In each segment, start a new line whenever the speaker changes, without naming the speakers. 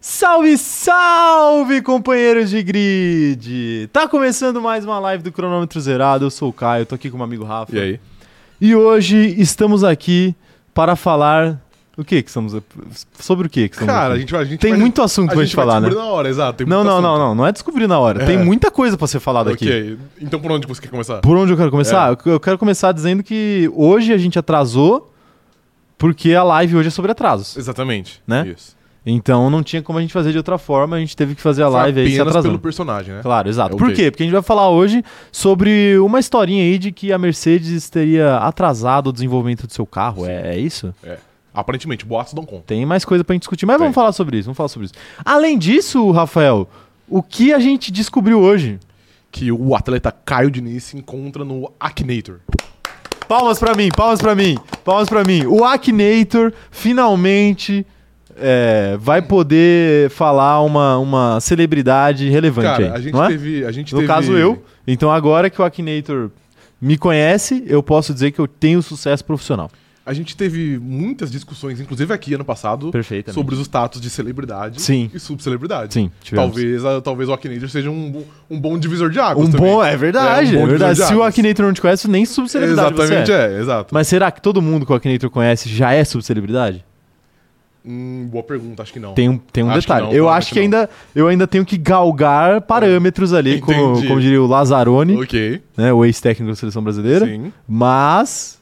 Salve, salve, companheiros de grid! Tá começando mais uma live do Cronômetro Zerado. Eu sou o Caio, tô aqui com o meu amigo Rafa.
E aí?
E hoje estamos aqui para falar. O que que estamos. Sobre o que que estamos.
Cara, a
aqui?
gente, vai- a gente
Tem
vai-
muito assunto
a
pra
gente
gente
vai
falar, né?
descobrir na hora, exato. tem
Não,
muito
não,
assunto.
não, não. Não é descobrir na hora.
É.
Tem muita coisa pra ser falada aqui.
Ok. É. Então por onde você quer começar?
Por onde eu quero começar? Eu- Eu quero começar dizendo que hoje a gente atrasou porque a live hoje é sobre atrasos.
Exatamente.
Né?
Isso.
Então não tinha como a gente fazer de outra forma, a gente teve que fazer a live aí se
apenas
atrasando.
pelo personagem, né?
Claro, exato.
É,
Por
ok.
quê? Porque a gente vai falar hoje sobre uma historinha aí de que a Mercedes teria atrasado o desenvolvimento do seu carro. É, é isso?
É. Aparentemente, boatos dão conta.
Tem mais coisa pra gente discutir, mas
Tem.
vamos falar sobre isso, vamos falar sobre isso. Além disso, Rafael, o que a gente descobriu hoje?
Que o atleta Caio Diniz se encontra no Akinator.
Palmas pra mim, palmas pra mim, palmas pra mim. O Akinator finalmente é, vai poder falar uma, uma celebridade relevante aí,
Cara, a gente
não é?
teve. A gente
No
teve-
caso, eu. Então, agora que o Akinator me conhece, eu posso dizer que eu tenho sucesso profissional.
A gente teve muitas discussões, inclusive aqui ano passado,
Perfeitamente.
sobre os status de celebridade
Sim.
e subcelebridade.
Sim, tivemos.
Talvez, a- talvez o Akinator seja um, bo- um bom divisor de águas.
Um
também.
bom, é verdade,
É, um
é,
bom
verdade.
divisor de
Se o
águas.
Akinator não te conhece, nem subcelebridade
Exatamente,
você é.
é, exato.
Mas será que todo mundo que o Akinator conhece já é subcelebridade?
Hum, boa pergunta, acho que não.
Tem um, tem um
Acho que
detalhe.
não,
eu
provavelmente
acho que
não.
ainda eu ainda tenho que galgar parâmetros ali, como,
Entendi.
como diria o Lazzaroni,
Ok.
né, o ex-técnico da seleção brasileira.
Sim.
Mas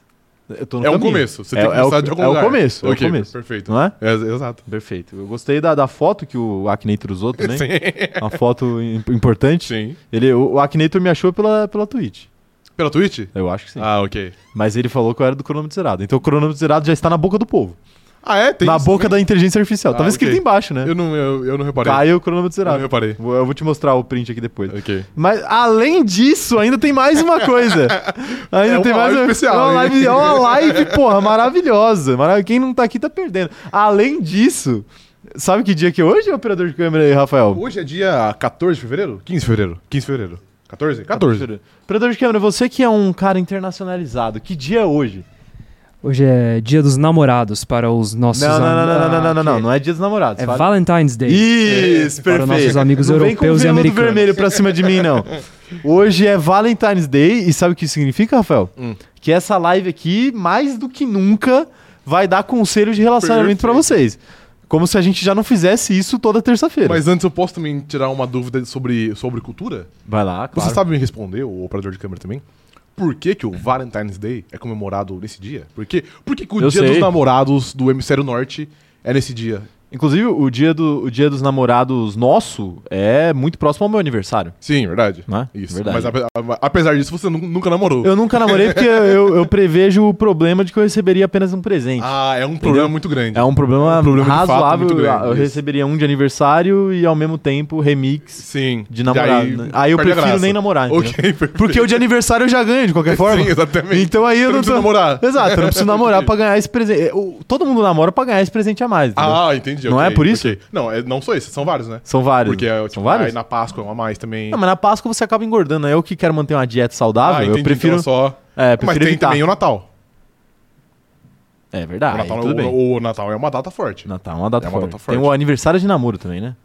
eu tô no
É um
caminho.
começo. Você
é,
tem que
é o,
começar de algum
é o
lugar.
começo, é o
Ok,
começo.
Perfeito.
Não é?
É, exato.
Perfeito. Eu gostei da, da foto que o Akinator usou também. Uma foto im- importante.
Sim.
Ele, o o Akinator me achou pela, pela Twitch.
Pela Twitch?
Eu acho que sim.
Ah, ok.
Mas ele falou que eu era do cronômetro zerado. Então o cronômetro zerado já está na boca do povo.
Ah, é? Tem
na
isso
boca
também?
da inteligência artificial.
Ah,
Tava
ok.
escrito embaixo, né?
Eu não, eu, eu não reparei.
Caiu o cronômetro
eu não
zerado.
reparei.
Vou- Eu vou te mostrar o print aqui depois.
Ok.
Mas além disso, ainda tem mais uma coisa. Ainda
É
tem
uma
mais
live
uma,
especial,
É uma
hein?
live, é uma live, porra, maravilhosa. Mara- Quem não tá aqui tá perdendo. Além disso, sabe que dia que é hoje, operador de câmera aí, Rafael?
Hoje é dia 14 de fevereiro? 15 de fevereiro. 15 de fevereiro. 14? 14.
Operador de câmera, você que é um cara internacionalizado, que dia é hoje?
Hoje é dia dos namorados para os nossos
Não, não, não,
am-
não, não, não, não, não,
Ah,
não,
ok.
é dia dos namorados.
É
fala-
Valentine's Day.
Isso,
Para os
perfeito.
nossos amigos
não
europeus e
vem com o veludo
americanos.
vermelho pra cima de mim, não. Hoje é Valentine's Day e sabe o que isso significa, Rafael?
Hum.
Que essa live aqui, mais do que nunca, vai dar conselhos de relacionamento pra vocês. Como se a gente já não fizesse isso toda terça-feira.
Mas antes eu posso também tirar uma dúvida sobre, sobre cultura?
Vai lá, claro.
Você sabe me responder, o operador de câmera também? Por que, que o Valentine's Day é comemorado nesse dia? Por, quê? Por que, que o
Eu
Dia
sei.
dos Namorados do Hemisfério Norte é nesse dia?
Inclusive, o dia, do, o dia dos namorados nosso é muito próximo ao meu aniversário.
Sim, verdade.
Né?
Isso.
Verdade.
Mas ape- a- apesar disso, você nu- nunca namorou.
Eu nunca namorei porque eu, eu prevejo o problema de que eu receberia apenas um presente.
Ah, é um problema muito grande.
É um problema,
É um problema de fato
razoável.
muito grande,
eu
isso.
receberia um de aniversário e ao mesmo tempo remix
Sim.
de namorado.
E
né? Aí, eu
perde a
prefiro
graça.
nem namorar, entendeu?
Ok, perfeito.
Porque o de aniversário eu já ganho de qualquer forma.
Sim, exatamente.
Então aí eu
Você
não, tô...
não precisa namorar.
Exato, eu não preciso namorar pra ganhar esse presente. É, o- Todo mundo namora pra ganhar esse presente a mais. entendeu?
Ah, entendi.
Não
ok,
é por isso?
ok. Não, é, não só esse, são vários, né?
São vários.
Porque é,
São
tipo,
vários?
aí na Páscoa é um a mais também.
Não, mas na Páscoa você acaba engordando. né? Eu que quero manter uma dieta saudável,
ah,
eu prefiro.
então é só.
É, prefiro
mas tem
evitar.
também um o Natal.
É verdade.
o, Natal
tudo
o-
bem.
o, Natal é uma data forte.
Natal é uma data,
É uma
forte.
data forte.
Tem o aniversário de namoro também, né?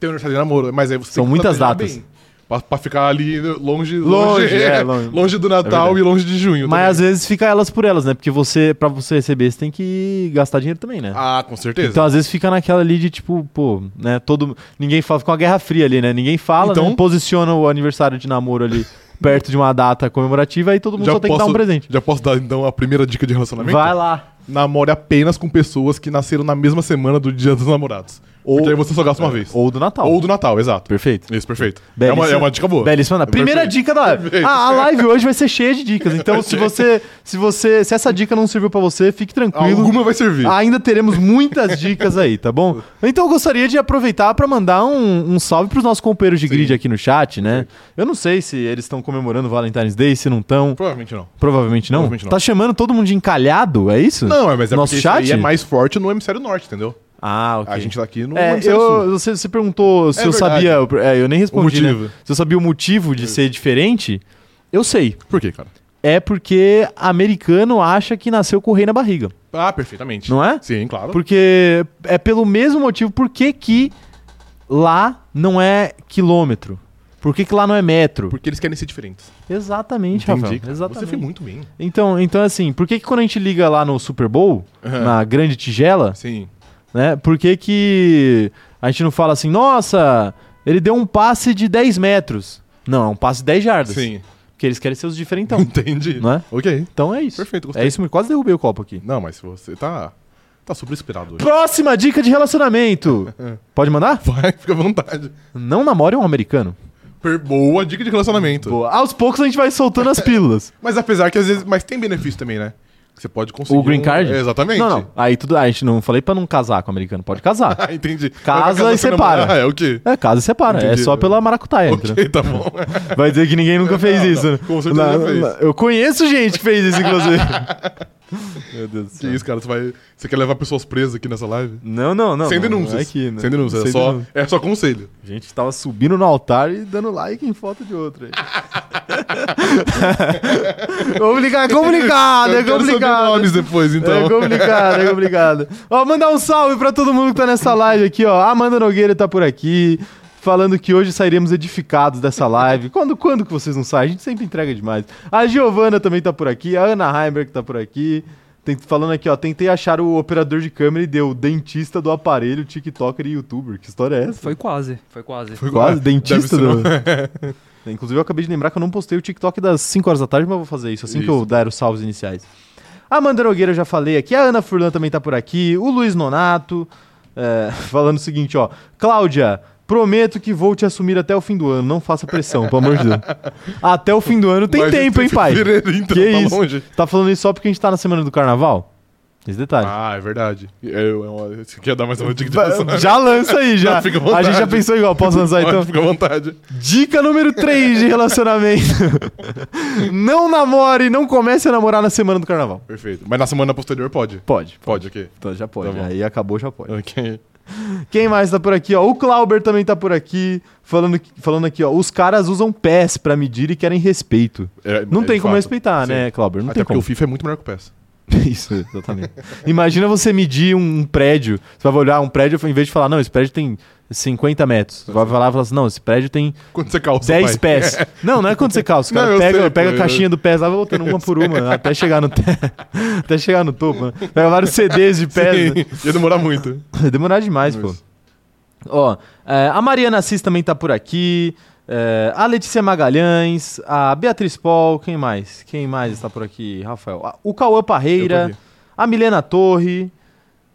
Tem o aniversário de namoro, mas aí você
São
tem
muitas
planejar
datas.
bem. Pra, pra ficar ali longe, longe,
Longe, é, longe.
longe do Natal
verdade.
e longe de junho.
Mas
também.
às vezes fica elas por elas, né? Porque você, pra você receber, você tem que gastar dinheiro também, né?
Ah, com certeza.
Então, às vezes fica naquela ali de tipo, pô, né? Todo. Ninguém fala, fica uma guerra fria ali, né? Ninguém fala,
Então-
né? Posiciona o aniversário de namoro ali perto de uma data comemorativa e todo mundo só tem que dar um presente.
Já posso dar então a primeira dica de relacionamento?
Vai lá.
Namore apenas com pessoas que nasceram na mesma semana do Dia dos Namorados.
Ou- É,
Porque aí você só gasta uma vez.
Ou do Natal.
Ou do Natal, exato.
Perfeito.
Isso, perfeito. É
Belíssima-
uma, é uma dica boa.
Belíssima. Primeira
Perfeito.
dica da live.
Perfeito.
Ah, a live hoje vai ser cheia de dicas. Então, se você, se você, se essa dica não serviu pra você, fique tranquilo.
Alguma vai servir.
Ainda teremos muitas dicas aí, tá bom? Então eu gostaria de aproveitar pra mandar um, um salve pros nossos companheiros de grid aqui no chat, né? Eu não sei se eles estão comemorando o Valentine's Day, se não estão.
Provavelmente não.
Hum. Provavelmente não.
Provavelmente não.
Tá chamando todo mundo de encalhado, é isso?
Não, é, mas é
Nosso
porque
chat?
isso aí é mais forte no hemisfério norte, entendeu?
Ah, ok.
A gente tá aqui no
É,
hemisfério
eu, você, você perguntou se
É
eu
verdade.
sabia. é, eu nem respondi.
motivo. É
né? Se eu sabia o motivo de ser diferente, eu sei.
Por quê, cara?
É porque americano acha que nasceu com o rei na barriga.
Ah, perfeitamente.
Não é?
Sim, claro.
Porque é pelo mesmo motivo por que que lá não é quilômetro? Por que, que lá não é metro?
Porque eles querem ser diferentes.
Exatamente, Rafael.
cara.
Exatamente.
Você foi muito bem.
Então, então, assim, por que, que quando a gente liga lá no Super Bowl, na grande tigela,
Sim.
né? Por que, que a gente não fala assim, nossa, ele deu um passe de 10 metros? Não, é um passe de 10 jardas.
Sim.
Porque eles querem ser os diferentão.
Entendi.
Não é?
Ok.
Então é isso.
Perfeito, gostei.
É isso, mesmo. quase derrubei o copo aqui.
Não, mas você tá. Tá super inspirado hoje.
Próxima dica de relacionamento. Pode mandar?
Vai, fica à vontade.
Não namore um americano.
Per- Boa dica de relacionamento.
Boa. Aos poucos a gente vai soltando as pílulas.
Mas apesar que às vezes. Mas tem benefício também, né? Você pode conseguir.
o green
um-
card?
É, Exatamente.
Não, não. Aí tudo. A gente não falei pra não casar com o americano. Pode casar.
Ah, entendi.
Casa
Vai pra
e
do seu
separa.
namorado. Ah, é o quê?
É, casa e separa.
Entendi.
É só pela maracutaia. entendeu?
Ok, tá bom.
Vai dizer que ninguém nunca fez isso. né?
com certeza já fez.
eu conheço gente que fez isso, inclusive. Meu Deus do
que
céu.
isso, cara? Você, vai... você quer levar pessoas presas aqui nessa live?
Não, não, não.
Sem
não,
denúncias.
não é aqui, né?
Sem denúncias. é,
Sem
só...
denúncias.
é só conselho.
A gente tava subindo no altar e dando like em foto de outro. aí. complicado, é complicado, é
Eu quero saber
complicado.
nomes depois, então.
É complicado, é complicado. Ó, mandar um salve pra todo mundo que tá nessa live aqui, ó. A Amanda Nogueira tá por aqui, falando que hoje sairemos edificados dessa live. Quando, quando que vocês não saem? A gente sempre entrega demais. A Giovana também tá por aqui, a Ana Heimberg tá por aqui. Tem- falando aqui, ó, tentei achar o operador de câmera e deu dentista do aparelho, tiktoker e youtuber. Que história é essa?
Foi quase, foi quase.
Quase,
Deve
dentista
ser
do...
um-
Inclusive, eu acabei de lembrar que eu não postei o TikTok das 5 horas da tarde, mas eu vou fazer isso assim que eu
Isso.
der os salvos iniciais. A Amanda Nogueira eu já falei aqui, a Ana Furlan também tá por aqui, o Luiz Nonato, é, falando o seguinte, ó. Cláudia, prometo que vou te assumir até o fim do ano, não faça pressão, pelo amor de Deus. Até o fim do ano tem
Mas
tempo, hein, pai?
fevereiro, então,
Que
tá
isso?
longe.
Tá falando isso só porque a gente tá na semana do carnaval? Esse detalhe.
Ah, é verdade. Eu, eu, você quer dar mais uma dica de relacionamento?
já lança aí, já.
Não, fica à
a
vontade.
gente já pensou igual, posso lançar
Pode,
então?
Fica à vontade.
Dica número 3 de relacionamento. não namore, não comece a namorar na semana do carnaval.
Perfeito. Mas na semana posterior pode.
Pode.
Pode, ok.
Então já pode.
Tá bom.
Aí acabou, já pode.
Ok.
Quem mais tá por aqui, ó? O Clauber também tá por aqui, falando, que- falando aqui, ó. Os caras usam pés pra medir e querem respeito.
É,
Não
é,
tem
de
como
fato.
respeitar,
Sim.
né, Clauber? Não
Até
tem
porque
como.
o FIFA é muito melhor que o PES.
Isso, exatamente. Imagina você medir um prédio. Você vai olhar um prédio, em vez de falar, não, esse prédio tem 50 metros. Você vai falar e falar assim, não, esse prédio tem
Quando você calça,
10
pai.
pés. Não, não é quando você calça. O
Não,
cara
eu
pega,
sei,
pega a
eu-
caixinha do pés lá, vai voltando uma por uma, né, até chegar no, te- até chegar no topo. Né? Pega vários CDs de pés. né?
Sim, Ia demorar muito.
Vai Demorar demais, pô.
Nossa.
Ó, é, a Mariana Assis também tá por aqui. é, a Letícia Magalhães, a Beatriz Paul, quem mais? Quem mais está por aqui, Rafael? A- O Cauã
Eu tô
Parreira,
aqui.
a Milena Torre,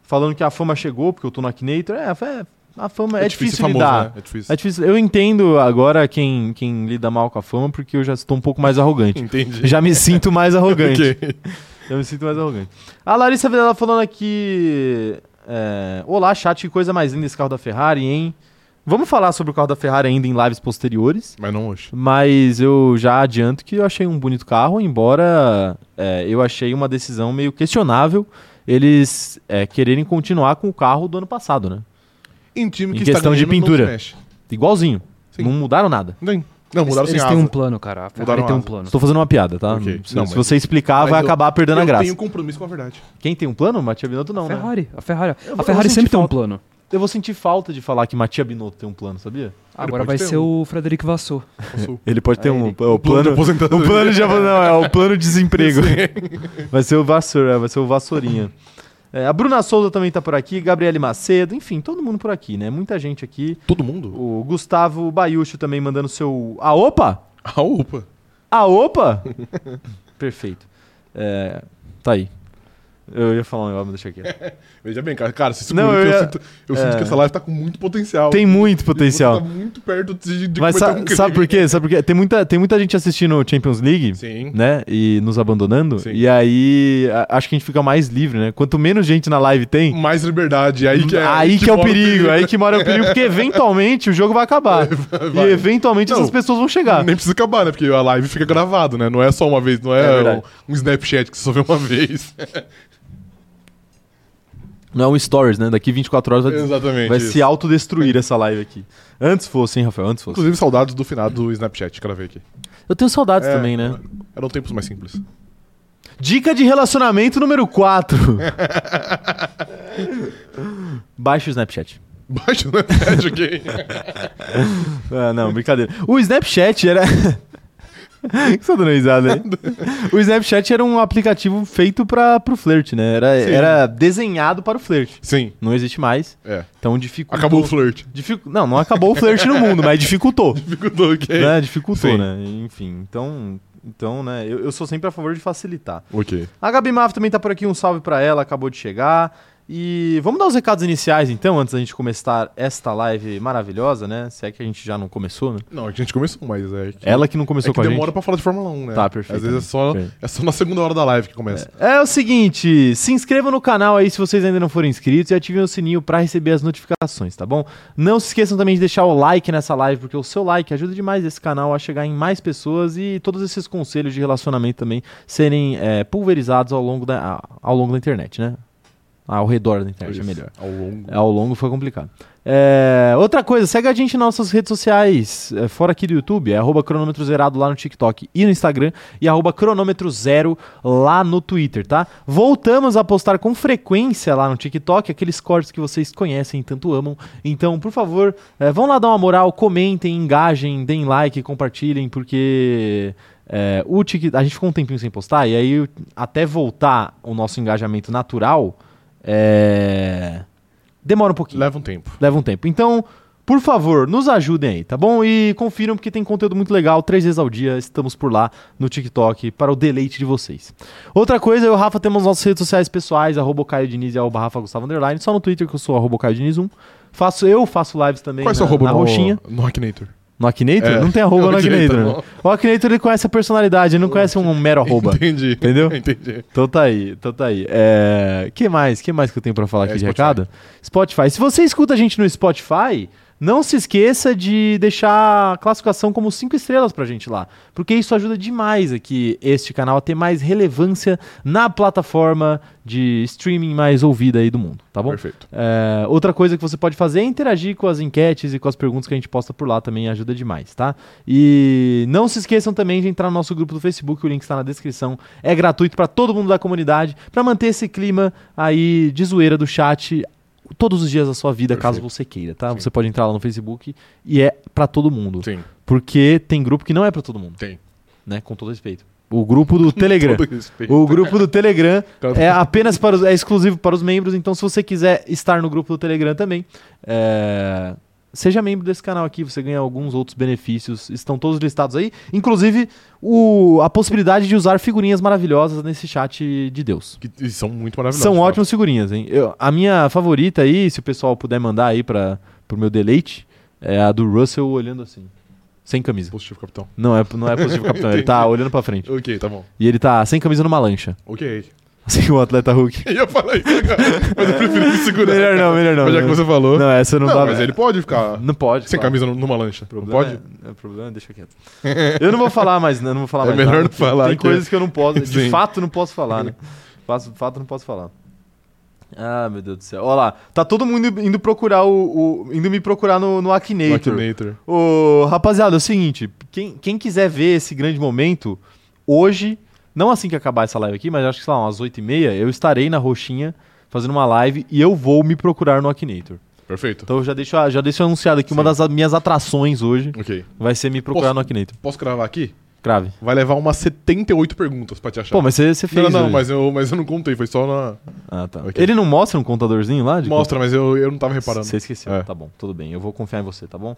falando que a fama chegou, porque eu tô no Akinator. É, a fé- a fama é, difícil,
famoso,
lidar.
né? É difícil.
É difícil. Eu entendo agora quem, quem lida mal com a fama, porque eu já estou um pouco mais arrogante.
Entendi.
já me sinto mais arrogante.
Ok.
Eu me sinto mais arrogante. A Larissa Vidal falando aqui. é, Olá, chat, que coisa mais linda esse carro da Ferrari, hein? Vamos falar sobre o carro da Ferrari ainda em lives posteriores.
Mas não hoje.
Mas eu já adianto que eu achei um bonito carro, embora é, eu achei uma decisão meio questionável eles é, quererem continuar com o carro do ano passado, né?
Em time
Em
que
questão de
está ganhando,
pintura.
Não, se mexe.
Igualzinho.
Sim.
Não mudaram nada.
não, tem. não mudaram
eles
sem
têm
asa.
um plano, cara. A Ferrari
Mudaram
tem um
asa.
plano.
Estou fazendo uma piada, tá?
Ok.
Se,
Não,
se
mas-
você explicar,
mas
vai
eu-
acabar perdendo a
eu
graça.
tenho compromisso com a verdade.
Quem tem um plano? Matia Binotto não,
a
né?
Ferrari, a Ferrari.
Eu
a
vou
Ferrari
sentir
sempre tem um
falta.
plano.
Eu vou sentir falta de falar que Matia Binotto tem um plano, sabia?
Agora
pode
vai
ter um.
ser o Frederico Vassou.
Posso-
Ele pode ter
Ah,
um,
ele.
é, o
plano de
plano.
aposentadoria.
O plano de abo- não, é o plano de desemprego. vai ser o Vassoura, vai ser o Vassourinha. É, a Bruna Souza também tá por aqui, Gabriele Macedo, enfim, todo mundo por aqui, né? Muita gente aqui.
Todo mundo?
O Gustavo Baiucho também mandando seu. A opa!
A UPA.
A opa! Perfeito. É, tá aí. Eu ia falar um negócio, mas deixa aqui.
Veja bem, cara, cara, você segura
Não,
que
eu
eu,
ia-
sinto, eu sinto
é.
que essa live tá com muito potencial.
Tem muito potencial.
Você tá muito perto de, de
Mas
cometer
sa-
um crime.
sabe por quê? Sabe por quê? Tem muita, tem muita gente assistindo o Champions League,
Sim.
né? E nos abandonando.
Sim.
E aí a- acho que a gente fica mais livre, né? Quanto menos gente na live tem,
Mais liberdade. Hum, Aí que é,
aí que é o
mora
perigo, aí que mora o perigo, porque eventualmente o jogo vai acabar.
vai.
E eventualmente
Não,
essas pessoas vão chegar.
Nem precisa acabar, né? Porque a live fica gravado, né? Não é só uma vez, não
É
é,
verdade.
um, um Snapchat que você só vê uma vez.
Não é um stories, né? Daqui 24 horas vai,
Exatamente.
vai
isso.
se autodestruir essa live aqui. Antes fosse, hein, Rafael? Antes fosse.
Inclusive, saudades do finado do Snapchat, gravei aqui.
Eu tenho saudades
É,
também, né?
Eram tempos mais simples.
Dica de relacionamento número 4. Baixa o Snapchat.
Baixo no iPad, ok?
Ah, não, brincadeira. O Snapchat era. Só tá dando risada aí. O Snapchat era um aplicativo feito para pro flerte, né? Era,
Sim.
era desenhado para o flerte.
Sim,
Não existe mais.
é.
Então dificultou.
Acabou o flerte.
Dificu- Não, não acabou o flerte no mundo, mas dificultou.
Dificultou, ok?
né? Dificultou,
Sim.
né? Enfim, então. Então, né? Eu, eu sou sempre a favor de facilitar.
Ok.
A Gabi Maf também tá por aqui, um salve pra ela, acabou de chegar. E vamos dar os recados iniciais, então, antes da gente começar esta live maravilhosa, né? Se é que a gente já não começou, né?
Não, a gente começou, mas é que,
Ela que não começou
é que
com a
demora
gente.
pra falar de Fórmula 1, né?
Tá, perfeito.
Às vezes é só,
Perfeito.
é só na segunda hora da live que começa.
É o seguinte, se inscrevam no canal aí se vocês ainda não forem inscritos e ativem o sininho pra receber as notificações, tá bom? Não se esqueçam também de deixar o like nessa live, porque o seu like ajuda demais esse canal a chegar em mais pessoas e todos esses conselhos de relacionamento também serem é, pulverizados ao longo, da, ao longo da internet, né? Ao redor da internet, é
Isso.
melhor.
Ao longo.
É, Ao longo foi complicado. É, outra coisa, segue a gente nas nossas redes sociais, é, fora aqui do YouTube, é arroba cronômetro zerado lá no TikTok e no Instagram, e arroba cronômetro zero lá no Twitter, tá? Voltamos a postar com frequência lá no TikTok aqueles cortes que vocês conhecem e tanto amam. Então, por favor, é, vão lá dar uma moral, comentem, engajem, deem like, compartilhem, porque é, o Tik- a gente ficou um tempinho sem postar, e aí até voltar o nosso engajamento natural, é, demora um pouquinho
Leva um tempo.
leva um tempo. Então, por favor, nos ajudem aí, tá bom? E confiram porque tem conteúdo muito legal, três vezes ao dia, estamos por lá no TikTok para o deleite de vocês. Outra coisa, eu e o Rafa temos nossas redes sociais pessoais, arroba o Caio Diniz e arroba Rafa Gustavo Underline, só no Twitter que eu sou arroba o Caio Diniz 1. Faço, eu faço lives também
Qual é o seu
na,
arroba
na
no,
roxinha.
no Akinator?
No Akinator?
É,
Não tem arroba
no
no Akinator.
Akinator, tá
né? O Akinator ele conhece a personalidade, ele não conhece um mero arroba.
Entendi.
Entendeu?
Entendi.
Então tá aí, então tá aí. É... Que mais? Que mais que eu tenho pra falar
É,
aqui de
Spotify.
recado? Spotify. Se você escuta a gente no Spotify, não se esqueça de deixar a classificação como 5 estrelas pra gente lá, porque isso ajuda demais aqui este canal a ter mais relevância na plataforma de streaming mais ouvida aí do mundo, tá bom?
Perfeito.
É, outra coisa que você pode fazer é interagir com as enquetes e com as perguntas que a gente posta por lá também, ajuda demais, tá? E não se esqueçam também de entrar no nosso grupo do Facebook, o link está na descrição. É gratuito para todo mundo da comunidade, para manter esse clima aí de zoeira do chat todos os dias da sua vida, caso você queira, tá?
Sim.
Você pode entrar lá no Facebook e é para todo mundo,
Sim,
porque tem grupo que não é para todo mundo,
tem.
né? Com todo respeito. O grupo do Telegram.
Todo respeito.
O grupo do Telegram
Claro.
é apenas para os, é exclusivo para os membros, então se você quiser estar no grupo do Telegram também, é, seja membro desse canal aqui, você ganha alguns outros benefícios, estão todos listados aí, inclusive o- a possibilidade de usar figurinhas maravilhosas nesse chat de Deus.
Que e são muito maravilhosos.
São
tá?
ótimas figurinhas, hein? Eu- a minha favorita aí, se o pessoal puder mandar aí para o meu deleite, é a do Russell olhando assim, sem camisa.
Positivo, capitão.
Não é, não é positivo, capitão, ele tá olhando para frente.
Ok, tá bom.
E ele tá sem camisa numa lancha.
Ok.
Assim o atleta Hulk.
Eu ia falar isso agora, mas eu prefiro me segurar.
Melhor não, melhor não.
Mas já que você falou.
Não, essa não,
Não,
dá.
mas ele pode ficar
Não pode.
sem
claro.
camisa num- numa lancha. Não
Problema
pode?
É, é, problema, é- deixa quieto. Eu não vou falar mais, né? eu não vou falar
É
mais.
melhor
nada,
não
porque
falar
Tem
que-
coisas que eu não posso, de
Sim.
fato não posso falar, né? Fato, fato não posso falar. Ah, meu Deus do céu. Olha lá, tá todo mundo indo procurar o, o- indo me procurar no, no
No
Akinator.
Akinator.
Ô, rapaziada, é o seguinte, quem, quem quiser ver esse grande momento, hoje, não assim que acabar essa live aqui, mas acho que, sei lá, umas 8h30, eu estarei na Roxinha fazendo uma live e eu vou me procurar no Akinator.
Perfeito.
Então eu já deixo, já deixo anunciado aqui, uma
Sim.
das a- minhas atrações hoje
Ok.
vai ser me procurar
Posso-
no Akinator.
Posso cravar aqui?
Crave.
Vai levar umas 78 perguntas pra te achar.
Pô, mas você você fez
Tá. Não, não,
hoje.
mas eu, mas eu não contei, foi só na.
Ah, tá.
Ok.
Ele não mostra um contadorzinho lá? de
Mostra, mas eu, eu não tava reparando.
Você esqueceu,
É.
tá bom, tudo bem. Eu vou confiar em você, tá bom?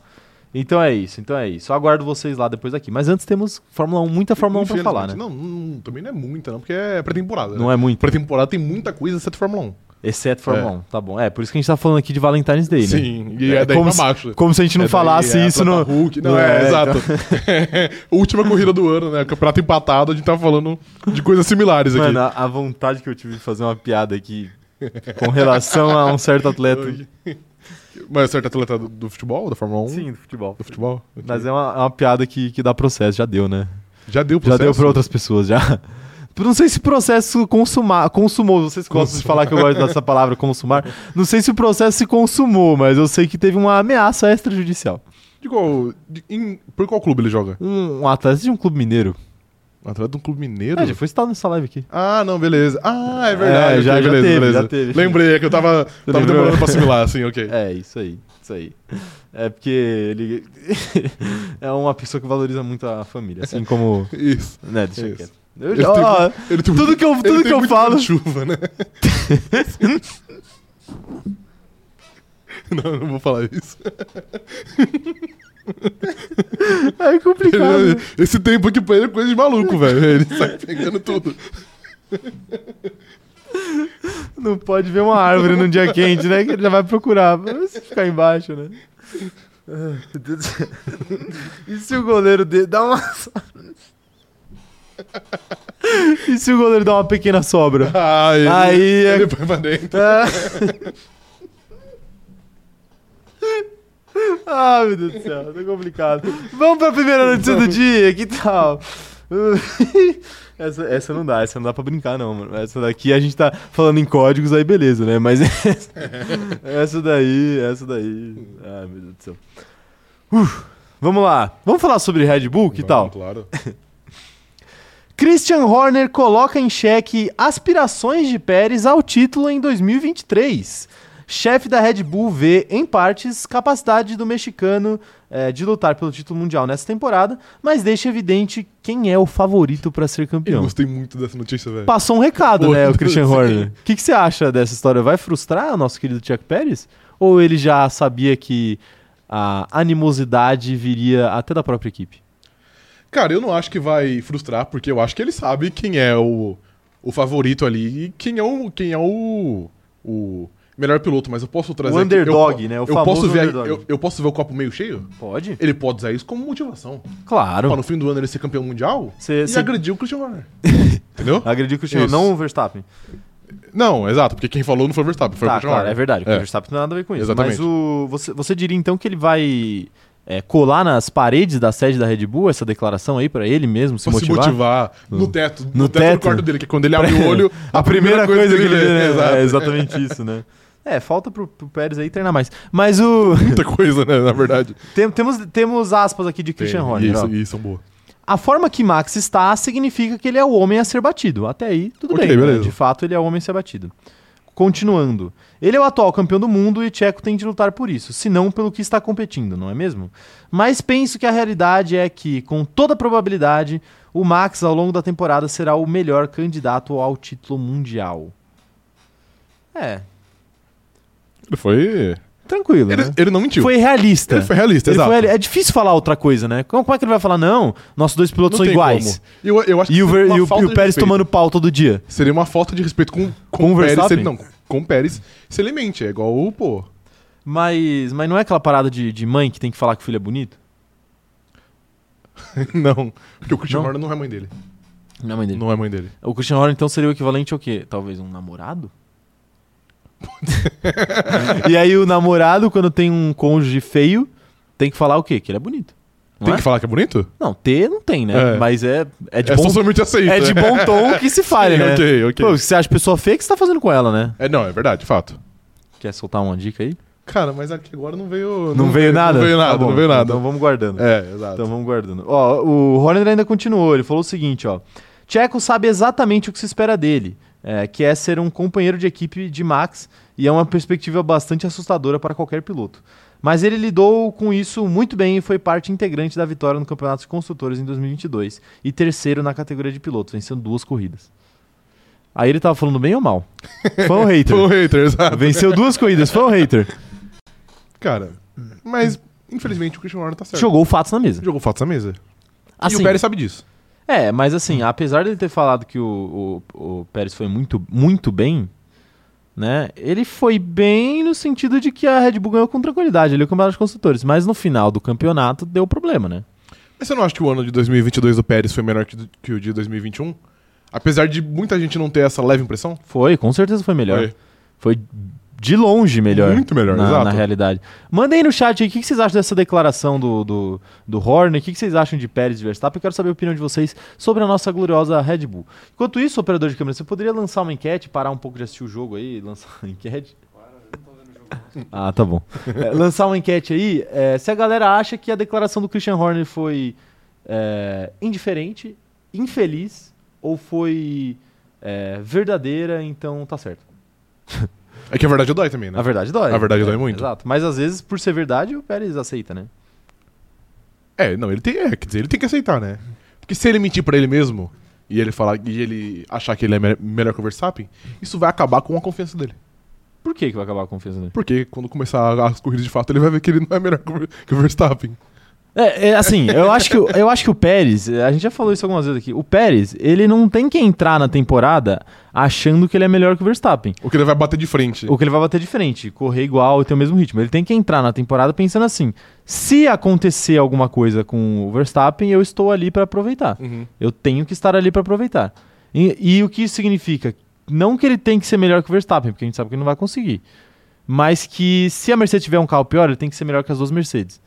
Então é isso, então é isso. Eu aguardo vocês lá depois aqui. Mas antes temos Fórmula 1, muita Fórmula 1 pra falar, né?
Infelizmente. Não, não, também não é muita, não, porque é pré-temporada.
Não é muito,
Pré-temporada tem muita coisa exceto Fórmula 1.
exceto Fórmula
É.
1, tá bom. É, por isso que a gente tá falando aqui de Valentine's Day, né?
Sim, e é,
É
daí
como
pra
se-
baixo.
Como se a gente não
É daí,
falasse
é
isso no...
Atlanta Hulk. Não, é,
É,
exato. Última corrida do ano, né? Campeonato empatado, a gente tava falando de coisas similares aqui.
Mano, a, a vontade que eu tive de fazer uma piada aqui com relação a um certo atleta...
Mas é certo atleta do, do futebol, da Fórmula 1?
Sim, Um? do futebol.
Do futebol? Ok.
Mas é uma, é uma piada que, que dá processo, já deu, né?
Já deu
Já deu pra
processo?
outras pessoas, já. Não sei se processo consumar, consumou, vocês gostam de falar que eu gosto dessa palavra, consumar. Não sei se o processo se consumou, mas eu sei que teve uma ameaça extrajudicial.
De qual, de- em- por qual clube ele joga?
Um, um atleta de um clube mineiro
Atleta de um clube mineiro?
Ah, já foi citado nessa live aqui.
Ah, não, beleza. Ah, é verdade.
É, já-
ok,
já
beleza,
teve,
beleza.
já teve.
Lembrei, é que eu tava, tava
lembrou?
demorando pra assimilar, assim, ok.
É, isso aí, isso aí. É porque ele é uma pessoa que valoriza muito a família, assim como...
Isso.
Né, deixa
Isso.
quieto. Eu
Ele
já-
tem-
ó,
Ele tem
tudo que eu,
ele
tudo
tem
que eu
muito
falo...
medo de chuva, né? não, não vou falar isso.
É complicado.
Ele- esse tempo aqui pra ele é coisa de maluco, velho. Ele sai pegando tudo.
Não pode ver uma árvore num dia quente, né? Que ele já vai procurar. Mas se ficar embaixo, né? Ah, meu Deus do céu. E se o goleiro dele dá uma. E se o goleiro dá uma pequena sobra?
Ah, ele,
Aí é-
ele vai pra dentro.
Ah. Ah, meu Deus do céu, tá complicado. Vamos pra primeira notícia do dia, que tal? Essa, essa não dá, essa não dá pra brincar, não, mano. Essa daqui a gente tá falando em códigos, aí beleza, né? Mas essa, essa daí, essa daí. Ai, meu Deus do céu. Uf, vamos lá. Vamos falar sobre Red Bull, que
Não,
tal?
Claro.
Christian Horner coloca em xeque aspirações de Pérez ao título em 2023. Chefe da Red Bull vê, em partes, capacidade do mexicano eh, de lutar pelo título mundial nessa temporada, mas deixa evidente quem é o favorito para ser
Eu
campeão.
gostei muito dessa notícia, velho.
Passou um recado, né, o
Pô,
Christian
sim.
Horner. O que, que você acha dessa história? Vai frustrar o nosso querido Chuck Pérez? Ou ele já sabia que a animosidade viria até da própria equipe?
Cara, eu não acho que vai frustrar, porque eu acho que ele sabe quem é o, o favorito ali e quem é o. Quem é o, o melhor piloto, mas eu posso trazer. aqui-
underdog,
eu,
né? O
eu
famoso
posso ver,
underdog.
Eu, eu posso ver o copo meio cheio?
Pode?
Ele pode usar isso como motivação.
Claro.
Pra no fim do ano ele ser campeão mundial
Cê-
e
cê-
agrediu o Christian Horner. Entendeu?
Agrediu o Cristiano,
Isso.
não o Verstappen.
Não, exato, porque quem falou não foi o Verstappen, foi o
tá,
Christian
claro, é
Horner.
verdade. porque
É.
O Verstappen não tem nada a ver com isso.
Exatamente.
Mas o, você, você diria então que ele vai é, colar nas paredes da sede da Red Bull essa declaração aí pra ele mesmo, se
Pra se
motivar?
motivar no teto, no,
No
teto,
teto.
do quarto dele, que é quando ele abre o olho,
A, primeira coisa, que ele vê, né?
Exato.
É exatamente isso, né? É, falta pro, pro Pérez aí treinar mais. Mas o.
Muita coisa, né, na verdade.
tem- temos, temos aspas aqui de Christian
Tem,
Horner. ó.
Isso, isso, é um boa.
A forma que Max está significa que ele é o homem a ser batido. Até aí, tudo
Ok,
bem. né?
beleza.
De fato, ele é o homem a ser batido. Continuando. Ele é o atual campeão do mundo e Tcheco tem de lutar por isso, se não pelo que está competindo, não é mesmo? Mas penso que a realidade é que, com toda probabilidade, o Max, ao longo da temporada, será o melhor candidato ao título mundial. É,
Ele foi.
tranquilo,
Ele,
né?
ele não mentiu.
Foi realista.
Ele foi realista,
Ele
exato.
foi reali- É difícil falar outra coisa, né? Como, como é que ele vai falar, não, nossos dois pilotos são
Não tem
iguais?
como. Eu, eu acho que
E o, Ver-
seria
e
uma
o-
falta
e o
de
Pérez
respeito.
tomando pau todo dia.
Seria uma falta de respeito com,
Com
com,
o
o Pérez. se
Verstappen?
ele- não, com o Pérez. Se ele mente, é igual o. Pô.
Mas, mas não é aquela parada de, de mãe que tem que falar que o filho é bonito?
não. Porque o Christian
Não?
Horner não é mãe dele.
Não é mãe dele.
Não é mãe dele.
O Christian Horner, então, seria o equivalente ao quê? Talvez um namorado? e aí o namorado, quando tem um cônjuge feio, tem que falar o quê? Que ele é bonito. Não,
Tem
é?
que falar que é bonito?
Não, ter não tem, né?
É.
Mas é, é, de
é
bom,
socialmente aceito.
é de
né?
bom tom que se fale,
Sim,
né?
Ok, ok.
Pô, se você acha pessoa feia, o que você tá fazendo com ela, né?
É, não, é verdade, fato.
Quer soltar uma dica aí?
Cara, mas aqui agora não veio.
Não, veio nada?
Não veio
Tá
nada,
bom,
não veio nada.
Então vamos guardando.
É, exato.
Então vamos guardando. Ó, o Horner ainda continuou, ele falou o seguinte, ó. Tcheco sabe exatamente o que se espera dele, é, que é ser um companheiro de equipe de Max e é uma perspectiva bastante assustadora para qualquer piloto. Mas ele lidou com isso muito bem e foi parte integrante da vitória no Campeonato de Construtores em 2022 e terceiro na categoria de pilotos, vencendo duas corridas. Aí ele tava falando bem ou mal? Foi um
Foi um
hater.
hater, exato.
Venceu duas corridas, foi um hater.
Cara, mas infelizmente o Christian Horner tá certo.
Jogou fatos na mesa.
Jogou fatos na mesa.
Assim,
e o Pérez sabe disso.
É, mas assim, apesar dele ter falado que o, o, o Pérez foi muito, muito bem, né? Ele foi bem no sentido de que a Red Bull ganhou com tranquilidade ali o Campeonato de Construtores, mas no final do campeonato deu problema, né?
Mas você não acha que o ano de 2022 do Pérez foi melhor que, do- que o de 2021? Apesar de muita gente não ter essa leve impressão?
Foi, com certeza foi melhor.
Foi.
Foi de longe melhor.
Muito melhor,
na,
exato.
na realidade. Mandem aí no chat aí o que que vocês acham dessa declaração do, do, do Horner, o que que vocês acham de Pérez e Verstappen. Eu quero saber a opinião de vocês sobre a nossa gloriosa Red Bull. Enquanto isso, operador de câmera, você poderia lançar uma enquete, parar um pouco de assistir o jogo aí, lançar uma enquete? Ah, tá bom. É, lançar uma enquete aí, é, se a galera acha que a declaração do Christian Horner foi é, indiferente infeliz ou foi é, verdadeira, então tá certo.
É que a verdade dói também, né?
A verdade dói. É,
A verdade dói muito.
Exato. Mas às vezes, por ser verdade, o Pérez aceita, né?
É, não, ele tem, é, quer dizer, ele tem que aceitar, né? Porque se ele mentir pra ele mesmo e ele falar e ele achar que ele é me- melhor que o Verstappen, isso vai acabar com a confiança dele.
Por que, que vai acabar a confiança dele?
Porque quando começar as corridas de fato, ele vai ver que ele não é melhor que o Ver- que o Verstappen.
É, é, assim, eu acho, que, o- eu acho que o Pérez, a gente já falou isso algumas vezes aqui, o Pérez, ele não tem que entrar na temporada achando que ele é melhor que o Verstappen.
Ou que ele vai bater de frente.
Ou que ele vai bater de frente, correr igual e ter o mesmo ritmo. Ele tem que entrar na temporada pensando assim: se acontecer alguma coisa com o Verstappen, eu estou ali para aproveitar.
Uhum.
Eu tenho que estar ali para aproveitar. E, e o que isso significa? Não que ele tem que ser melhor que o Verstappen, porque a gente sabe que ele não vai conseguir. Mas que se a Mercedes tiver um carro pior, ele tem que ser melhor que as duas Mercedes.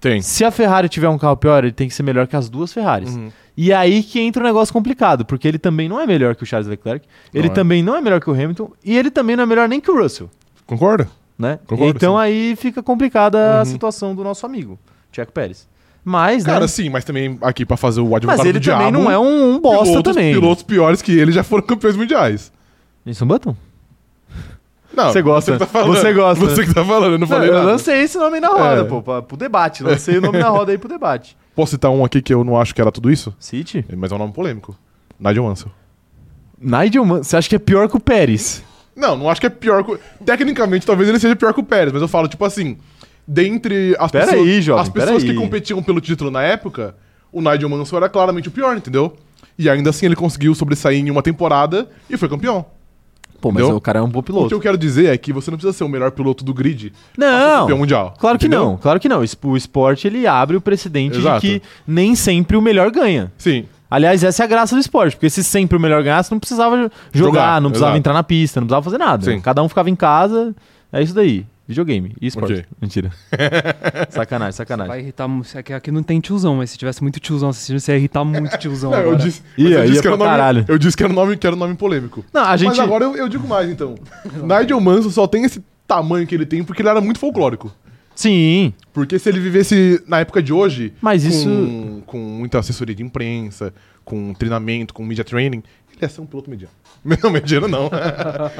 Tem.
Se a Ferrari tiver um carro pior, ele tem que ser melhor que as duas Ferraris.
Uhum.
E aí que entra um negócio complicado, porque ele também não é melhor que o Charles Leclerc, ele
Não é.
também não é melhor que o Hamilton, e ele também não é melhor nem que o Russell,
Concorda?
né?
Concordo,
então
sim.
aí fica complicada a
Uhum.
situação do nosso amigo, Checo Pérez. Mas,
Cara,
né?
sim, mas também aqui pra fazer o advogado
Mas ele
do
também
diabo.
não é um, um bosta
pilotos,
também. é um
Pilotos piores que ele já foram campeões mundiais.
Wilson Button?
Não,
Você gosta.
que tá falando.
Você gosta.
Você que tá falando, eu não
Não,
falei
eu
nada.
lancei esse nome na roda,
É.
pô, pra, pro debate. Lancei o nome na roda aí pro debate.
Posso citar um aqui que eu não acho que era tudo isso?
City?
Mas é um nome polêmico. Nigel Mansell.
Nigel Man- você acha que é pior que o Pérez?
Não, não acho que é pior que... o- Tecnicamente, talvez ele seja pior que o Pérez, mas eu falo, tipo assim... Dentre as
Pera
pessoas,
aí, jovem,
as pessoas
pera
que
aí.
competiam pelo título na época, o Nigel Mansell era claramente o pior, entendeu? E ainda assim ele conseguiu sobressair em uma temporada e foi campeão.
Pô, mas
Entendeu?
o cara é um bom
O que
piloto.
eu quero dizer é que você não precisa ser o melhor piloto do grid pra ser
Não,
campeão mundial.
Claro que
entendeu?
não, claro que não. Es- O esporte ele abre o precedente
Exato.
de que nem sempre o melhor ganha.
Sim.
Aliás, essa é a graça do esporte, porque se sempre o melhor ganhasse, não precisava jo- jogar,
Jogar,
não precisava
exato.
entrar na pista, não precisava fazer nada.
Sim.
Cada um ficava em casa, é isso daí. Videogame e esporte.
Ok.
Mentira. sacanagem, sacanagem.
Vai irritar mu- é que Aqui não tem tiozão, mas se tivesse muito tiozão assistindo, você ia irritar muito tiozão.
Não, É, eu
agora.
disse,
Ia,
mas eu
ia
disse que
pra
era um nome,
caralho.
Eu disse que era um nome, que era um nome polêmico.
Não, a gente.
Mas agora eu, eu digo mais, então. Nigel Manso só tem esse tamanho que ele tem porque ele era muito folclórico.
Sim,
Porque se ele vivesse na época de hoje,
mas
com,
isso.
com muita assessoria de imprensa, com treinamento, com media training, ele ia ser um piloto mediano. Não, mediano não.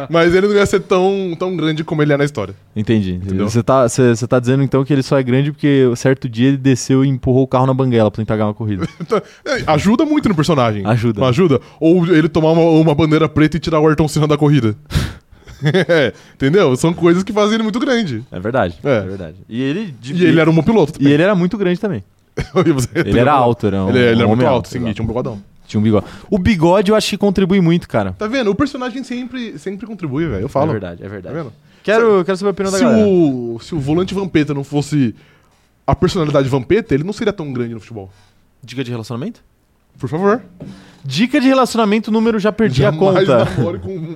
mas ele não ia ser tão, tão grande como ele é na história.
Entendi.
Entendeu?
Você tá, você você tá dizendo então que ele só é grande porque certo dia ele desceu e empurrou o carro na banguela pra tentar ganhar uma corrida.
Então, é, ajuda muito no personagem.
Ajuda.
Não ajuda? Ou ele tomar uma, uma bandeira preta e tirar o Ayrton Senna da corrida. É, entendeu? São coisas que fazem ele muito grande.
É verdade. É,
É.
verdade. E ele, de-
E ele era um bom
e
piloto também.
ele era muito grande também.
E você-
Ele era alto, era um,
Ele, ele
um
era muito
homem
alto, sim,
exato.
tinha um bigodão.
Tinha um bigode. O bigode eu acho que contribui muito, cara.
Tá vendo? O personagem sempre, sempre contribui, velho. Eu
É
falo.
verdade, é
Tá
verdade.
vendo?
quero, quero saber a opinião
Se
da galera.
o, se o volante Vampeta não fosse a personalidade Vampeta, ele não seria tão grande no futebol.
Dica de relacionamento?
Por favor.
Dica de relacionamento, número já perdi a
Jamais
conta.
namore com um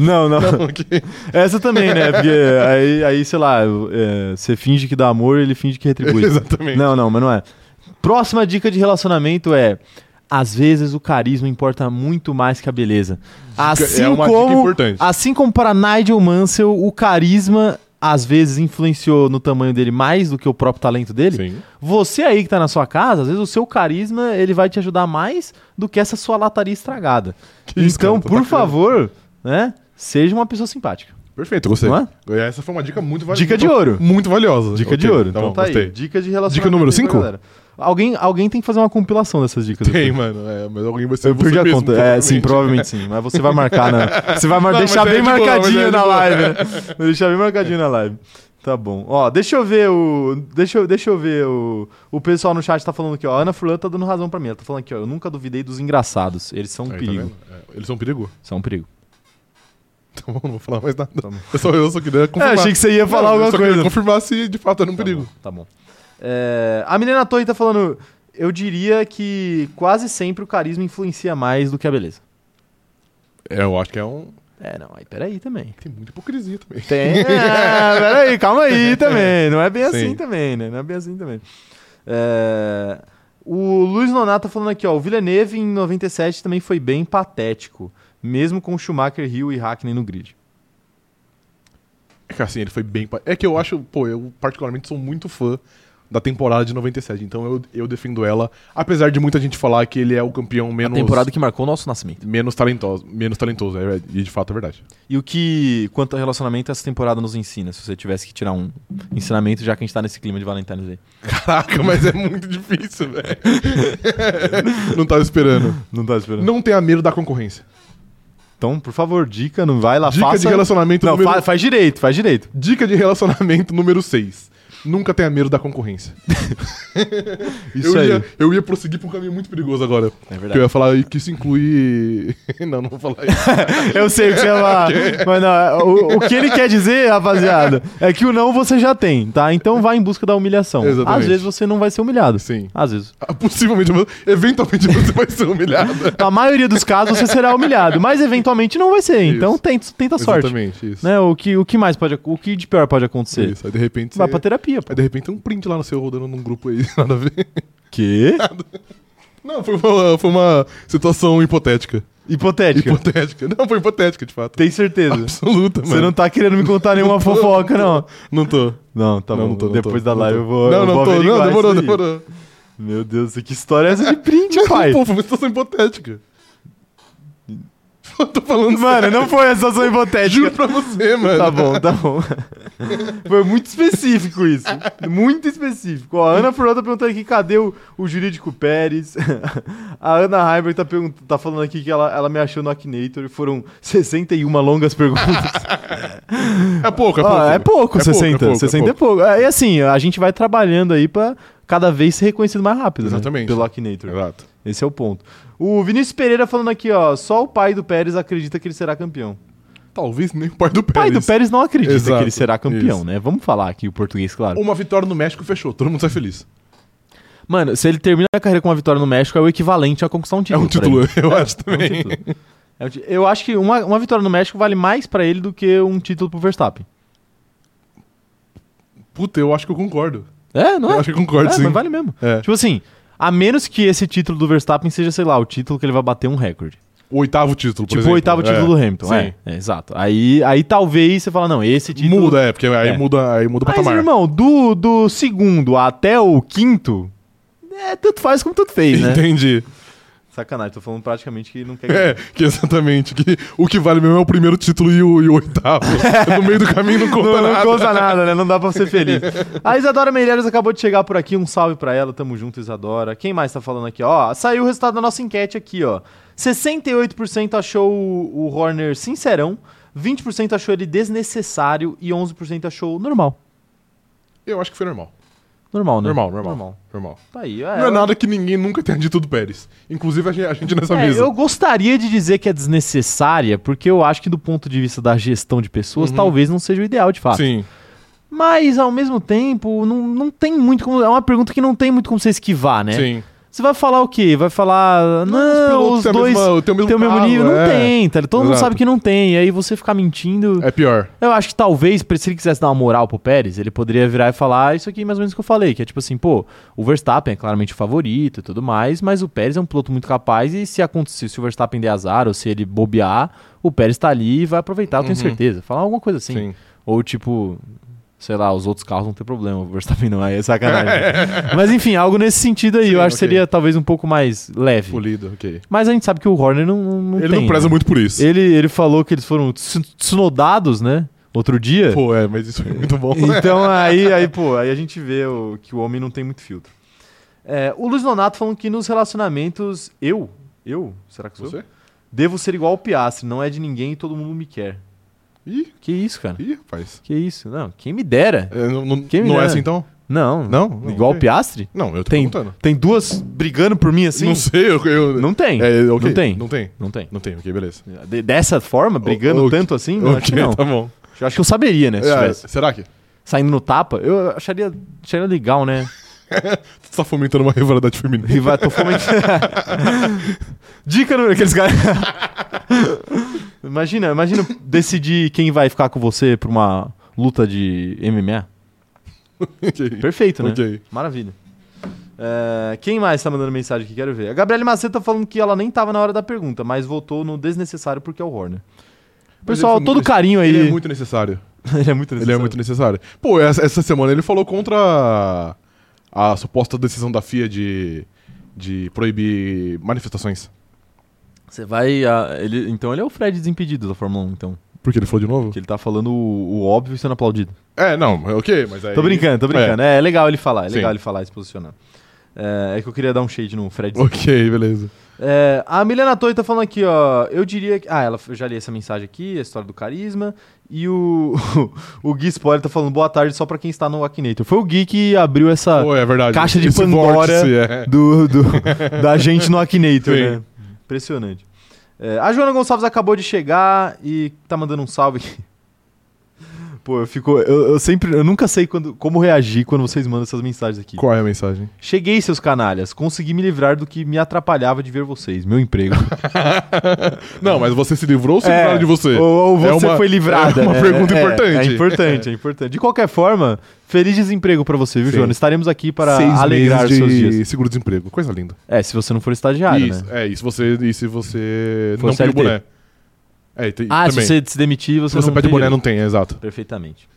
Não, não.
Ok.
Essa também, né? Porque aí, aí sei lá, é, você finge que dá amor, ele finge que retribui.
Exatamente.
Não, não, mas não é. Próxima dica de relacionamento é: às vezes o carisma importa muito mais que a beleza. Assim
é uma dica
como,
importante.
assim como para Nigel Mansell, o carisma às vezes influenciou no tamanho dele mais do que o próprio talento dele.
Sim.
Você aí que tá na sua casa, às vezes o seu carisma ele vai te ajudar mais do que essa sua lataria estragada.
Que isso,
então,
cara, tô
por
atacando.
favor, né? Seja uma pessoa simpática.
Perfeito, gostei. É,
Não é?
Essa foi uma dica muito valiosa.
Dica de ouro.
Muito valiosa.
Dica
Ok,
de ouro.
Tá
então
bom,
tá
gostei.
aí. Dica de relacionamento.
Dica número
aí pra
cinco?
galera. Alguém, alguém tem que fazer uma compilação dessas dicas.
Tem,
depois.
mano. É, mas alguém vai ser
Eu
você
perdi a
mesmo,
conta. É, sim, provavelmente
provavelmente.
sim. Mas você vai marcar, né? Você vai mar-
Não, mas
deixar
é
bem
de boa, mas é
marcadinho
de
na
boa.
live, né? Vou deixar bem marcadinho na live. Tá bom. Ó, deixa eu ver o. Deixa eu, deixa eu ver o. O pessoal no chat tá falando aqui, ó. A Ana Furlan tá dando razão pra mim. Ela tá falando aqui, ó. Eu nunca duvidei dos engraçados. Eles são um
Aí, tá
perigo.
vendo? É, Eles são um perigo.
são um perigo.
Então não vou falar mais nada.
Tá bom.
Eu só, eu só queria
É,
confirmar.
achei que você ia falar
Não, eu
alguma
só
coisa.
queria confirmar se de fato era um perigo.
Tá bom. Tá bom. É, a Milena Torre tá falando. Eu diria que quase sempre o carisma influencia mais do que a beleza.
É, eu acho que é um.
É, não, aí peraí também.
Tem muita hipocrisia também.
Tem. Ah, peraí, calma aí também. Não é bem assim
Sim.
também, né? Não é bem assim também. É, O Luiz Nonato tá falando aqui, ó. O Villeneuve em 97 também foi bem patético. Mesmo com Schumacher, Hill e Hackney no grid.
É que assim, ele foi bem. pa- É que eu acho, pô, eu particularmente sou muito fã da temporada de 97. Então eu, eu defendo ela, apesar de muita gente falar que ele é o campeão
A
menos
temporada que marcou o nosso nascimento.
menos talentoso, menos talentoso, é, é- e de fato é verdade.
E o que, quanto ao relacionamento, essa temporada nos ensina? Se você tivesse que tirar um ensinamento, já que a gente tá nesse clima de Valentine's Day.
Caraca, mas é muito difícil, velho. não tava esperando.
Não tá esperando.
Não tenha medo da concorrência.
Então, por favor, dica, não vai lá,
Dica
Ah, faça...
de relacionamento
Não,
número... um.
fa- faz direito, faz direito.
Dica de relacionamento número 6. Nunca tenha medo da concorrência.
Isso
eu,
aí.
Ia, eu ia prosseguir pra um caminho muito perigoso agora.
É
Que eu
verdade.
ia falar que isso inclui. não, não vou falar isso.
Eu sei o que você vai falar. Mas não, o, o que ele quer dizer, rapaziada, é que o não você já tem, tá? Então vai em busca da humilhação.
Exatamente.
Às vezes você não vai ser humilhado.
Sim.
Às vezes.
Ah, Possivelmente, mas eventualmente você vai ser humilhada.
Na maioria dos casos você será humilhado, mas eventualmente não vai ser. Então
Isso.
tenta, tenta a sorte.
Exatamente, isso.
Né? O, que, o que mais pode O que de pior pode acontecer?
Isso, Aí de repente.
Vai
você-
pra terapia, pô.
Aí de repente tem um print lá no seu rodando num grupo aí, nada a ver.
Quê?
Não, foi uma, foi uma situação hipotética.
Hipotética.
Hipotética. Não, foi hipotética, de fato.
Tem certeza.
Absoluta,
Você
mano.
não tá querendo me contar nenhuma
tô,
fofoca, não.
Não tô.
Não, tá
não,
bom.
não tô, não
Depois
tô,
da
não
live
tô.
eu vou. eu
Não,
vou
não tô.
averiguar
Não, demorou,
isso aí.
demorou.
Meu Deus, que história é essa de print, pai?
Pô, foi uma situação hipotética. tá Eu tô falando
Mano,
sério.
não foi uma situação hipotética.
Juro pra você, mano.
Tá bom, tá bom. Foi muito específico isso. Muito específico. Ó, a Ana Furlan tá perguntando aqui, cadê o, o jurídico Pérez? A Ana Heiberg tá, pergun- tá falando aqui que ela, ela me achou no Akinator e foram 61 longas perguntas.
É pouco, é pouco.
Ah, é pouco,
É pouco,
60.
é pouco,
60 é
é
pouco. É, E assim, a gente vai trabalhando aí pra cada vez ser reconhecido mais rápido, né?
Exatamente.
Pelo Akinator.
Exato.
Esse é o ponto. O Vinícius Pereira falando aqui, ó, só o pai do Pérez acredita que ele será campeão.
Talvez nem o pai do
O pai
Pérez.
do Pérez não acredita que
Exato,
ele será campeão,
isso. Um
né? Vamos falar aqui o português, claro.
Uma vitória no México fechou. Todo mundo sai feliz.
Mano, se ele termina a carreira com uma vitória no México, é o equivalente a conquistar um
É
título.
um
pra
título,
ele.
eu acho também.
título.
É o ti- Eu acho que uma, uma vitória no México vale mais pra ele do que um título pro Verstappen.
Puta, eu acho que eu concordo.
É, não é?
Eu acho que eu concordo,
é,
sim.
mas vale mesmo.
É.
Tipo assim, a menos que esse título do Verstappen seja, sei lá, o título que ele vai bater um recorde.
O oitavo título, por
tipo
exemplo.
o oitavo
É.
título do Hamilton.
Sim.
É, é, exato. Aí, aí talvez você fala, não, esse título.
Muda, é, porque aí
É.
muda, aí muda o
Mas,
patamar.
irmão, do, do segundo até o quinto, é tanto faz como tanto fez, né?
Entendi.
Sacanagem, tô falando praticamente que não quer ganhar.
É, que exatamente. Que o que vale mesmo é o primeiro título e o, e o oitavo. no meio do caminho não conta
Não, não
nada.
conta nada, né? Não dá pra ser feliz. A Isadora Meireles acabou de chegar por aqui. Um salve pra ela. Tamo junto, Isadora. Quem mais tá falando aqui? Ó, saiu o resultado da nossa enquete aqui, ó. 68% achou o, o Horner sincerão, 20% achou ele desnecessário e 11% achou normal.
Eu acho que foi normal.
Normal, né?
Normal, normal. Normal.
Tá aí.
Não é nada que ninguém nunca tenha dito do Pérez. Inclusive a gente, a gente nessa
É,
mesa.
eu gostaria de dizer que é desnecessária, porque eu acho que do ponto de vista da gestão de pessoas,
Uhum.
talvez não seja o ideal, de fato.
Sim.
Mas, ao mesmo tempo, não, não tem muito como. É uma pergunta que não tem muito como você esquivar, né?
Sim.
Você vai falar o quê? Vai falar. Não, os
pilotos têm a
dois
mesma- têm o mesmo
têm o mesmo
carro,
nível? Não
é.
tem, tá? ligado? Todo mundo
Exato.
sabe que não tem. E aí você ficar mentindo.
É pior.
Eu acho que talvez, se ele quisesse dar uma moral pro Pérez, ele poderia virar e falar isso aqui, mais ou menos o que eu falei, que é tipo assim, pô, o Verstappen é claramente o favorito e tudo mais, mas o Pérez é um piloto muito capaz e se acontecer, se o Verstappen der azar ou se ele bobear, o Pérez tá ali e vai aproveitar, eu tenho
Uhum.
certeza. Falar alguma coisa assim.
Sim.
Ou tipo, sei lá, os outros carros não tem problema, o Verstappen não, aí é sacanagem. Mas enfim, algo nesse sentido aí, eu acho que
ok.
seria talvez um pouco mais leve.
Polido, ok.
Mas a gente sabe que o Horner não, não, não
Ele
tem,
não preza
né?
muito por isso.
Ele, ele falou que eles foram tsu- tsunodados, né? Outro dia.
Pô, é, mas isso foi muito bom.
Então aí, aí, pô, aí a gente vê o- que o homem não tem muito filtro. É, o Luiz Nonato falando que nos relacionamentos, eu, eu, será que sou eu?
Você?
Devo ser igual o Piastre, não é de ninguém e todo mundo me quer.
Ih,
Que isso, cara?
ih, rapaz.
Que isso? Não, quem me dera.
É, não não,
Quem me
não é
dera.
assim então?
Não,
Não? Não,
igual o
ok.
Piastre?
Não, eu tô
Tem,
perguntando.
tem duas brigando por mim assim?
Não sei, eu. eu-
Não tem.
É, ok.
Não tem.
Não tem.
Não tem.
Não tem, ok, beleza.
De- dessa forma, brigando
ok.
tanto assim? Eu
ok,
acho que não.
tá bom.
Eu acho que eu saberia, né? Se
É,
tivesse.
será que?
Saindo no tapa, eu acharia, acharia legal, né?
Você tá fomentando uma rivalidade feminina.
E vai, tô fomentando. Dica número aqueles caras. imagina, imagina decidir quem vai ficar com você pra uma luta de MMA.
ok.
Perfeito, né?
Ok.
Maravilha. É, quem mais tá mandando mensagem aqui? Quero ver. A Gabriele Maceta tá falando que ela nem tava na hora da pergunta, mas voltou no desnecessário porque é o Horner. Pessoal,
ele foi
todo
muito-
carinho aí.
Ele é muito necessário.
ele é muito
Ele é
necessário.
muito necessário. Pô, essa, essa semana ele falou contra a suposta decisão da FIA de, de proibir manifestações.
Você vai. ah, ele, então ele é o Fred desimpedido da Fórmula 1, então.
Porque ele falou de novo?
Que ele tá falando o, o óbvio e sendo aplaudido.
É, não, é ok, mas aí...
Tô brincando, tô brincando. É, é legal ele falar, é legal
Sim.
ele falar e se posicionar. É, é que eu queria dar um shade no Fred.
Ok, beleza.
É, a Milena Toy tá falando aqui, ó. Eu diria que. Ah, ela, eu já li essa mensagem aqui, a história do carisma. E o, o Gui Spoiler tá falando boa tarde só pra quem está no Akinator. Foi o Gui que abriu essa
Pô, é verdade.
Ah, caixa de
Esse
Pandora
vórtice, é.
do, do- da gente no Akinator,
Sim.
né? Impressionante. É, a Joana Gonçalves acabou de chegar e tá mandando um salve aqui. Pô, eu fico. Eu, eu sempre. Eu nunca sei quando, como reagir quando vocês mandam essas mensagens aqui.
Qual é a mensagem?
Cheguei, seus canalhas. Consegui me livrar do que me atrapalhava de ver vocês. Meu emprego.
Não, mas você se livrou ou se
É,
livraram de você?
Ou, ou
É
você
uma-
foi livrada.
é uma
né?
pergunta importante.
É importante, é importante. De qualquer forma, feliz desemprego pra você, viu,
Sim.
Joana? Estaremos aqui para
Seis
alegrar
meses
seus
de
dias.
seguro-desemprego. Coisa linda.
É, se você não for estagiário,
isso,
né?
É, e se você, e se você
For
não pediu
CLT.
boné? É, e tem,
Ah,
também.
se você se demitir, você
Se você
não
pede
tem
boné,
direito.
não tem, é, exato.
Perfeitamente.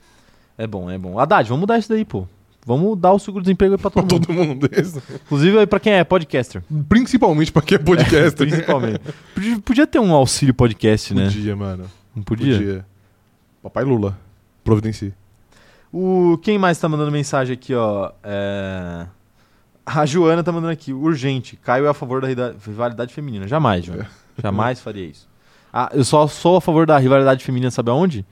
É bom, é bom. Haddad, vamos mudar isso daí, pô. Vamos dar o seguro-desemprego aí pra todo
Pra
mundo.
todo mundo. isso.
Inclusive aí pra quem é podcaster,
Principalmente pra quem é podcast.
principalmente. podia, podia ter um auxílio podcast, né?
Podia, mano.
Não podia?
Papai Lula. Providencie.
O, quem mais tá mandando mensagem aqui, ó? É... A Joana tá mandando aqui, urgente. Caio é a favor da rida- rivalidade feminina. Jamais, Joana.
É.
Jamais faria isso. Ah, eu só sou a favor da rivalidade feminina, sabe aonde?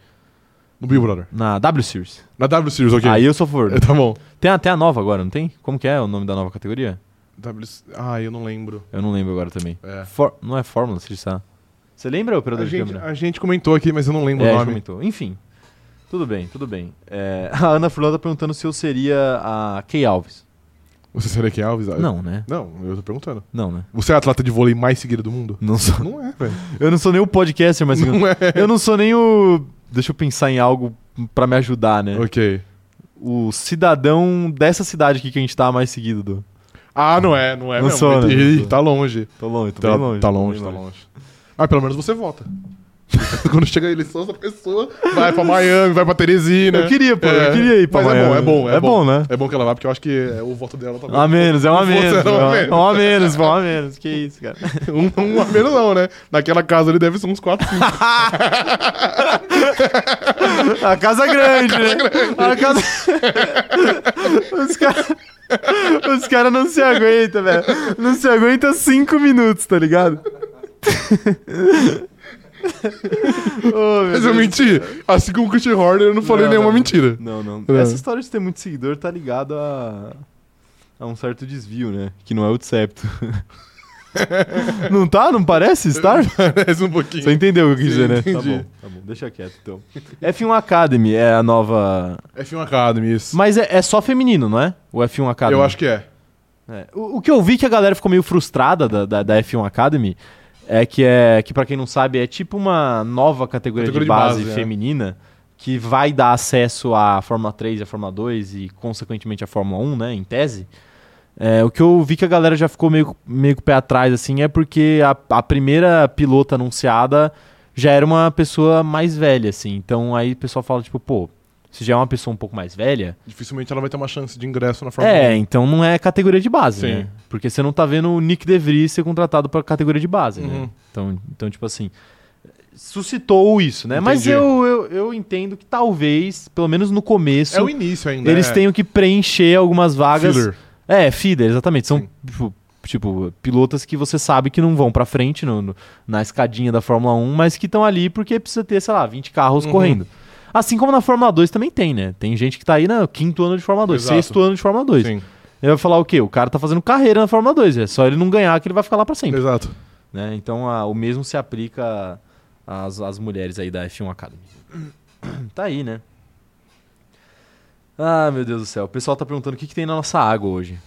No Big Brother.
Na W Series.
Na W Series, ok.
Aí eu sou a favor.
É, tá bom.
Tem até a nova agora, não tem? Como que é o nome da nova categoria?
W... Ah, eu não lembro.
Eu não lembro agora também.
É.
For- Não é Fórmula Series, tá? Você lembra,
A
operador de
gente,
câmera?
a gente comentou aqui, mas eu não lembro
É,
o
já
nome.
comentou. Enfim, tudo bem, tudo bem. É, a Ana Furlan tá perguntando se eu seria a Kay Alves.
Você seria que é Alves? Ah,
Não, né?
Não, eu tô perguntando.
Não, né?
Você é a atleta de vôlei mais seguida do mundo?
Não sou.
Não é, velho.
Eu não sou nem o podcaster, mas
Não é.
eu não sou nem o. Deixa eu pensar em algo pra me ajudar, né?
Ok.
O cidadão dessa cidade aqui que a gente tá mais seguido do.
Ah, não é, não é
Não
mesmo.
sou, né?
Ih,
Não sou.
tá longe.
Tô longe, tô
Tá,
bem
longe,
longe.
tá
bem
longe, tá longe. Ah, pelo menos você vota. Quando chega a eleição, essa pessoa vai pra Miami, vai pra Teresina.
Eu queria, pô, eu
É.
queria ir pra
Mas
Miami.
é bom, é bom.
É bom, né?
É bom que ela vá, porque eu acho que é o voto dela também.
Um A menos, é um a
Se fosse,
menos.
era um a menos.
É um a menos, pô, um a menos. Que isso, cara.
um, um a menos não, né? Naquela casa ele deve ser uns 4, 5.
A casa grande, né? A casa... Os caras. Os caras não se aguentam, velho. Não se aguenta cinco minutos, tá ligado? Ô, meu
Mas é eu
Deus.
menti. Assim como o Christian Horner, eu não falei
Não,
nenhuma
não.
mentira.
Não, não.
É.
Essa história de ter muito seguidor tá ligada a... a um certo desvio, né? Que não é o de septo. não tá? Não parece estar?
Parece um pouquinho.
Você entendeu o que eu quis
Sim,
dizer, né? Tá
entendi.
bom, tá bom. Deixa quieto, então. F1 Academy é a nova...
F1 Academy, isso.
Mas é, é só feminino, não é? O F1 Academy.
Eu acho que é.
É. O, o que eu vi que a galera ficou meio frustrada da, da, da F1 Academy é que, é que para quem não sabe, é tipo uma nova categoria,
Categoria
de
de base,
base,
é.
feminina que vai dar acesso à Fórmula 3 e à Fórmula 2 e, consequentemente, à Fórmula 1, né? Em tese. É, o que eu vi que a galera já ficou meio, meio com o pé atrás, assim, é porque a, a primeira pilota anunciada já era uma pessoa mais velha, assim. Então aí o pessoal fala, tipo, pô, se já é uma pessoa um pouco mais velha,
Dificilmente ela vai ter uma chance de ingresso na Fórmula 1.
é, então não é categoria de base,
Sim.
né? Porque você não tá vendo o Nick DeVries ser contratado pra categoria de base,
Uhum.
né? Então, então, tipo assim, suscitou isso, né? Mas
Entendi.
eu, eu, eu entendo que talvez, pelo menos no começo,
É o início ainda.
eles
é.
tenham que preencher algumas vagas.
Filler.
É, feeder, exatamente. São,
Sim.
tipo, tipo, pilotas que você sabe que não vão pra frente no- no- na escadinha da Fórmula 1, mas que estão ali porque precisa ter, sei lá, 20 carros
Uhum.
correndo. Assim como na Fórmula 2 também tem, né? Tem gente que tá aí no quinto ano de Fórmula 2,
Exato.
sexto ano de Fórmula 2.
Sim,
Ele vai falar o quê? O cara tá fazendo carreira na Fórmula 2, é só ele não ganhar que ele vai ficar lá pra sempre.
exato.
né? Então a- o mesmo se aplica às, às mulheres aí da F1 Academy. tá aí, né? Ah, meu Deus do céu. O pessoal tá perguntando o que, que tem na nossa água hoje.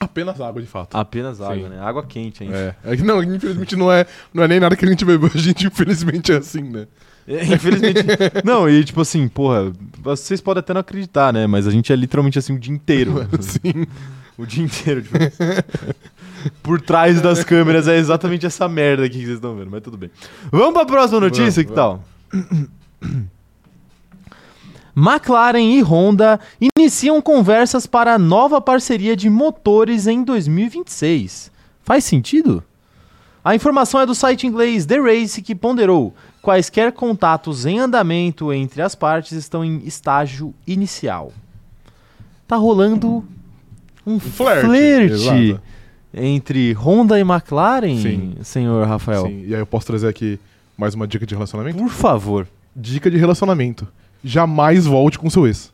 Apenas água, de fato.
Apenas água,
Sim.
né? Água quente ainda.
É. É que não, infelizmente não é, não é nem nada que a gente bebeu. A gente, infelizmente, é assim, né?
É, Infelizmente. não, e tipo assim, porra, vocês podem até não acreditar, né? Mas a gente é literalmente assim o dia inteiro.
Sim.
o dia inteiro, tipo. Por trás das câmeras é exatamente essa merda aqui que vocês estão vendo, mas tudo bem. Vamos pra próxima notícia,
Vamos,
que tal? então? McLaren e Honda iniciam conversas para nova parceria de motores em 2026. Faz sentido? A informação é do site inglês The Race que ponderou: quaisquer contatos em andamento entre as partes estão em estágio inicial. Tá rolando um
flerte,
flerte
exato.
entre Honda e McLaren,
Sim.
senhor Rafael.
Sim, e aí eu posso trazer aqui mais uma dica de relacionamento?
Por favor.
Dica de relacionamento. Jamais volte com seu ex.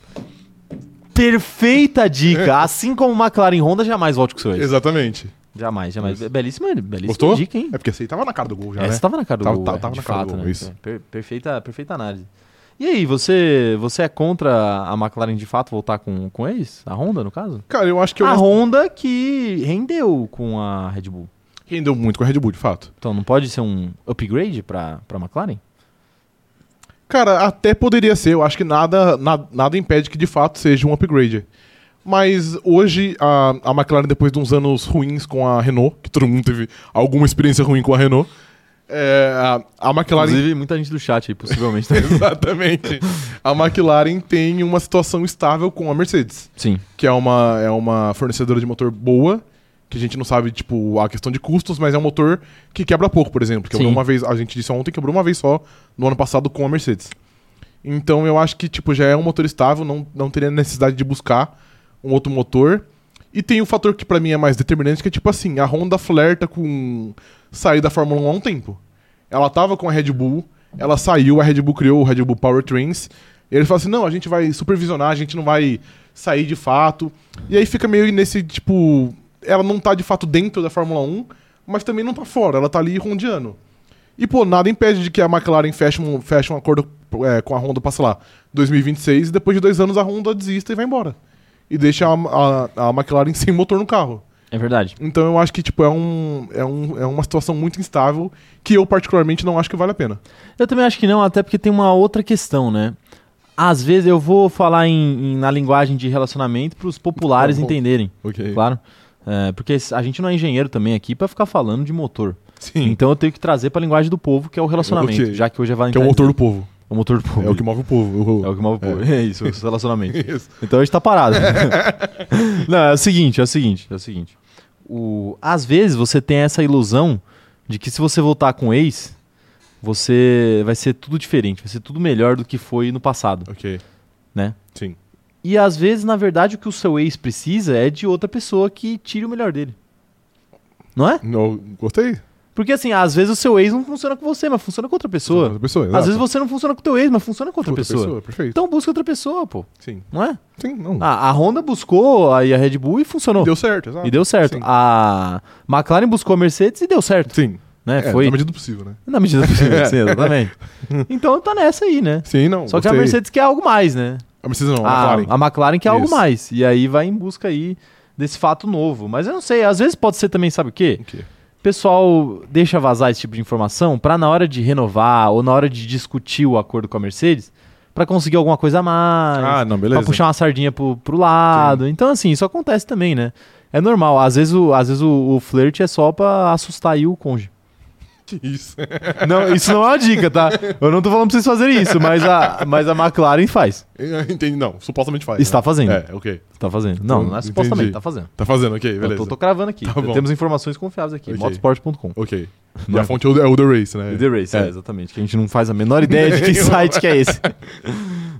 Perfeita dica. Assim como McLaren e Honda, jamais volte com seu ex.
Exatamente.
Jamais, jamais. Be- Belíssima, belíssima
Gostou?
dica, hein?
É porque você tava na cara do gol já,
Essa
né?
tava na cara do
Tava-
gol,
tava-
é,
tava
de
na cara do
fato,
gol,
né?
isso.
Per- perfeita, perfeita análise. E aí, você, você é contra a McLaren de fato voltar com, com ex? A Honda, no caso?
Cara, eu acho que eu
a
não-
Honda que rendeu com a Red Bull.
rendeu muito com a Red Bull, de fato.
Então, não pode ser um upgrade pra, pra McLaren?
Cara, até poderia ser. Eu acho que nada, na- nada, impede que de fato seja um upgrade. Mas hoje a, a McLaren, depois de uns anos ruins com a Renault, que todo mundo teve alguma experiência ruim com a Renault, é, a, a McLaren.
Inclusive, muita gente do chat aí, possivelmente. tá
Exatamente. A McLaren tem uma situação estável com a Mercedes,
Sim.
que é uma, é uma fornecedora de motor boa, que a gente não sabe, tipo, a questão de custos, mas é um motor que quebra pouco, por exemplo. Quebrou
Sim.
uma vez, a gente disse ontem, quebrou uma vez só no ano passado com a Mercedes. Então eu acho que, tipo, já é um motor estável, não, não teria necessidade de buscar um outro motor. E tem o fator que pra mim é mais determinante, que é tipo assim, a Honda flerta com sair da Fórmula 1 há um tempo. Ela tava com a Red Bull, ela saiu, a Red Bull criou o Red Bull Powertrains. E ele fala assim: "Não, a gente vai supervisionar, a gente não vai sair de fato". E aí fica meio nesse tipo, ela não tá de fato dentro da Fórmula 1, mas também não tá fora, ela tá ali rondeando. E pô, nada impede de que a McLaren feche um, feche um acordo é, com a Honda pra, sei lá, 2026 e depois de dois anos a Honda desista e vai embora. E deixa a, a, a McLaren sem motor no carro.
É verdade.
Então eu acho que, tipo, é, um, é, um, é uma situação muito instável que eu particularmente não acho que vale a pena.
Eu também acho que não, até porque tem uma outra questão, né? Às vezes eu vou falar em, em- na linguagem de relacionamento para os populares
Tá bom.
entenderem,
Ok.
claro. É, porque a gente não é engenheiro também aqui para ficar falando de motor.
Sim.
Então eu tenho que trazer para a linguagem do povo, que é o relacionamento,
Ok.
já que hoje é
que é o
Valentine's
motor do povo.
Day. É o motor do povo.
É o que move o povo. O-
É o que move o povo. É, isso, os relacionamentos.
Isso.
Então a gente tá parado. Não, é o seguinte, é o seguinte, é o seguinte. O, às vezes você tem essa ilusão de que se você voltar com o ex, você vai ser tudo diferente, vai ser tudo melhor do que foi no passado.
Ok.
Né?
Sim.
E às vezes, na verdade, o que o seu ex precisa é de outra pessoa que tire o melhor dele. Não é?
Não, gostei.
Porque assim, às vezes o seu ex não funciona com você, mas funciona com outra pessoa.
Outra pessoa,
Às
exato.
vezes você não funciona com o teu ex, mas funciona com outra,
Outra
pessoa.
Perfeito.
Então busca outra pessoa, pô.
Sim.
Não é?
Sim, não.
Ah, a Honda buscou aí a Red Bull e funcionou.
Hum. Deu certo, exato.
E deu certo.
Sim.
A McLaren buscou a Mercedes e deu certo,
Sim.
né?
É,
Foi
na medida do possível, né?
na medida do possível, sim, exatamente. Então tá nessa aí, né?
Sim, não.
Só que a
gostei.
Mercedes quer algo mais, né?
A Mercedes não, a
A,
McLaren.
a McLaren quer algo
Isso.
mais. E aí vai em busca aí desse fato novo. Mas eu não sei, às vezes pode ser também, sabe o quê?
Ok.
O pessoal deixa vazar esse tipo de informação pra na hora de renovar ou na hora de discutir o acordo com a Mercedes, pra conseguir alguma coisa a mais.
Ah, não,
Pra
beleza.
puxar uma sardinha pro, pro lado. Então, assim, isso acontece também, né? É normal. Às vezes o, às vezes o, o flerte é só pra assustar aí o cônjuge.
Isso.
Não, isso não é uma dica, tá? Eu não tô falando pra vocês fazerem isso, mas a, mas a McLaren faz.
Entendi, não. Supostamente faz.
Está fazendo.
né? Tá É, ok.
Tá fazendo. Não, não é
Entendi.
supostamente, tá fazendo.
Tá fazendo, ok,
Eu
beleza.
tô, tô cravando aqui.
Tá bom.
Temos informações confiáveis aqui.
Ok.
Motorsport.com.
Ok.
Não
E
é-
a fonte é o é o The Race, né?
The Race, é.
É.
exatamente. Que a gente não faz a menor ideia de que site que é esse.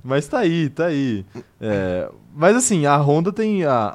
mas tá aí, tá aí. É, mas assim, a Honda tem a,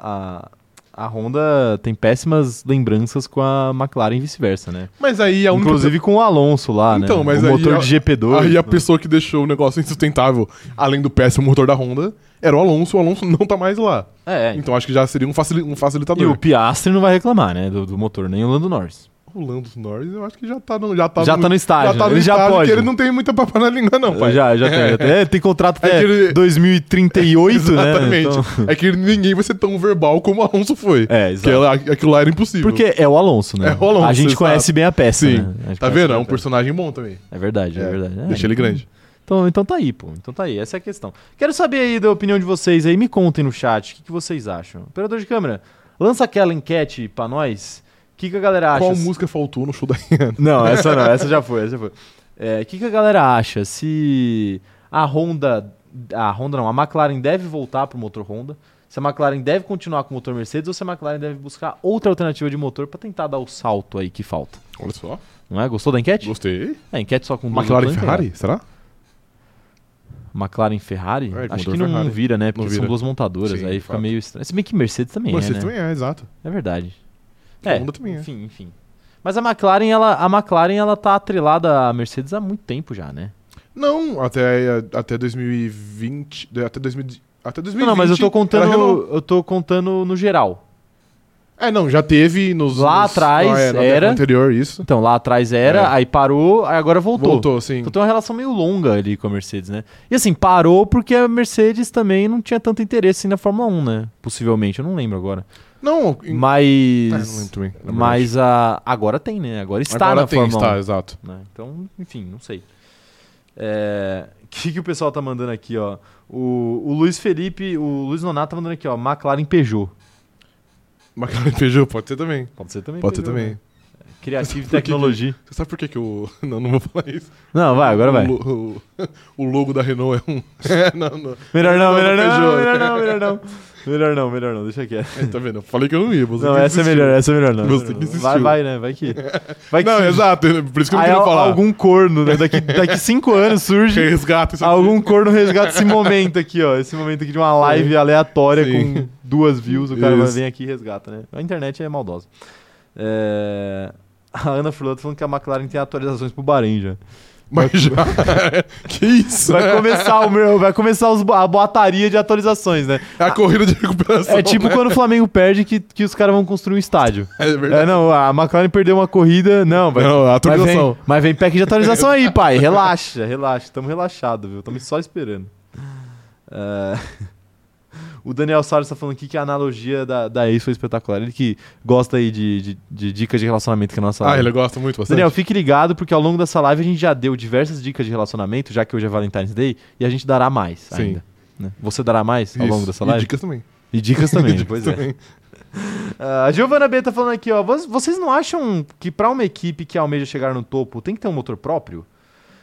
a, a Honda tem péssimas lembranças com a McLaren e vice-versa, né?
Mas aí a única
Inclusive com o Alonso lá, né?
Então, mas
o
aí
motor
a-
de GP2.
Aí
né?
a pessoa que deixou o negócio insustentável, além do péssimo motor da Honda, era o Alonso. O Alonso não tá mais lá.
É, então.
Então acho que já seria um, facili- um
e o
facilitador.
Piastri não vai reclamar, né, do, do motor, nem o Lando Norris.
O Lando Norris, eu acho que já tá no já tá
Já
no,
tá no estágio,
já tá no
ele já
estágio
pode.
que ele não tem muita papa na língua não, pai.
Já, já tem, já tem. É, tem contrato
É
até
que ele-
2038, né?
Exatamente.
Então-
É que ninguém vai ser tão verbal como o Alonso foi.
É,
Que
exato.
ela- aquilo lá era impossível.
Porque é o Alonso, né?
É o Alonso,
a gente
exato.
conhece bem a peça,
Sim.
né? A gente
Tá
conhece
vendo?
bem
É
a
um
peça.
personagem bom também.
É verdade, é,
É,
verdade. É,
Deixa ele
então-
grande.
Então, então tá aí, pô. Então tá aí. Essa é a questão. Quero saber aí da opinião de vocês aí. Me contem no chat o que, que vocês acham. Operador de câmera, lança aquela enquete pra nós. O que, que a galera acha?
Qual música faltou no show da Rihanna?
Não, essa não. Essa já foi, essa já foi. É, O que, que a galera acha? Se a Honda A Honda não, a McLaren deve voltar pro motor Honda. Se a McLaren deve continuar com o motor Mercedes ou se a McLaren deve buscar outra alternativa de motor para tentar dar o salto aí que falta.
Olha só.
Não é? Gostou da enquete?
Gostei.
É, enquete só com duas
McLaren e
opções,
Ferrari, será?
né? McLaren e Ferrari?
É,
Acho
motor
que não
Ferrari.
vira, né? Porque
Não
são
vira.
duas montadoras,
Sim,
aí
de
fica
fato.
meio estranho. Se bem que Mercedes também
Mercedes
é, né?
também é, exato.
É verdade.
A
É,
Honda também é.
enfim, enfim. Mas a McLaren, ela, a McLaren, ela tá atrelada à Mercedes há muito tempo já, né?
Não, até, até 2020. Até 2000 Até 2020.
Não, não, mas eu tô
era Renault.
contando, eu tô contando no geral.
É, não, já teve nos.
Lá
nos-
atrás
ah, é, na década
era.
anterior, isso.
Então, lá atrás era,
É.
aí parou, aí agora voltou.
Voltou, sim.
Então tem uma relação meio longa ali com a Mercedes, né? E assim, parou porque a Mercedes também não tinha tanto interesse na Fórmula 1, né? Possivelmente, eu não lembro agora.
Não, em- É, não
Mas.
lembro também, na verdade.
mas a, agora tem, né? Agora está
Agora
na
tem,
Fórmula 1.
está, exato.
né? Então, enfim, não sei. É, O que, que o pessoal tá mandando aqui, ó? O, o Luiz Felipe, o Luiz Nonato tá mandando aqui, ó. McLaren Peugeot.
McLaren Peugeot pode ser também.
Pode ser também.
Pode ser
Peugeot,
também.
né? Criative
Por que que-
Technology.
Você sabe por que que o... Não, não vou falar isso.
Não, vai, agora vai.
O, lo- o- o logo da Renault é um... É, não, não.
Melhor não, melhor não,
Peugeot.
melhor não, melhor não. Melhor não, melhor não, deixa quieto.
É, tá vendo? Eu falei que eu não ia. Você
Não,
que
essa é
insistiu.
melhor, essa é melhor não.
Você que
vai,
insistiu.
vai, né? Vai que. Vai que
Não, exato. Por isso que eu não
aí, é
queria
al-
falar.
algum corno, né? Daqui, daqui cinco anos
Que
surge.
resgata isso aqui.
Algum corno resgata esse momento aqui, ó. Esse momento aqui de uma live aleatória
É. Sim.
com duas views. O cara vai
Isso.
vem aqui e resgata, né? A internet é maldosa. É, A Ana Furlato falando que a McLaren tem atualizações pro Bahrein já.
Mas já... é. que isso?
Vai começar, o meu, vai começar os bo- a boataria de atualizações, né?
É a corrida de recuperação.
É tipo quando o Flamengo perde que, que os caras vão construir um estádio.
É verdade.
É, não, a McLaren perdeu uma corrida, não, vai.
Não, é a
Mas vem,
atualização.
mas vem pack de atualização aí, pai. Relaxa, relaxa. Tamo relaxado, viu? Tamo só esperando. É, O Daniel Salles tá falando aqui que a analogia da, da ex foi espetacular. Ele que gosta aí de, de, de dicas de relacionamento que a nossa
Ah, ele gosta muito bastante.
Daniel, fique ligado, porque ao longo dessa live a gente já deu diversas dicas de relacionamento, já que hoje é Valentine's Day, e a gente dará mais
Sim.
ainda. né? Você dará mais ao
Isso.
longo dessa
E
live?
dicas também.
E dicas também,
Dicas
pois é.
também.
Ah, a Giovana B tá falando aqui, ó. "Vo- Vocês não acham que pra uma equipe que almeja chegar no topo tem que ter um motor próprio?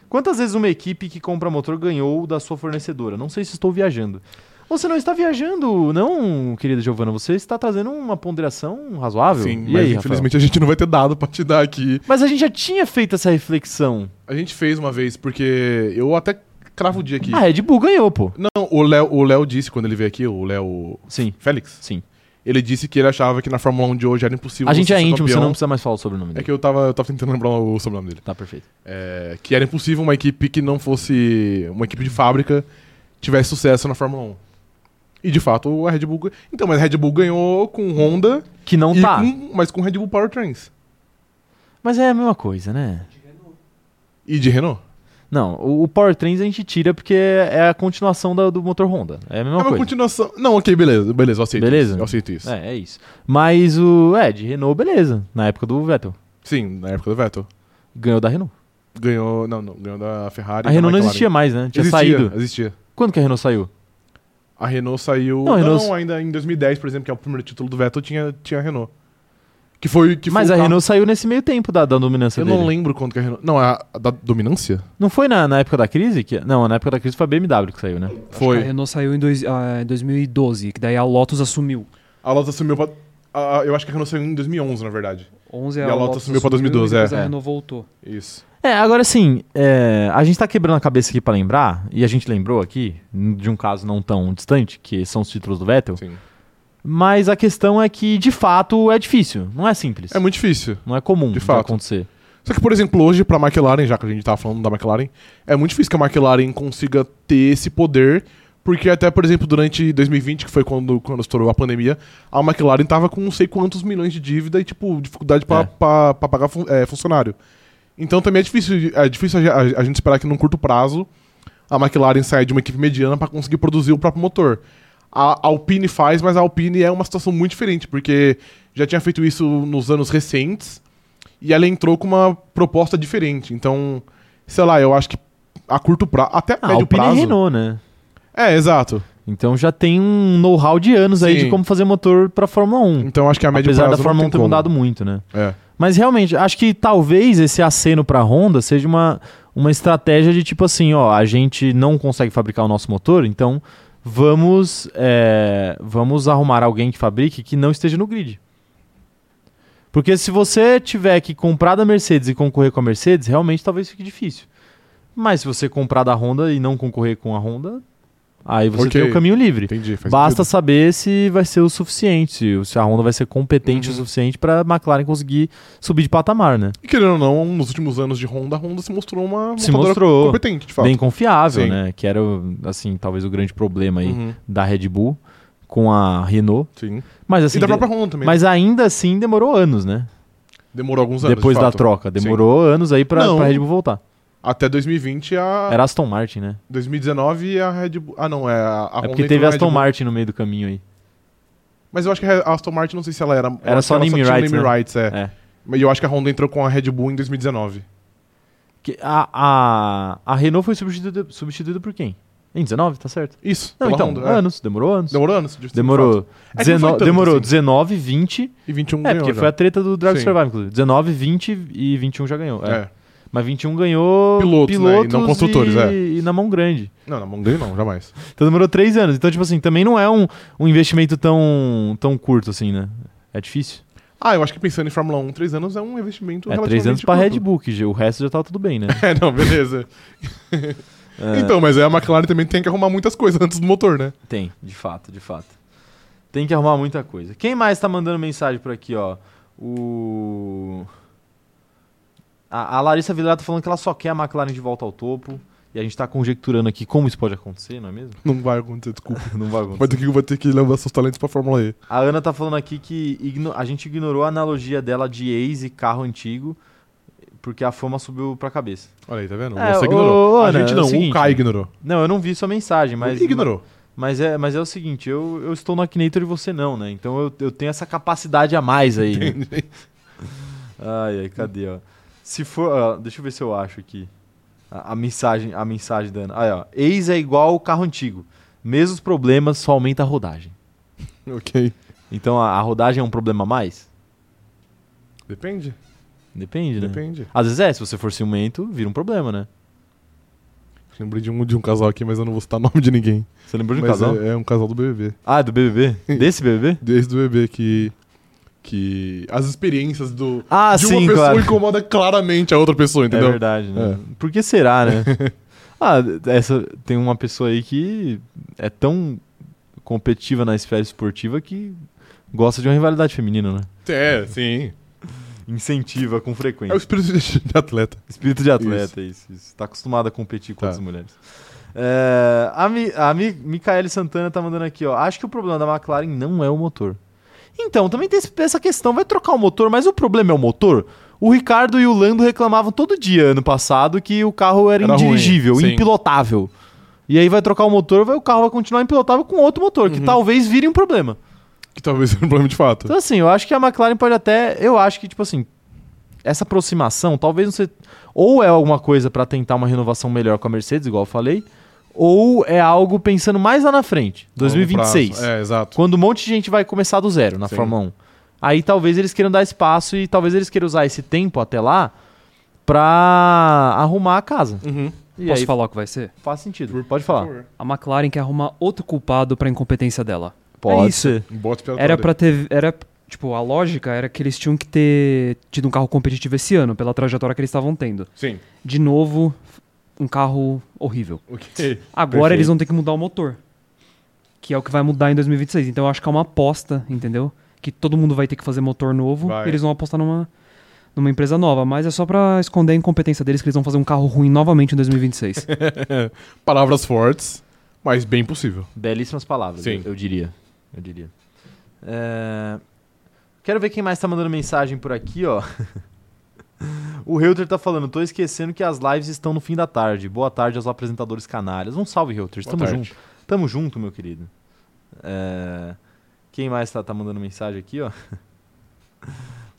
Quantas vezes uma equipe que compra motor ganhou da sua fornecedora? Não sei se estou viajando. Você não está viajando, não, querida Giovana. Você está trazendo uma ponderação razoável.
Sim,
E
mas
aí,
infelizmente a gente não vai ter dado pra te dar aqui.
Rafael? Mas a gente já tinha feito essa reflexão.
A gente fez uma vez, porque eu até cravo o dia aqui.
Ah, A Red Bull ganhou, pô.
Não, o Léo, o Léo disse quando ele veio aqui, o Léo
Sim,
Félix,
sim.
ele disse que ele achava que na Fórmula 1 de hoje era impossível
A gente é
ser
íntimo, você
campeão.
não precisa mais falar o sobrenome
É
dele.
que eu tava, eu tava tentando lembrar o sobrenome dele.
Tá perfeito.
É, que era impossível uma equipe que não fosse uma equipe de fábrica tivesse sucesso na Fórmula 1. E de fato a Red Bull. gan- Então, mas a Red Bull ganhou com Honda,
Que não
e um-
tá.
com- mas com Red Bull Powertrains.
Mas é a mesma coisa, né?
E de Renault.
Não, o, o Powertrains a gente tira porque é é a continuação da- do motor Honda. É a mesma
é uma
coisa.
continuação. Não, ok, beleza, beleza, eu aceito.
Beleza?
isso, Eu aceito isso.
É, é isso. Mas o. É, de Renault, beleza. Na época do Vettel.
Sim, na época do Vettel.
Ganhou da Renault.
Ganhou. Não, não, ganhou da Ferrari.
a
e da
Renault não
McLaren.
existia mais, né? Tinha
existia,
saído.
Existia.
Quando que a Renault saiu?
A Renault saiu.
Não,
Não,
a Renault-
não, ainda em 2010, por exemplo, que é o primeiro título do Vettel, tinha, tinha a Renault. Que foi. Que
Mas a
foi o carro-
Renault saiu nesse meio tempo da, da dominância
Eu
dele.
não lembro quanto que a Renault. Não, a, a da dominância?
Não foi na, na época da crise? Que, não, na época da crise foi a BMW que saiu, né?
A
Foi.
Renault saiu em dois- ah, em 2012, que daí a Lotus assumiu.
A Lotus assumiu pra. a- a- eu acho que a Renault saiu em 2011, na verdade.
11
E a Lotus assumiu pra 2012,
e depois
é.
a
É.
Renault voltou.
Isso.
É, agora sim, é, a gente tá quebrando a cabeça aqui pra lembrar, e a gente lembrou aqui, de um caso não tão distante, que são os títulos do Vettel.
Sim.
Mas a questão é que, de fato, é difícil. Não é simples.
É muito difícil.
Não é comum
De
de
fato.
acontecer.
Só que, por exemplo, hoje, pra McLaren, já que a gente tava falando da McLaren, é muito difícil que a McLaren consiga ter esse poder. Porque até, por exemplo, durante 2020, que foi quando, quando estourou a pandemia, a McLaren tava com não sei quantos milhões de dívida e, tipo, dificuldade pra,
É.
pra- pra pagar fun- é, funcionário. Então também é difícil, é difícil a, a- a gente esperar que num curto prazo a McLaren saia de uma equipe mediana pra conseguir produzir o próprio motor. A Alpine faz, mas a Alpine é uma situação muito diferente, porque já tinha feito isso nos anos recentes e ela entrou com uma proposta diferente. Então, sei lá, eu acho que a curto prazo, até a
Ah, a
médio
Alpine é
prazo.
Renault, né?
É, exato.
Então já tem um know-how de anos aí
Sim.
de como fazer motor pra Fórmula 1.
Então acho que a médio
Apesar da
prazo. não
Fórmula 1
tem
ter
como.
mudado muito, né?
É.
Mas realmente, acho que talvez esse aceno pra Honda seja uma, uma estratégia de tipo assim, ó, a gente não consegue fabricar o nosso motor, então vamos, é, vamos arrumar alguém que fabrique que não esteja no grid. Porque se você tiver que comprar da Mercedes e concorrer com a Mercedes, realmente talvez fique difícil. Mas se você comprar da Honda e não concorrer com a Honda, aí você
Ok.
tem o caminho livre.
Entendi. faz
Basta
sentido.
saber se vai ser o suficiente, se- se a Honda vai ser
Uhum.
competente o suficiente para McLaren conseguir subir de patamar, né?
E querendo ou não, nos últimos anos de Honda, a Honda se mostrou uma
Se
montadora
mostrou.
competente, de fato.
Bem confiável,
Sim.
né? Que era, assim, talvez o grande problema aí
Uhum,
da Red Bull com a Renault.
Sim.
Mas assim,
e da
de-
própria Honda também.
mas ainda assim demorou anos, né?
Demorou alguns anos.
Depois
de
da
fato.
troca, demorou anos aí pra,
Não. Ah.
pra Red Bull voltar.
Até 2020, a.
Era Aston Martin, né?
2019 a Red Bull. Ah, não, é a, a
é porque
entrou
teve
na Red
Aston
Bull.
Martin no meio do caminho aí.
Mas eu acho que a Aston Martin, não sei se ela era. eu
Era
acho
só
que
name
tinha
rights, né?
rights, é.
É.
E eu acho que a Honda entrou com a Red Bull em 2019.
Que a, a, a Renault foi substituída, substituída por quem? Em 19, tá certo?
Isso.
Não,
pela
então,
Honda, é.
anos, demorou anos.
Demorou anos? de- de fato.
Demorou.
É que não foi
Dezeno-
tanto,
demorou
assim.
19, 20.
E 21
É,
ganhou
porque
já.
foi a treta do Drive to
Sim.
Survive, inclusive. 19, 20 e 21 já ganhou. é.
É.
Mas 21 ganhou
Pilotos, né, e não construtores,
e,
é.
e na mão grande.
Não, não, não ganhou não, jamais.
Então demorou 3 anos. Então, tipo assim, também não é um, um investimento tão, tão curto assim, né? É difícil.
Ah, eu acho que pensando em Fórmula 1, 3 anos é um investimento
é 3 anos
relativamente
pra
curto.
Red Bull, que já- o resto já tava tudo bem, né?
É, não, beleza.
É.
Então, mas aí a McLaren também tem que arrumar muitas coisas antes do motor, né?
Tem, de fato, de fato. Tem que arrumar muita coisa. Quem mais tá mandando mensagem por aqui, ó? O. A, a Larissa Villar tá falando que ela só quer a McLaren de volta ao topo. E a gente tá conjecturando aqui como isso pode acontecer, não é mesmo?
Não vai acontecer, desculpa.
Não vai
Vai ter
acontecer.
que, vai ter que levar seus talentos pra Fórmula E.
A Ana tá falando aqui que igno- a gente ignorou a analogia dela de ex e carro antigo, porque a fama subiu pra cabeça.
Olha aí, tá vendo?
É,
Você
ô,
ignorou.
ô,
a
Ana,
gente
é
não,
o
o,
seguinte,
Kai ignorou.
Não, eu não vi sua mensagem, mas.
ignorou.
Mas é, mas é o seguinte, eu, eu estou no Akinator e você não, né? Então eu, eu tenho essa capacidade a mais aí. né? ai, ai, cadê, ó? Se for. ó, deixa eu ver se eu acho aqui. A, a mensagem, a mensagem da Ana. Aí, ó. Ex é igual o carro antigo. Mesmos problemas, só aumenta a rodagem.
Ok.
Então a, a rodagem é um problema a mais?
Depende,
Depende, né?
depende.
Às vezes é, se você for ciumento, vira um problema, né?
Lembrei de um, de um casal aqui, mas eu não vou citar nome de ninguém.
Você lembrou de um
mas
casal?
É, é um casal do BBB.
Ah, do BBB? Desse BBB?
Desde o BBB que... Que as experiências do,
Ah,
de uma
sim,
pessoa
claro.
incomoda claramente a outra pessoa,
É
entendeu?
verdade, né? Por que será, né? ah, essa, tem uma pessoa aí que é tão competitiva na esfera esportiva que gosta de uma rivalidade feminina, né?
É, sim.
Incentiva com
É o
frequência.
espírito de de atleta.
Espírito de atleta, isso. isso. Tá acostumado a competir com
Tá.
outras mulheres. É, a Mi, a Mi, Micaele Santana tá mandando aqui, ó. Acho que o problema da McLaren não é o motor. Então, também tem esse- essa questão, vai trocar o motor, mas o problema é o motor? O Ricardo e o Lando reclamavam todo dia ano passado que o carro era,
Era ruim,
indirigível,
sim.
impilotável. E aí vai trocar o motor, vai, o carro vai continuar impilotável com outro motor,
Uhum.
que talvez vire um problema.
Que talvez seja um problema de fato.
Então, assim, eu acho que a McLaren pode até. Eu acho que, tipo assim, essa aproximação talvez não seja. Ou é alguma coisa pra tentar uma renovação melhor com a Mercedes, igual eu falei, ou é algo pensando mais lá na frente, 2026.
Prazo. É, exato.
Quando um monte de gente vai começar do zero na
Sim.
Fórmula 1. Aí talvez eles queiram dar espaço e talvez eles queiram usar esse tempo até lá pra arrumar a casa.
Uhum.
E
Posso
aí
falar o que vai ser?
faz sentido. Pode falar.
A McLaren quer arrumar outro culpado pra incompetência dela.
Pode
É isso.
ser.
Bota expiatório.
Era pra ter. Era, tipo, a lógica era que eles tinham que ter tido um carro competitivo esse ano, pela trajetória que eles estavam tendo.
Sim.
De novo, um carro horrível.
Ok.
Agora eles vão ter que mudar o motor. Que é o que vai mudar em 2026. Então eu acho que é uma aposta, entendeu? Que todo mundo vai ter que fazer motor novo.
Vai.
E eles vão apostar numa, numa empresa nova. Mas é só pra esconder a incompetência deles que eles vão fazer um carro ruim novamente em 2026.
Palavras fortes, mas bem possível.
Belíssimas palavras,
Sim.
Eu, eu diria. Eu diria. É, Quero ver quem mais tá mandando mensagem por aqui, ó. o Reuter tá falando, tô esquecendo que as lives estão no fim da tarde. Boa tarde aos apresentadores canalhas. Um salve, Reuter.
Boa
Tamo
tarde.
junto. Tamo junto, meu querido. É, Quem mais tá, tá mandando mensagem aqui, ó?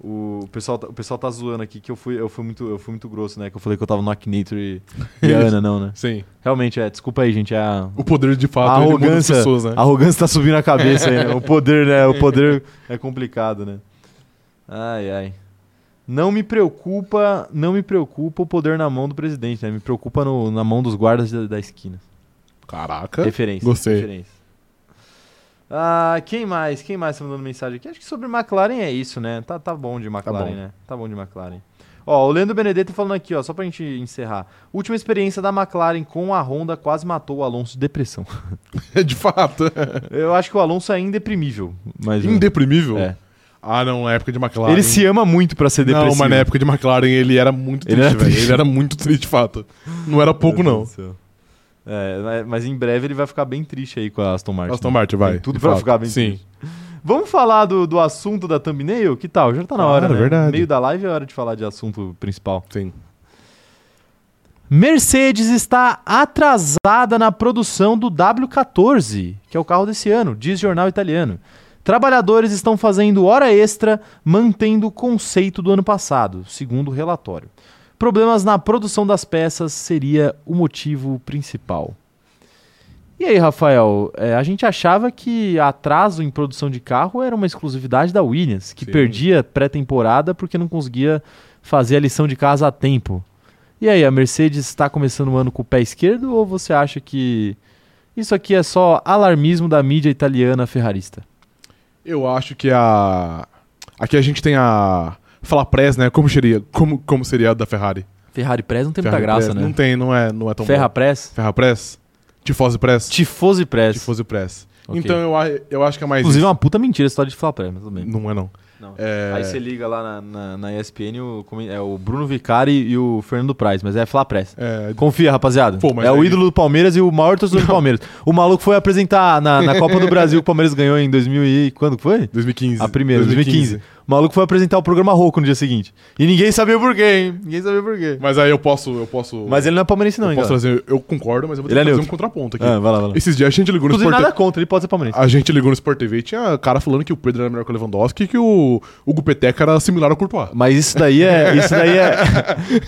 O pessoal, tá- o pessoal tá zoando aqui que eu fui, eu fui muito, eu fui muito grosso, né? Que eu falei que eu tava no Akinator e, e a Ana, não, né?
Sim.
Realmente, é. Desculpa aí, gente. É a,
O poder de
a
fato ele muda as
arrogância,
pessoas, né?
a arrogância tá subindo a cabeça aí, né? O poder, né? O poder é complicado, né? Ai, ai. Não me preocupa, não me preocupa o poder na mão do presidente, né? Me preocupa no- na mão dos guardas da, da esquina.
Caraca.
Referência.
Tá. Gostei.
Referência. Ah, quem mais? Quem mais tá mandando mensagem aqui? Acho que sobre McLaren é isso, né? Tá, tá bom de McLaren,
bom.
né? Tá bom de McLaren. Ó, o Leandro Benedetto falando aqui, ó, só pra gente encerrar. Última experiência da McLaren com a Honda quase matou o Alonso de depressão.
De fato.
Eu acho que o Alonso é indeprimível. Mas,
Indeprimível?
É.
Ah, não, na época de McLaren.
Ele se ama muito pra ser depressivo.
Não, mas na época de McLaren ele era muito
Ele
triste,
era
velho.
triste.
Ele era muito triste, de fato. Não era pouco,
Meu
não.
Deus do céu. É, mas- mas em breve ele vai ficar bem triste aí com a Aston Martin.
Aston Martin, vai.
Tem tudo
de
pra
fato.
ficar bem
Sim.
triste. Vamos falar do, do assunto da thumbnail? Que tal? Já tá na
Claro,
hora, né?
verdade.
Meio da live é hora de falar de assunto principal.
Sim.
Mercedes está atrasada na produção do W14, que é o carro desse ano, diz jornal italiano. Trabalhadores estão fazendo hora extra, mantendo o conceito do ano passado, segundo o relatório. Problemas na produção das peças seria o motivo principal. E aí, Rafael, é, a gente achava que atraso em produção de carro era uma exclusividade da Williams, que
Sim.
perdia pré-temporada porque não conseguia fazer a lição de casa a tempo. E aí, a Mercedes está começando o ano com o pé esquerdo ou você acha que isso aqui é só alarmismo da mídia italiana ferrarista?
Eu acho que a. Aqui a gente tem a. Fala Press, né? Como seria, como, como seria a da Ferrari?
Ferrari Press não tem
Ferrari
muita graça,
Press.
né?
Não tem, não é, não é tão
Ferra
bom.
Press?
Ferra Press? Tifose Press?
Tifose Press.
Tifose Press.
Ok.
Então eu, a- eu acho que é mais.
Inclusive, é
isso.
uma puta mentira essa história de Ferra Press, mas tudo bem.
Não é, não.
Não.
É,
Aí você liga lá na, na, na ESPN, o, como é é o Bruno Vicari e o Fernando Praz, mas é Fla Press.
é,
Confia, rapaziada.
Pô, mas
é o
aí-
ídolo do Palmeiras e o maior torcedor do Palmeiras. O maluco foi apresentar na, na Copa do Brasil que o Palmeiras ganhou em 2000 e... Quando que foi?
2015.
A primeira, 2015. O maluco foi apresentar o programa Rouco no dia seguinte. E ninguém sabia por quê, hein? Ninguém sabia por quê.
Mas aí eu posso. Eu posso.
Mas ele não é palmeirense não,
eu
hein,
posso
galera?
trazer. Eu concordo, mas eu vou ter
Ele é
que fazer um
neutro.
contraponto aqui.
Ah, vai lá, vai lá.
Esses dias a gente ligou no
Inclusive,
Sport
nada contra, ele pode ser palmeirense.
A gente ligou no Sport TV e tinha cara falando que o Pedro era melhor que o Lewandowski e que o, o Gupetec era similar ao Courtois.
Mas isso daí é. Isso daí é.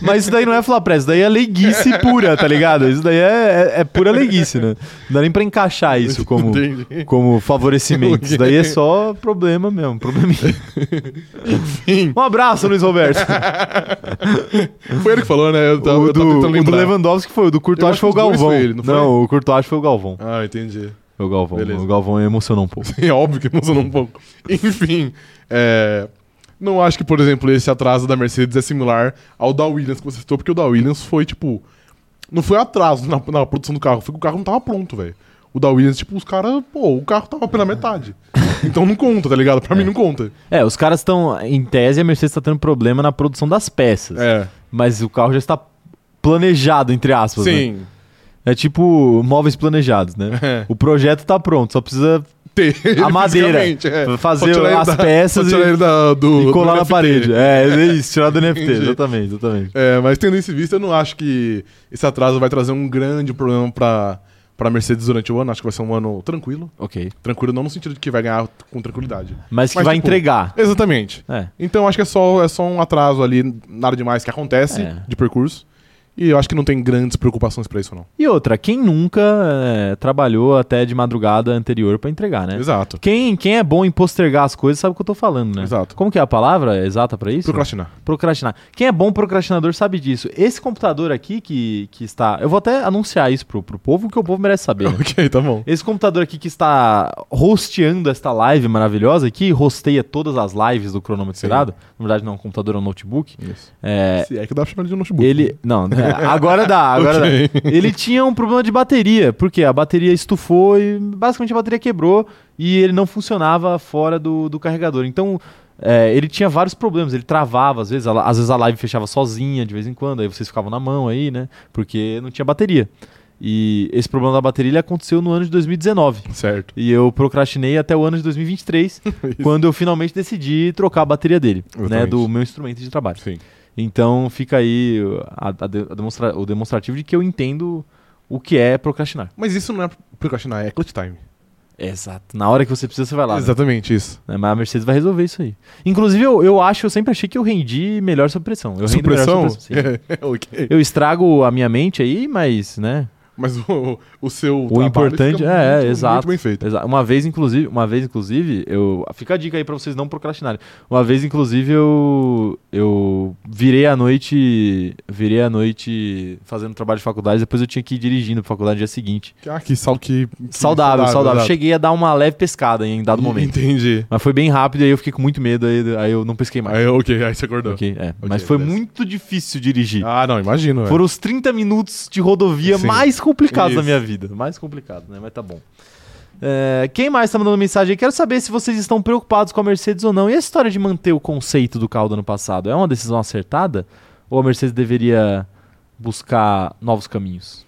mas isso daí não é flapress, isso daí é leiguice pura, tá ligado? Isso daí é, é, é pura leiguice, né? Não dá nem pra encaixar isso como,
Entendi.
como favorecimento. Isso daí é só problema mesmo, probleminha.
Enfim,
Um abraço, Luiz Roberto.
foi ele que falou, né? Eu tava,
o
eu tava
do,
tentando
o do
lembrar.
Lewandowski foi, o do
Eu
Courtois
acho
foi o
que os dois
Galvão.
foi ele, não foi?
o Courtois foi o Galvão.
Ah, entendi.
Foi o Galvão.
Beleza.
O Galvão emocionou um pouco.
É óbvio que emocionou um pouco. Enfim, é, não acho que, por exemplo, esse atraso da Mercedes é similar ao da Williams que você citou, porque o da Williams foi, tipo... Não foi atraso na, na produção do carro, foi que o carro não tava pronto, velho. O da Williams, tipo, os caras, pô, o carro tava pela metade. Então não conta, tá ligado? Pra mim não conta.
É, os caras estão. Em tese, a Mercedes tá tendo problema na produção das peças.
É,
Mas o carro já está planejado, entre aspas. né?
sim.
É tipo móveis planejados, né?
É.
O projeto tá pronto, só precisa
ter ele
madeira,
fisicamente,
pra
É.
fazer
Só tirar ele
as peças
só tirar
e-
ele da- do,
e colar
do
na
NFT.
parede. É, é isso, tirar do NFT,
Entendi.
exatamente, exatamente.
É, mas tendo isso em vista, eu não acho que esse atraso vai trazer um grande problema pra, pra Mercedes durante o ano. Acho que vai ser um ano tranquilo.
Ok.
Tranquilo não no sentido de que vai ganhar com tranquilidade.
Mas que
Mas,
vai
tipo,
entregar.
Exatamente.
É.
Então acho que é só, é só um atraso ali, nada demais que acontece
É.
de percurso. E eu acho que não tem grandes preocupações pra isso, não.
E outra, quem nunca é, trabalhou até de madrugada anterior pra entregar, né?
Exato.
Quem, quem é bom em postergar as coisas sabe o que eu tô falando, né?
Exato.
Como que é a palavra exata pra isso?
Procrastinar.
Procrastinar. Quem é bom procrastinador sabe disso. Esse computador aqui que, que está. Eu vou até anunciar isso pro, pro povo, que o povo merece saber. né?
ok, tá bom.
Esse computador aqui que está hosteando esta live maravilhosa aqui, hosteia todas as lives do cronômetro
Sim.
zerado. Na verdade, não é um computador, é um notebook. É,
Se é que dá pra chamar de notebook.
ele. Não, né, agora dá, agora
Ok.
dá. Ele tinha um problema de bateria, porque a bateria estufou e basicamente a bateria quebrou e ele não funcionava fora do, do carregador. Então. é, ele tinha vários problemas, ele travava às vezes, a- às vezes a live fechava sozinha de vez em quando, aí vocês ficavam na mão aí, né? Porque não tinha bateria. E esse problema da bateria ele aconteceu no ano de 2019.
Certo.
E eu procrastinei até o ano de 2023, quando eu finalmente decidi trocar a bateria dele, né,
Exatamente.
do meu instrumento de trabalho.
Sim.
Então fica aí a- a de- a demonstra- o demonstrativo de que eu entendo o que é procrastinar.
Mas isso não é procrastinar, é clutch time.
Exato. Na hora que você precisa, você vai lá. né?
Exatamente isso.
Né, Mas a Mercedes vai resolver isso aí. Inclusive, eu, eu acho, eu sempre achei que eu rendi melhor sob pressão. Eu rendo melhor sob pressão, sim.
É, ok.
Eu estrago a minha mente aí, mas, né?
Mas o, o seu
O importante é, é, exato.
um muito bem feito.
Exa- Uma vez, inclusive, uma vez, inclusive, eu. Fica a dica aí pra vocês não procrastinarem. Uma vez, inclusive, eu. Eu virei a noite. Virei a noite fazendo trabalho de faculdade, depois eu tinha que ir dirigindo pra faculdade no dia seguinte.
Ah, que sal que
É. Saudável, saudável.
exato.
Cheguei a dar uma leve pescada em dado momento.
Entendi.
Mas foi bem rápido, aí eu fiquei com muito medo, aí, aí eu não pesquei mais.
Aí, ok, aí você acordou.
Ok, é. Mas foi
beleza.
muito difícil dirigir.
Ah, não, imagino. é.
Foram os 30 minutos de rodovia
Sim.
mais complicados da
Isso.
minha vida. Mais complicado, né? Mas tá bom. É, quem mais tá mandando mensagem aí? Quero saber se vocês estão preocupados com a Mercedes ou não. E a história de manter o conceito do carro do ano passado? É uma decisão acertada? Ou a Mercedes deveria buscar novos caminhos?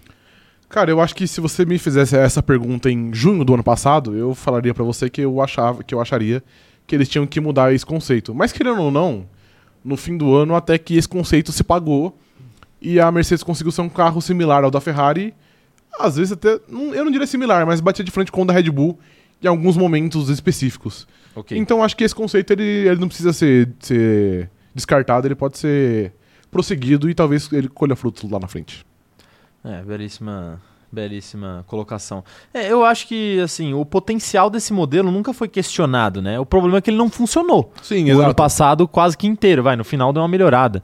Cara, eu acho que se você me fizesse essa pergunta em junho do ano passado, eu falaria pra você que eu achava, que eu acharia que eles tinham que mudar esse conceito. Mas querendo ou não, no fim do ano até que esse conceito se pagou e a Mercedes conseguiu ser um carro similar ao da Ferrari, às vezes até não- eu não diria similar, mas batia de frente com o da Red Bull em alguns momentos específicos.
Ok.
Então acho que esse conceito ele, ele não precisa ser, ser descartado, ele pode ser prosseguido e talvez ele colha frutos lá na frente.
É, belíssima, belíssima colocação. É, eu acho que, assim, o potencial desse modelo nunca foi questionado, né? O problema é que ele não funcionou.
Sim,
o ano passado quase que inteiro, vai, no final deu uma melhorada.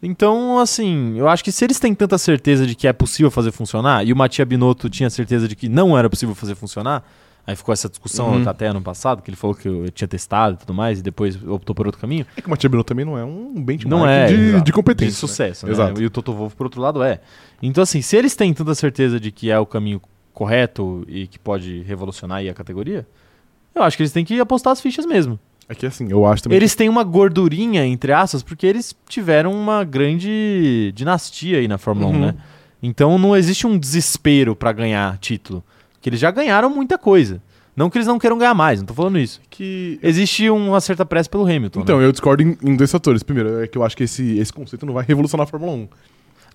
Então, assim, eu acho que se eles têm tanta certeza de que é possível fazer funcionar, e o Matia Binotto tinha certeza de que não era possível fazer funcionar, aí ficou essa discussão
Uhum.
até ano passado, que ele falou que eu tinha testado e tudo mais, e depois optou por outro caminho.
É que o Matia Binotto também não é um benchmark
Não é
de,
exato.
de competência.
De sucesso,
né?
né?
Exato.
E o Toto Wolff, por outro lado, é. Então, assim, se eles têm tanta certeza de que é o caminho correto e que pode revolucionar aí a categoria, eu acho que eles têm que apostar as fichas mesmo.
É que assim, eu acho também.
Eles têm uma gordurinha, entre aspas, porque eles tiveram uma grande dinastia aí na Fórmula
Uhum.
1, né? Então não existe um desespero pra ganhar título. Porque eles já ganharam muita coisa. Não que eles não queiram ganhar mais, não tô falando isso.
que.
Existe uma certa pressa pelo Hamilton. né?
Então, eu discordo em, em dois fatores. Primeiro, é que eu acho que esse, esse conceito não vai revolucionar a Fórmula 1.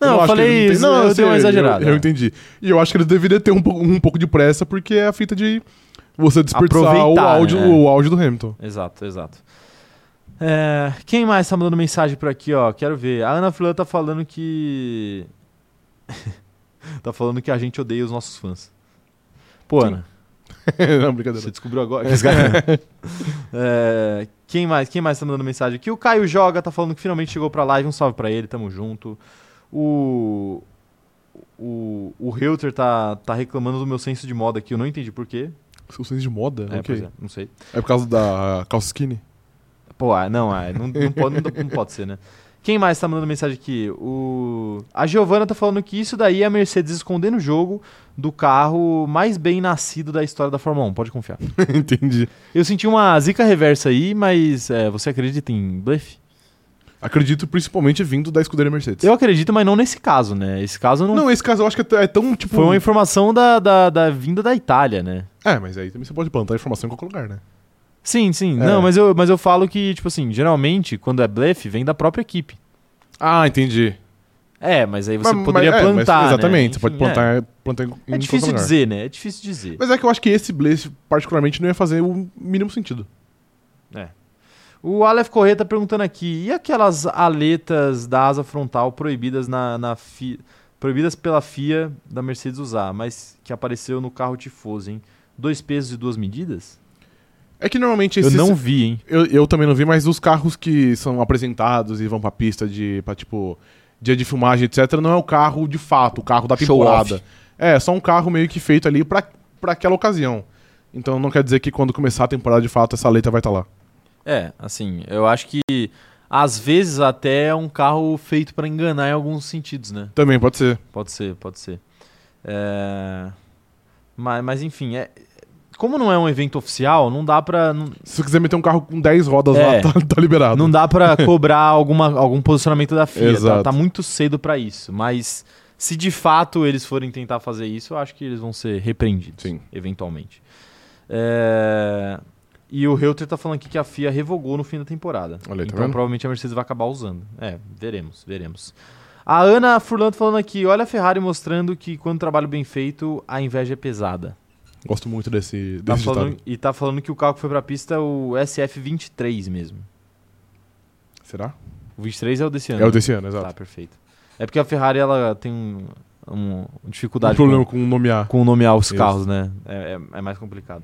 Não, eu
acho que
falei
ele
isso, eu dei uma
sei,
exagerada,
Eu,
é.
eu entendi. E eu acho que eles deveriam ter um, pouco- um pouco de pressa, porque é a fita de você desperdiçar o
Aproveitar,
áudio,
né?
o áudio do Hamilton.
Exato, exato. É, quem mais tá mandando mensagem por aqui, ó? Quero ver. A Ana Flan tá falando que. tá falando que a gente odeia os nossos fãs. Pô, Ana.
não,
Você
brincadeira.
descobriu agora? É, quem mais? Quem mais tá mandando mensagem aqui? O Caio Joga tá falando que finalmente chegou pra live. Um salve pra ele, tamo junto. O. O, o Reuter tá, tá reclamando do meu senso de moda aqui. Eu não entendi por quê.
Seu senso de moda?
É,
ok.
pois é, não sei.
É por causa da calça skinny?
Pô, ah, não, ah, não, não pode, não, não pode ser, né? Quem mais tá mandando mensagem aqui? O... A Giovana tá falando que isso daí é a Mercedes escondendo o jogo do carro mais bem nascido da história da Fórmula 1. Pode confiar.
entendi.
Eu senti uma zica reversa aí, mas é, você acredita em bluff?
Acredito principalmente vindo da escudeira Mercedes.
Eu acredito, mas não nesse caso, né? Esse caso não.
Não, esse caso eu acho que é t- é tão tipo.
Foi um uma informação da, da, da vinda da Itália, né?
É, mas aí também você pode plantar informação em qualquer lugar, né?
Sim, sim.
É.
Não, mas eu, mas eu falo que, tipo assim, geralmente, quando é bluff, vem da própria equipe.
Ah, entendi.
É, mas aí você
Mas-
poderia
mas- é, mas-
plantar. né?
exatamente, você
Enfim,
pode plantar, plantar em
É, é
em
difícil
qualquer lugar.
dizer, né? É difícil dizer.
Mas é que eu acho que esse Blaze, particularmente, não ia fazer o mínimo sentido.
O Aleph Corrêa tá perguntando aqui: e aquelas aletas da asa frontal proibidas na, na fi- proibidas pela FIA da Mercedes usar, mas que apareceu no carro Tifoso, hein? Dois pesos e duas medidas?
É que normalmente
Eu
esses.
não vi, hein?
eu, eu também não vi, mas os carros que são apresentados e vão pra pista de. pra tipo. dia de filmagem, etc., não é o carro de fato, o carro da
Show
temporada.
off.
É, é só um carro meio que feito ali pra, pra aquela ocasião. Então não quer dizer que quando começar a temporada de fato, essa letra vai estar lá.
É, assim, eu acho que às vezes até é um carro feito pra enganar em alguns sentidos, né?
Também pode ser.
Pode ser, pode ser. É, Mas, mas enfim, é... como não é um evento oficial, não dá pra. não-
Se você quiser meter um carro com 10 rodas
É.
lá, tá, tá liberado.
Não dá pra cobrar alguma, algum posicionamento da FIA, tá,
Exato.
tá muito cedo pra isso, mas se de fato eles forem tentar fazer isso, eu acho que eles vão ser repreendidos,
Sim.
eventualmente. É, E o Reuter tá falando aqui que a FIA revogou no fim da temporada.
Olha aí, tá
então
vendo?
provavelmente a Mercedes vai acabar usando. É, veremos, veremos. A Ana Furlan tá falando aqui, olha a Ferrari mostrando que quando trabalho bem feito, a inveja é pesada.
Gosto muito desse,
Tá
desse
falando-
ditado.
e tá falando que o carro que foi pra pista é o SF23 mesmo.
Será?
O né? 23 é o desse ano.
É o desse ano, exato.
Tá, perfeito. É porque a Ferrari ela tem um- um- uma
Não
dificuldade
tem problema com nomear.
com nomear os
Isso.
carros, né? É, é- é mais complicado.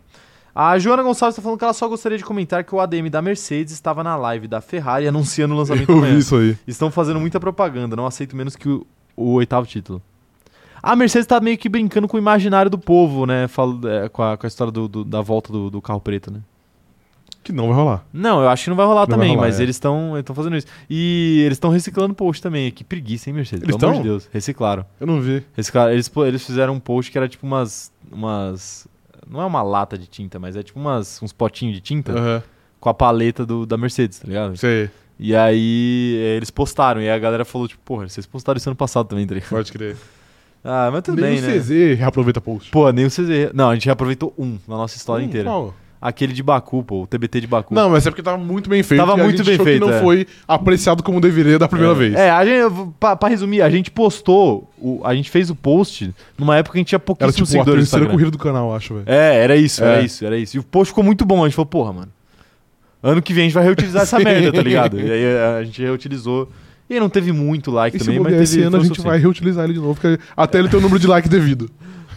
A Joana Gonçalves tá falando que ela só gostaria de comentar que o ADM da Mercedes estava na live da Ferrari anunciando o lançamento
Eu
amanhã.
vi isso aí.
Estão fazendo muita propaganda, não aceito menos que o, o oitavo título. A Mercedes tá meio que brincando com o imaginário do povo, né? Falo, é, com, a, com a história do- do- da volta do, do carro preto, né?
Que não vai rolar.
Não, eu acho que não vai rolar
Não vai
também,
rolar,
mas
é.
eles estão estão fazendo isso. E eles estão reciclando post também. Que preguiça, hein, Mercedes?
Eles
Pelo amor de
tão?
Deus. Reciclaram.
Eu não vi.
Reciclaram. Eles, pô- eles fizeram um post que era tipo umas. umas. Não é uma lata de tinta, mas é tipo umas, uns potinhos de tinta
Aham.
com a paleta do, da Mercedes, tá ligado?
Sei,
E aí é, eles postaram, e aí a galera falou, tipo, porra, vocês postaram isso ano passado também, tá ligado?
pode crer.
Ah, mas tudo
Nem
bem,
o
né?
CZ reaproveita post.
Pô, nem o CZ. Não, a gente aproveitou um na nossa história
Hum,
inteira.
qual?
Aquele de Baku, pô, o TBT de Baku.
Não, mas é porque tava muito bem feito.
Tava
e a
muito
gente
bem
achou
feito,
que não
é.
foi apreciado como deveria da primeira
é.
vez.
É, a gente, pra, pra resumir, a gente postou, o- a gente fez o post numa época que a gente tinha
Era
pouquíssimos
tipo a
seguidores. no
terceira
Instagram.
corrida do canal, eu acho, velho.
É, era isso, era
É.
isso, era isso. E o post ficou muito bom, a gente falou, porra, mano, ano que vem a gente vai reutilizar essa
Sim.
merda, tá ligado? E aí a, a gente reutilizou. E aí não teve muito like
E se
também, mas
bobear
teve,
esse ano
foi
a
o
gente
suficiente.
vai reutilizar ele de novo, porque até ele ter o número de like devido.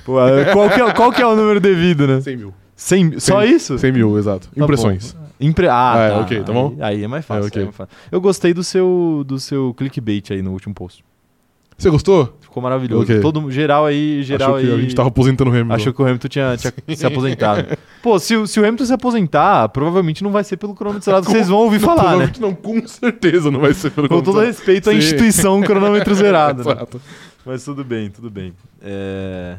Pô, é, qual, que é, qual que é o número devido, né?
100 mil.
Cem- só
Cem-
isso?
100 mil, exato.
bom.
Impressões.
Impre... Ah,
Ah, é,
tá.
ok, tá bom?
Aí, aí é mais fácil.
É, ok.
aí é mais fácil. Eu gostei do seu, do seu clickbait aí no último post.
Você gostou?
Ficou maravilhoso.
Ok.
Todo mundo- geral aí, geral
Achou que
aí.
a gente tava aposentando então. o Hamilton.
Achou que o Hamilton tinha, tinha se aposentado. Pô, se, o- se o Hamilton se aposentar, provavelmente não vai ser pelo cronômetro zerado. Vocês vão ouvir falar, né?
Provavelmente não, com certeza não vai ser pelo
Com todo
computador.
respeito à
Sim.
instituição cronômetro zerado. né?
Exato.
Mas tudo bem, tudo bem. É,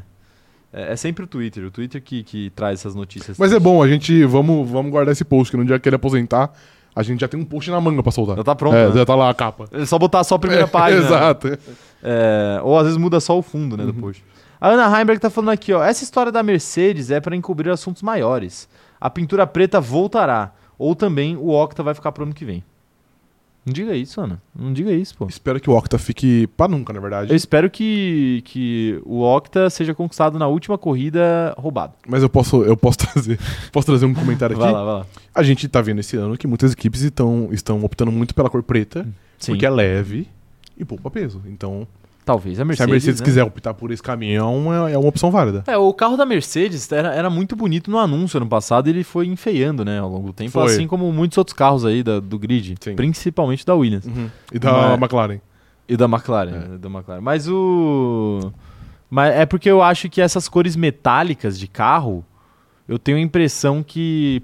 é, é sempre o Twitter. O Twitter que, que traz essas notícias.
Mas é bom, a gente. Vamos, vamos guardar esse post, que no dia que ele aposentar, a gente já tem um post na manga pra soltar.
Já tá pronto,
É,
né?
já tá lá a capa.
É só botar só a primeira página.
Exato.
É, ou às vezes muda só o fundo,
Uhum.
né, do post. A Ana Heimberg tá falando aqui, ó. Essa história da Mercedes é para encobrir assuntos maiores. A pintura preta voltará. Ou também o Octa vai ficar pro ano que vem. Não diga isso, Ana. Não diga isso, pô.
Espero que o Octa fique pra nunca, na verdade.
Eu espero que, que o Octa seja conquistado na última corrida roubado.
Mas eu posso, eu posso trazer. Posso trazer um comentário aqui?
Vai lá, vai lá.
A gente tá vendo esse ano que muitas equipes estão, estão optando muito pela cor preta,
Sim,
porque é leve e poupa peso. Então,
talvez a Mercedes.
se a Mercedes
né?
quiser optar por esse caminho, é uma, é uma opção válida.
É, o carro da Mercedes era, era muito bonito no anúncio ano passado e ele foi enfeiando, né, ao longo do tempo,
Foi.
assim como muitos outros carros aí da- do grid,
Sim.
principalmente da Williams.
E da
Uhum. Mas-
McLaren.
E da McLaren,
É.
da McLaren. Mas o. Mas é porque eu acho que essas cores metálicas de carro, eu tenho a impressão que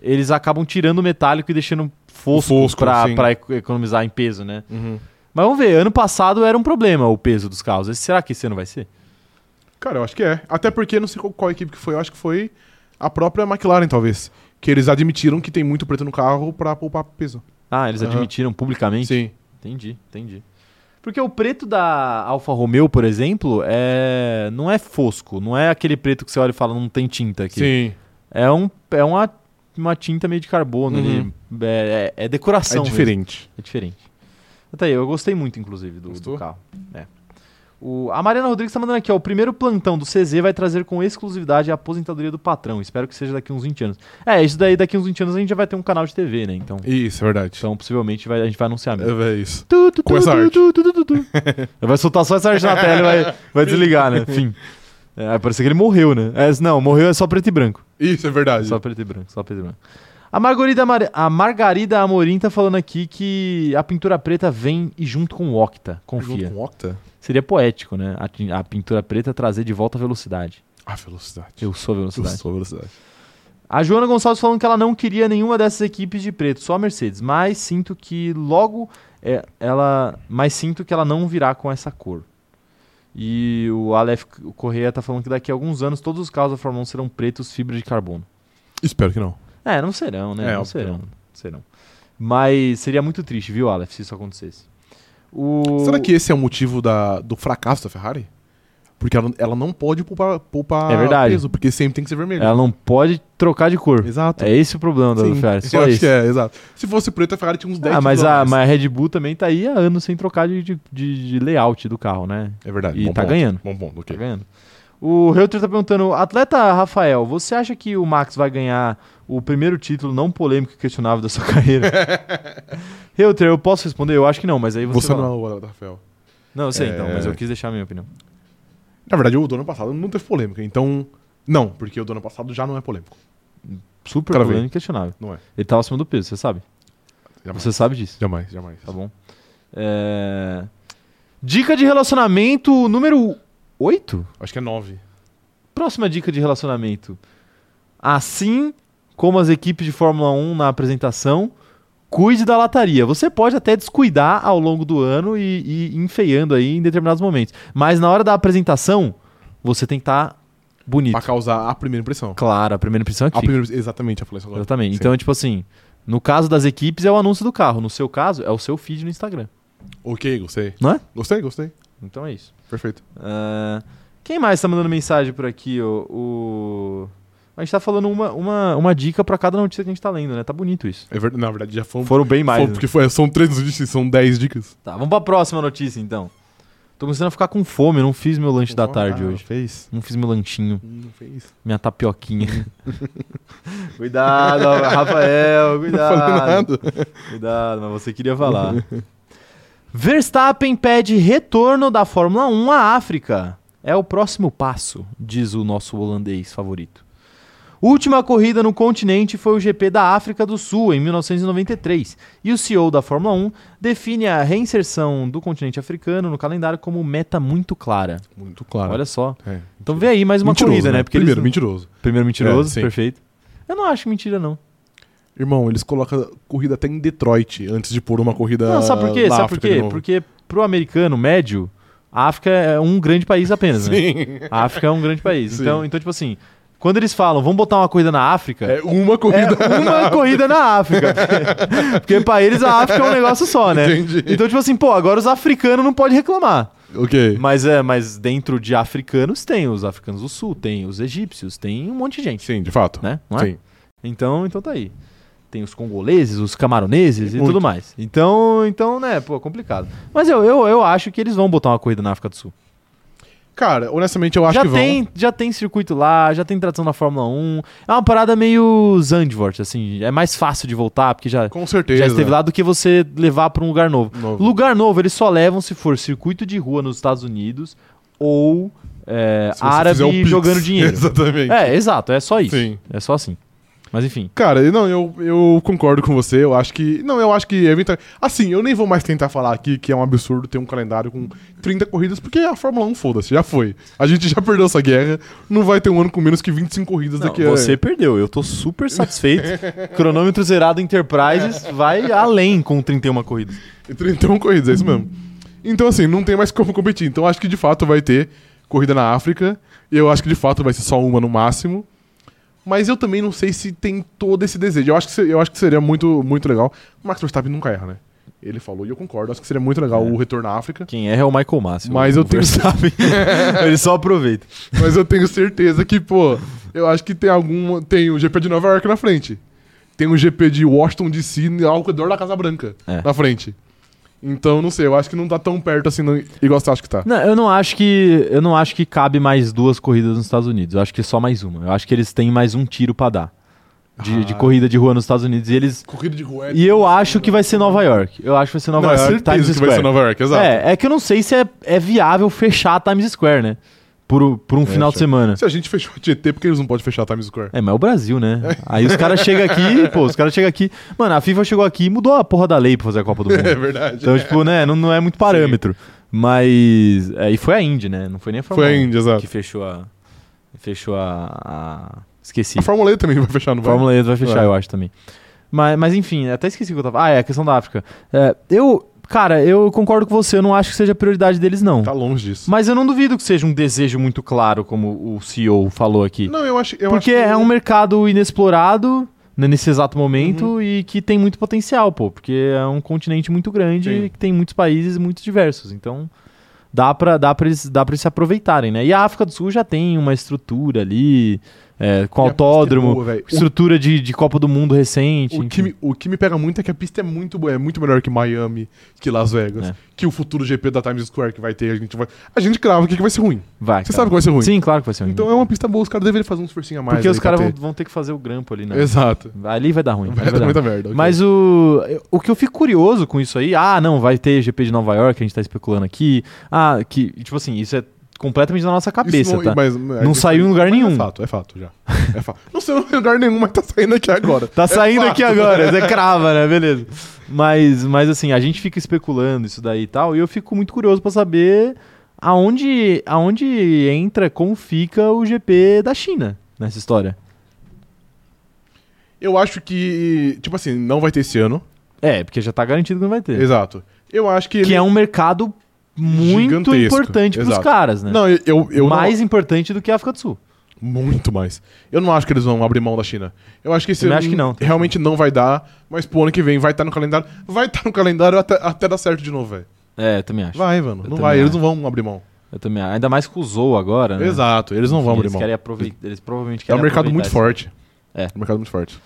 eles acabam tirando o metálico e deixando fosco,
fosco,
pra,
sim.
pra eco- economizar em peso, né? Mas vamos ver, ano passado era um problema o peso dos carros. Esse- será que esse ano vai ser?
Cara, eu acho que é. Até porque não sei qual, qual equipe que foi, eu acho que foi a própria McLaren, talvez. Que eles admitiram que tem muito preto no carro pra poupar peso.
Ah, eles
Aham.
admitiram publicamente?
Sim.
Entendi, entendi. Porque o preto da Alfa Romeo, por exemplo, é... não é fosco, não é aquele preto que você olha e fala, não tem tinta aqui.
Sim.
É, um, é uma, uma tinta meio de carbono
Uhum.
ali. É, é- é decoração.
É
mesmo.
diferente.
É diferente. Até aí, eu gostei muito, inclusive, do,
Gostou?
do carro. É. O, a Mariana Rodrigues está mandando aqui, ó. O primeiro plantão do CZ vai trazer com exclusividade a aposentadoria do patrão. Espero que seja daqui uns 20 anos. É, isso daí, daqui uns 20 anos a gente já vai ter um canal de TV, né? Então,
Isso, é verdade.
então possivelmente vai- a gente vai anunciar mesmo.
É, é isso.
Tu, tu,
Com
tu,
essa
tu,
arte.
tu, tu, tu, tu. Vai soltar só essa arte na tela e vai, vai desligar, né? Fim. É, parece que ele morreu, né? É, não, morreu é só preto e branco.
Isso, é verdade.
Só preto e branco, só preto e branco. A Margarida, Amar- a Margarida Amorim tá falando aqui que a pintura preta vem e junto com o Octa, confia.
Junto com o Octa?
Seria poético, né? A, tin- a pintura preta trazer de volta a velocidade.
A Ah, velocidade.
Eu sou a
Eu
velocidade.
sou a velocidade.
A Joana Gonçalves falando que ela não queria nenhuma dessas equipes de preto, só a Mercedes, mas sinto que logo é, ela, mas sinto que ela não virá com essa cor. E o Aleph Correia tá falando que daqui a alguns anos todos os carros da Fórmula 1 serão pretos, fibra de carbono.
Espero que não.
É, não serão, né?
É,
não
óbvio que
serão.
não.
Não serão. Mas seria muito triste, viu, Aleph, se isso acontecesse. O...
Será que esse é o motivo da, do fracasso da Ferrari? Porque ela, ela não pode poupar, poupar
É verdade.
peso, porque sempre tem que ser vermelho.
ela não pode trocar de cor?
Exato.
É esse o problema da
Sim,
Ferrari,
eu
só
acho
isso.
que é, exato. Se fosse preto, a Ferrari tinha uns 10
Ah, mas
títulos
a,
mais.
mas a Red Bull também tá aí há anos sem trocar de, de, de- de layout do carro, né?
É verdade.
E
bom
tá
ponto.
ganhando.
Bom ponto,
Tá
ok.
vendo? O Reuter tá perguntando, atleta Rafael, você acha que o Max vai ganhar o primeiro título não polêmico e questionável da sua carreira? Reuter, eu posso responder? Eu acho que não, mas aí você,
Você
vai
não
lá.
é o Rafael.
Não, eu sei,
É.
então, mas eu quis deixar a minha opinião.
Na verdade, o do ano passado não teve polêmica, então. Não, porque o do ano passado já não é polêmico.
Super
Cara,
problema
vem.
inquestionável.
Não é.
Ele tava acima do peso, você sabe.
Jamais.
Você sabe disso.
Jamais, jamais.
Tá bom. É, Dica de relacionamento número 8?
Acho que é 9.
Próxima dica de relacionamento. Assim como as equipes de Fórmula 1 na apresentação, cuide da lataria. Você pode até descuidar ao longo do ano e, e ir enfeiando aí em determinados momentos. Mas na hora da apresentação, você tem que estar bonito.
Pra causar a primeira impressão.
Claro, a primeira impressão é que
A
fica.
primeira, exatamente, a falência agora.
Exatamente.
Sim.
Então, tipo assim, no caso das equipes é o anúncio do carro, no seu caso é o seu feed no Instagram.
Ok, gostei.
Não é?
Gostei, gostei.
Então é isso.
Perfeito.
Ah, quem mais tá mandando mensagem por aqui? O, o- A gente tá falando uma, uma, uma dica pra cada notícia que a gente tá lendo, né? Tá bonito isso.
É verdade, na verdade, já foram. né?
Foram bem mais. né?
foram- porque foi, são três notícias, são 10 dicas.
Tá, vamos pra próxima notícia então. Tô começando a ficar com fome, eu não fiz meu lanche da tarde
Ah,
hoje.
Fez?
Não fiz meu lanchinho,
Não fez.
minha tapioquinha. cuidado, Rafael, cuidado.
Não falei nada.
Cuidado, mas você queria falar. Verstappen pede retorno da Fórmula 1 à África. É o próximo passo, diz o nosso holandês favorito. Última corrida no continente foi o GP da África do Sul, em 1993, e o CEO da Fórmula 1 define a reinserção do continente africano no calendário como meta muito clara.
Muito claro.
Olha só.
É.
Então vê aí mais uma
Mentiroso,
corrida, Ah, né? Porque
Primeiro,
eles...
mentiroso.
Primeiro
É,
mentiroso,
sim.
perfeito. Eu não acho mentira, não.
Irmão, eles colocam corrida até em Detroit antes de pôr uma corrida.
Não, sabe por quê?
na
Sabe por
África de
quê?
novo.
Porque pro americano médio, a África é um grande país apenas, né?
Sim.
A África é um grande país.
Sim.
Então, então, tipo assim, quando eles falam, vamos botar uma corrida na África,
É uma corrida.
é uma corrida na África. Porque- Porque pra eles a África é um negócio só, né?
Entendi.
Então, tipo assim, pô, agora os africanos não podem reclamar.
Ok.
Mas é, mas dentro de africanos tem os africanos do sul, tem os egípcios, tem um monte de gente,
Sim, de fato.
né? Não é?
Sim.
Então, então tá aí. Tem os congoleses, os camaroneses e
Muito.
tudo mais. Então, então, né, pô, complicado. Mas eu, eu, eu acho que eles vão botar uma corrida na África do Sul.
Cara, honestamente, eu acho
já
que vão.
tem, já tem circuito lá, já tem tradição na Fórmula 1. É uma parada meio Zandvoort, assim, é mais fácil de voltar porque já
Com certeza.
já esteve lá do que você levar pra um lugar novo.
Novo.
Lugar novo, eles só levam se for circuito de rua nos Estados Unidos ou é,
Se você
árabe
fizer o Pix.
jogando dinheiro.
Exatamente.
É, exato, é só isso.
Sim.
É só assim. Mas enfim.
Cara, eu- não, eu, eu concordo com você. Eu acho que. Não, eu acho que eventualmente. Assim, eu nem vou mais tentar falar aqui que é um absurdo ter um calendário com 30 corridas, porque a Fórmula 1, foda-se, já foi. A gente já perdeu essa guerra. Não vai ter um ano com menos que 25 corridas
Não,
daqui a.
você perdeu, eu tô super satisfeito. Cronômetro zerado Enterprises vai além com 31 corridas.
E 31 corridas, é isso mesmo. Então, assim, não tem mais como competir. Então, acho que de fato vai ter corrida na África. E eu acho que de fato vai ser só uma no máximo. Mas eu também não sei se tem todo esse desejo. Eu acho que, se- eu acho que seria muito, muito legal. O Max Verstappen nunca erra, né? Ele falou, e eu concordo. Acho que seria muito legal
É.
o retorno à África.
Quem erra é o Michael Massa.
Mas eu tenho-
sabe. Ele só aproveita.
Mas eu tenho certeza que, pô, eu acho que tem alguma. Tem o GP de Nova York na frente. Tem o GP de Washington DC ao redor da Casa Branca
É.
na frente. Então, não sei, eu acho que não tá tão perto assim, não, igual você acha que tá.
Não, eu não acho que eu não acho que cabe mais duas corridas nos Estados Unidos. Eu acho que é só mais uma. Eu acho que eles têm mais um tiro pra dar de, de
Ah.
corrida de rua nos Estados Unidos e eles
Corrida de rua. é.
e eu acho que vai ser Nova York. Eu acho que vai ser Nova
Não, é
York.
certeza
Times
que vai
Square.
ser Nova York, exato.
É, é que eu não sei se é, é viável fechar a Times Square, né? Por, o- por um final de
certo.
semana.
Se a gente fechou o Tietê, por que eles não podem fechar a Times Square?
É, mas é o Brasil, né? Aí os caras chegam aqui, pô, os caras chegam aqui. Mano, a FIFA chegou aqui e mudou a porra da lei pra fazer a Copa do
É,
Mundo.
verdade.
Então, tipo, né, não, não é muito parâmetro. Mas. é, e foi a Indy, né? Não foi nem a
Foi
Fórmula
a
1
Índia, exato.
que fechou a. Fechou a. a- Esqueci.
A Fórmula E também vai fechar, não vai? É.
Fórmula E vai fechar,
Vai.
eu acho também. Mas, mas enfim, até esqueci o que eu tava. Ah, é, a questão da África. É, eu. Cara, eu concordo com você, eu não acho que seja a prioridade deles, não.
Tá longe disso.
Mas eu não duvido que seja um desejo muito claro, como o CEO falou aqui.
Não, eu acho, eu
Porque
acho que-
é um mercado inexplorado né, nesse exato momento
Uhum.
e que tem muito potencial, pô. Porque é um continente muito grande
Sim.
e que tem muitos países muito diversos. Então dá pra, dá, pra eles, dá pra eles se aproveitarem, né? E a África do Sul já tem uma estrutura ali É, com
E a pista é
autódromo,
boa, velho. O-
estrutura de, de Copa do Mundo recente.
O
enfim.
que, me, o que me pega muito é que a pista é muito boa, é muito melhor que Miami, que Las Vegas,
É.
que o futuro GP da Times Square que vai ter, a gente vai. A gente crava o que que vai ser ruim.
Vai,
Você
cara.
sabe que vai ser ruim.
Sim, claro que vai ser ruim.
Então é uma pista boa, os caras deveriam fazer um esforcinho a mais.
Porque
aí
os
pra
caras vão,
ter.
vão ter que fazer o grampo ali, né?
Exato.
Ali vai dar ruim. ali
Vai dar muita merda. ok.
Mas o, o que eu fico curioso com isso aí, ah, não, vai ter GP de Nova York, a gente tá especulando aqui. Ah, que, tipo assim, isso é completamente na nossa
Isso
cabeça,
não,
tá?
mas- é,
Não
isso-
saiu em lugar
mas
nenhum.
É fato, é fato já. É fato. Não saiu em lugar nenhum, mas tá saindo aqui agora. É
Tá saindo
fato.
aqui agora, você crava, né? Beleza. Mas, mas assim, a gente fica especulando isso daí e tal, e eu fico muito curioso pra saber aonde, aonde entra, como fica o GP da China nessa história.
Eu acho que, tipo assim, não vai ter esse ano.
É, porque já tá garantido que não vai ter.
Exato. Eu acho que.
Que é um mercado muito
Gigantesco,
importante pros
exato.
caras, né?
Não, eu, eu, eu não-
Mais importante do que a África do Sul.
Muito mais. Eu não acho que eles vão abrir mão da China. Eu acho que esse
Também acho que não.
realmente não vai dar, mas pro ano que vem vai estar no calendário. Vai estar no calendário até, até dar certo de novo, velho.
É, eu também acho.
Vai, mano.
Eu
não
também
vai, eles
acho.
não vão abrir mão.
Eu também acho. Ainda mais com o Zou agora, né?
Exato, eles não vão abrir
Eles,
mão.
querem aproveitar, eles provavelmente
É
querem
um mercado muito
aproveitar
forte.
É.
Um mercado muito forte.
isso.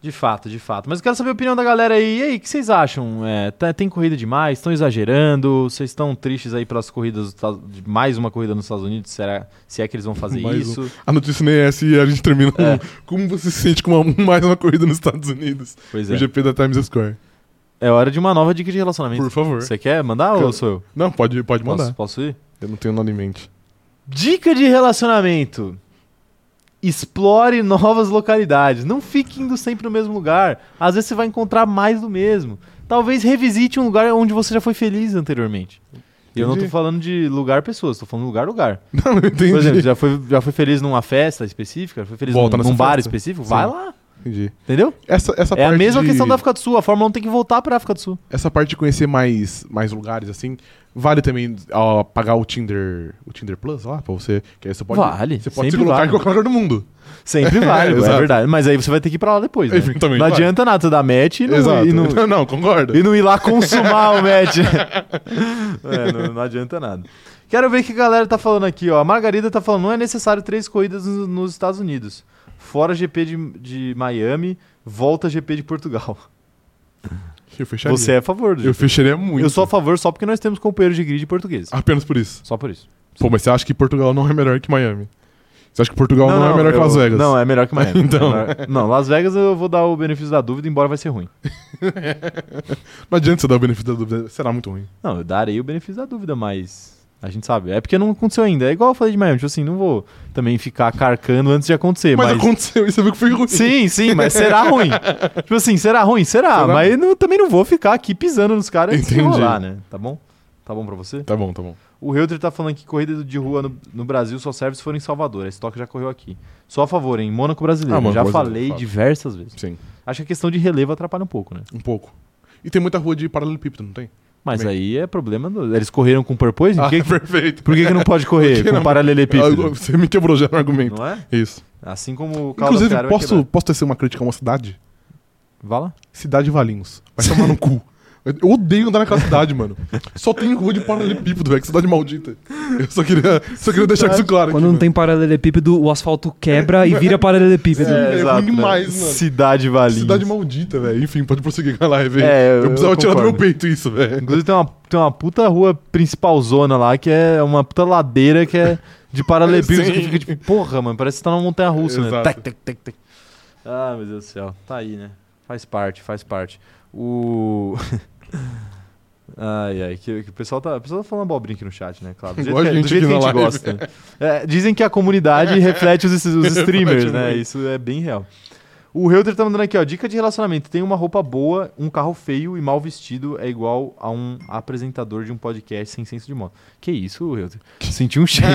De fato, de fato. Mas eu quero saber a opinião da galera aí. E aí, o que vocês acham? É, tá- tem corrida demais? Estão exagerando? Vocês estão tristes aí pelas corridas, dos Estados- de mais uma corrida nos Estados Unidos? Será, se é que eles vão fazer
Mais
isso?
A notícia nem é essa e a gente termina com
É.
como você se sente com uma- mais uma corrida nos Estados Unidos.
Pois
O
é.
GP da Times Square.
É hora de uma nova dica de relacionamento.
Por favor.
Você quer mandar
Cara,
ou sou eu?
Não, pode, pode mandar.
Posso, posso ir?
Eu não tenho nada em mente.
Dica de relacionamento. Explore novas localidades. Não fique indo sempre no mesmo lugar. Às vezes você vai encontrar mais do mesmo. Talvez revisite um lugar onde você já foi feliz anteriormente. E eu não tô
Entendi.
falando de lugar pessoas, tô falando lugar lugar.
Não, eu entendi.
Por exemplo, já foi, já foi feliz numa festa específica, já foi feliz num,
Volta nessa
num bar
festa.
específico,
Sim.
vai lá,
Entendi.
entendeu?
Essa, essa
é a
parte
mesma
de-
questão da África do Sul, a Fórmula 1 tem que voltar pra África do Sul.
Essa parte de conhecer mais, mais lugares, assim, vale também ó, pagar o Tinder. O Tinder Plus lá, pra você. Que aí você pode,
Vale,
Você pode se
sempre
colocar
vale.
em qualquer lugar do mundo.
Sempre vai, é,
Exato.
verdade. Mas aí você vai ter que ir pra lá depois, né?
Eventualmente
Não
vai.
adianta nada você dar match e não-
Exato.
e não,
não, concordo.
E não ir lá consumar o match. né? É, não, não adianta nada. Quero ver o que a galera tá falando aqui, ó. A Margarida tá falando, não é necessário três corridas no- nos Estados Unidos. Fora GP de, de Miami, volta GP de Portugal.
Eu fecharia.
Você é a favor do
Eu
GP.
fecharia muito.
Eu sou a favor só porque nós temos companheiros de grid portugueses.
Apenas por isso.
Só por isso.
Pô, mas você acha que Portugal não é melhor que Miami? Você acha que Portugal não, é melhor que
eu-
Las Vegas?
Não, é melhor que Miami.
Então.
É melhor- Não, Las Vegas eu vou dar o benefício da dúvida, embora vai ser ruim.
Não adianta você dar o benefício da dúvida, será muito ruim.
Não, eu darei o benefício da dúvida, mas a gente sabe. É porque não aconteceu ainda. É igual eu falei de Miami, tipo assim, não vou também ficar carcando antes de acontecer,
mas,
mas.
aconteceu e você viu que foi ruim.
Sim, sim, mas será ruim. Tipo assim, será ruim? Será,
Será?
mas não- também não vou ficar aqui pisando nos caras antes de
Entendi.
rolar, né? Tá bom? Tá bom pra você?
Tá bom, tá bom.
O Helder tá falando que corrida de rua no, no Brasil só serve se for em Salvador. A estoque já correu aqui. Só a favor, hein? Mônaco brasileiro.
Ah, Mônaco
já
brasileiro,
falei
fato.
diversas vezes.
Sim,
Acho que a questão de relevo atrapalha um pouco, né?
um pouco. E tem muita rua de paralelepípedo, não tem?
Mas
Bem.
aí é problema. do- Eles correram com purpose? Por
Ah,
que,
perfeito.
por que, que não pode correr
Por que
com
não? Ah,
paralelepípedo?
Você me quebrou já no argumento.
Não é?
Isso.
Assim como o Carlos
Inclusive,
Ferrari vai
posso,
quebrar.
posso tecer uma crítica a uma cidade?
Vá lá.
Cidade Valinhos. Vai tomar no cu. Eu odeio andar naquela cidade, mano. Só tem rua de paralelepípedo, velho. Que cidade maldita. Eu só queria, só queria deixar isso claro.
Quando
aqui,
não tem paralelepípedo, o asfalto quebra e vira paralelepípedo.
É, ruim
exato, né?
demais, mano.
Cidade
mano.
Valinhos.
Cidade maldita, velho. Enfim, pode prosseguir com a live aí.
É,
eu, precisava tirar do meu
concordo.
peito isso, velho.
Inclusive tem uma, tem uma puta rua principal zona lá, que é uma puta ladeira que é de paralelepípedo,
Sim.
que fica tipo, porra, mano, parece que você tá numa montanha russa, né?
Exato.
Tac, tac, tac, tac. Ah, meu Deus do céu. Tá aí, né? Faz parte, faz parte. O... Ai, ai, que, que o, pessoal tá, o pessoal tá falando abobrinha aqui no chat, né? Claro, do jeito,
Igual
que,
a
do
gente
jeito que a gente
aqui na
gosta. né? É, dizem que a comunidade reflete os, os streamers,
Reflete
né?
muito.
Isso é bem real. O Helder tá mandando aqui, ó. Dica de relacionamento. Tem uma roupa boa, um carro feio e mal vestido é igual a um apresentador de um podcast sem senso de moda. Que isso, Helder? Senti um cheiro.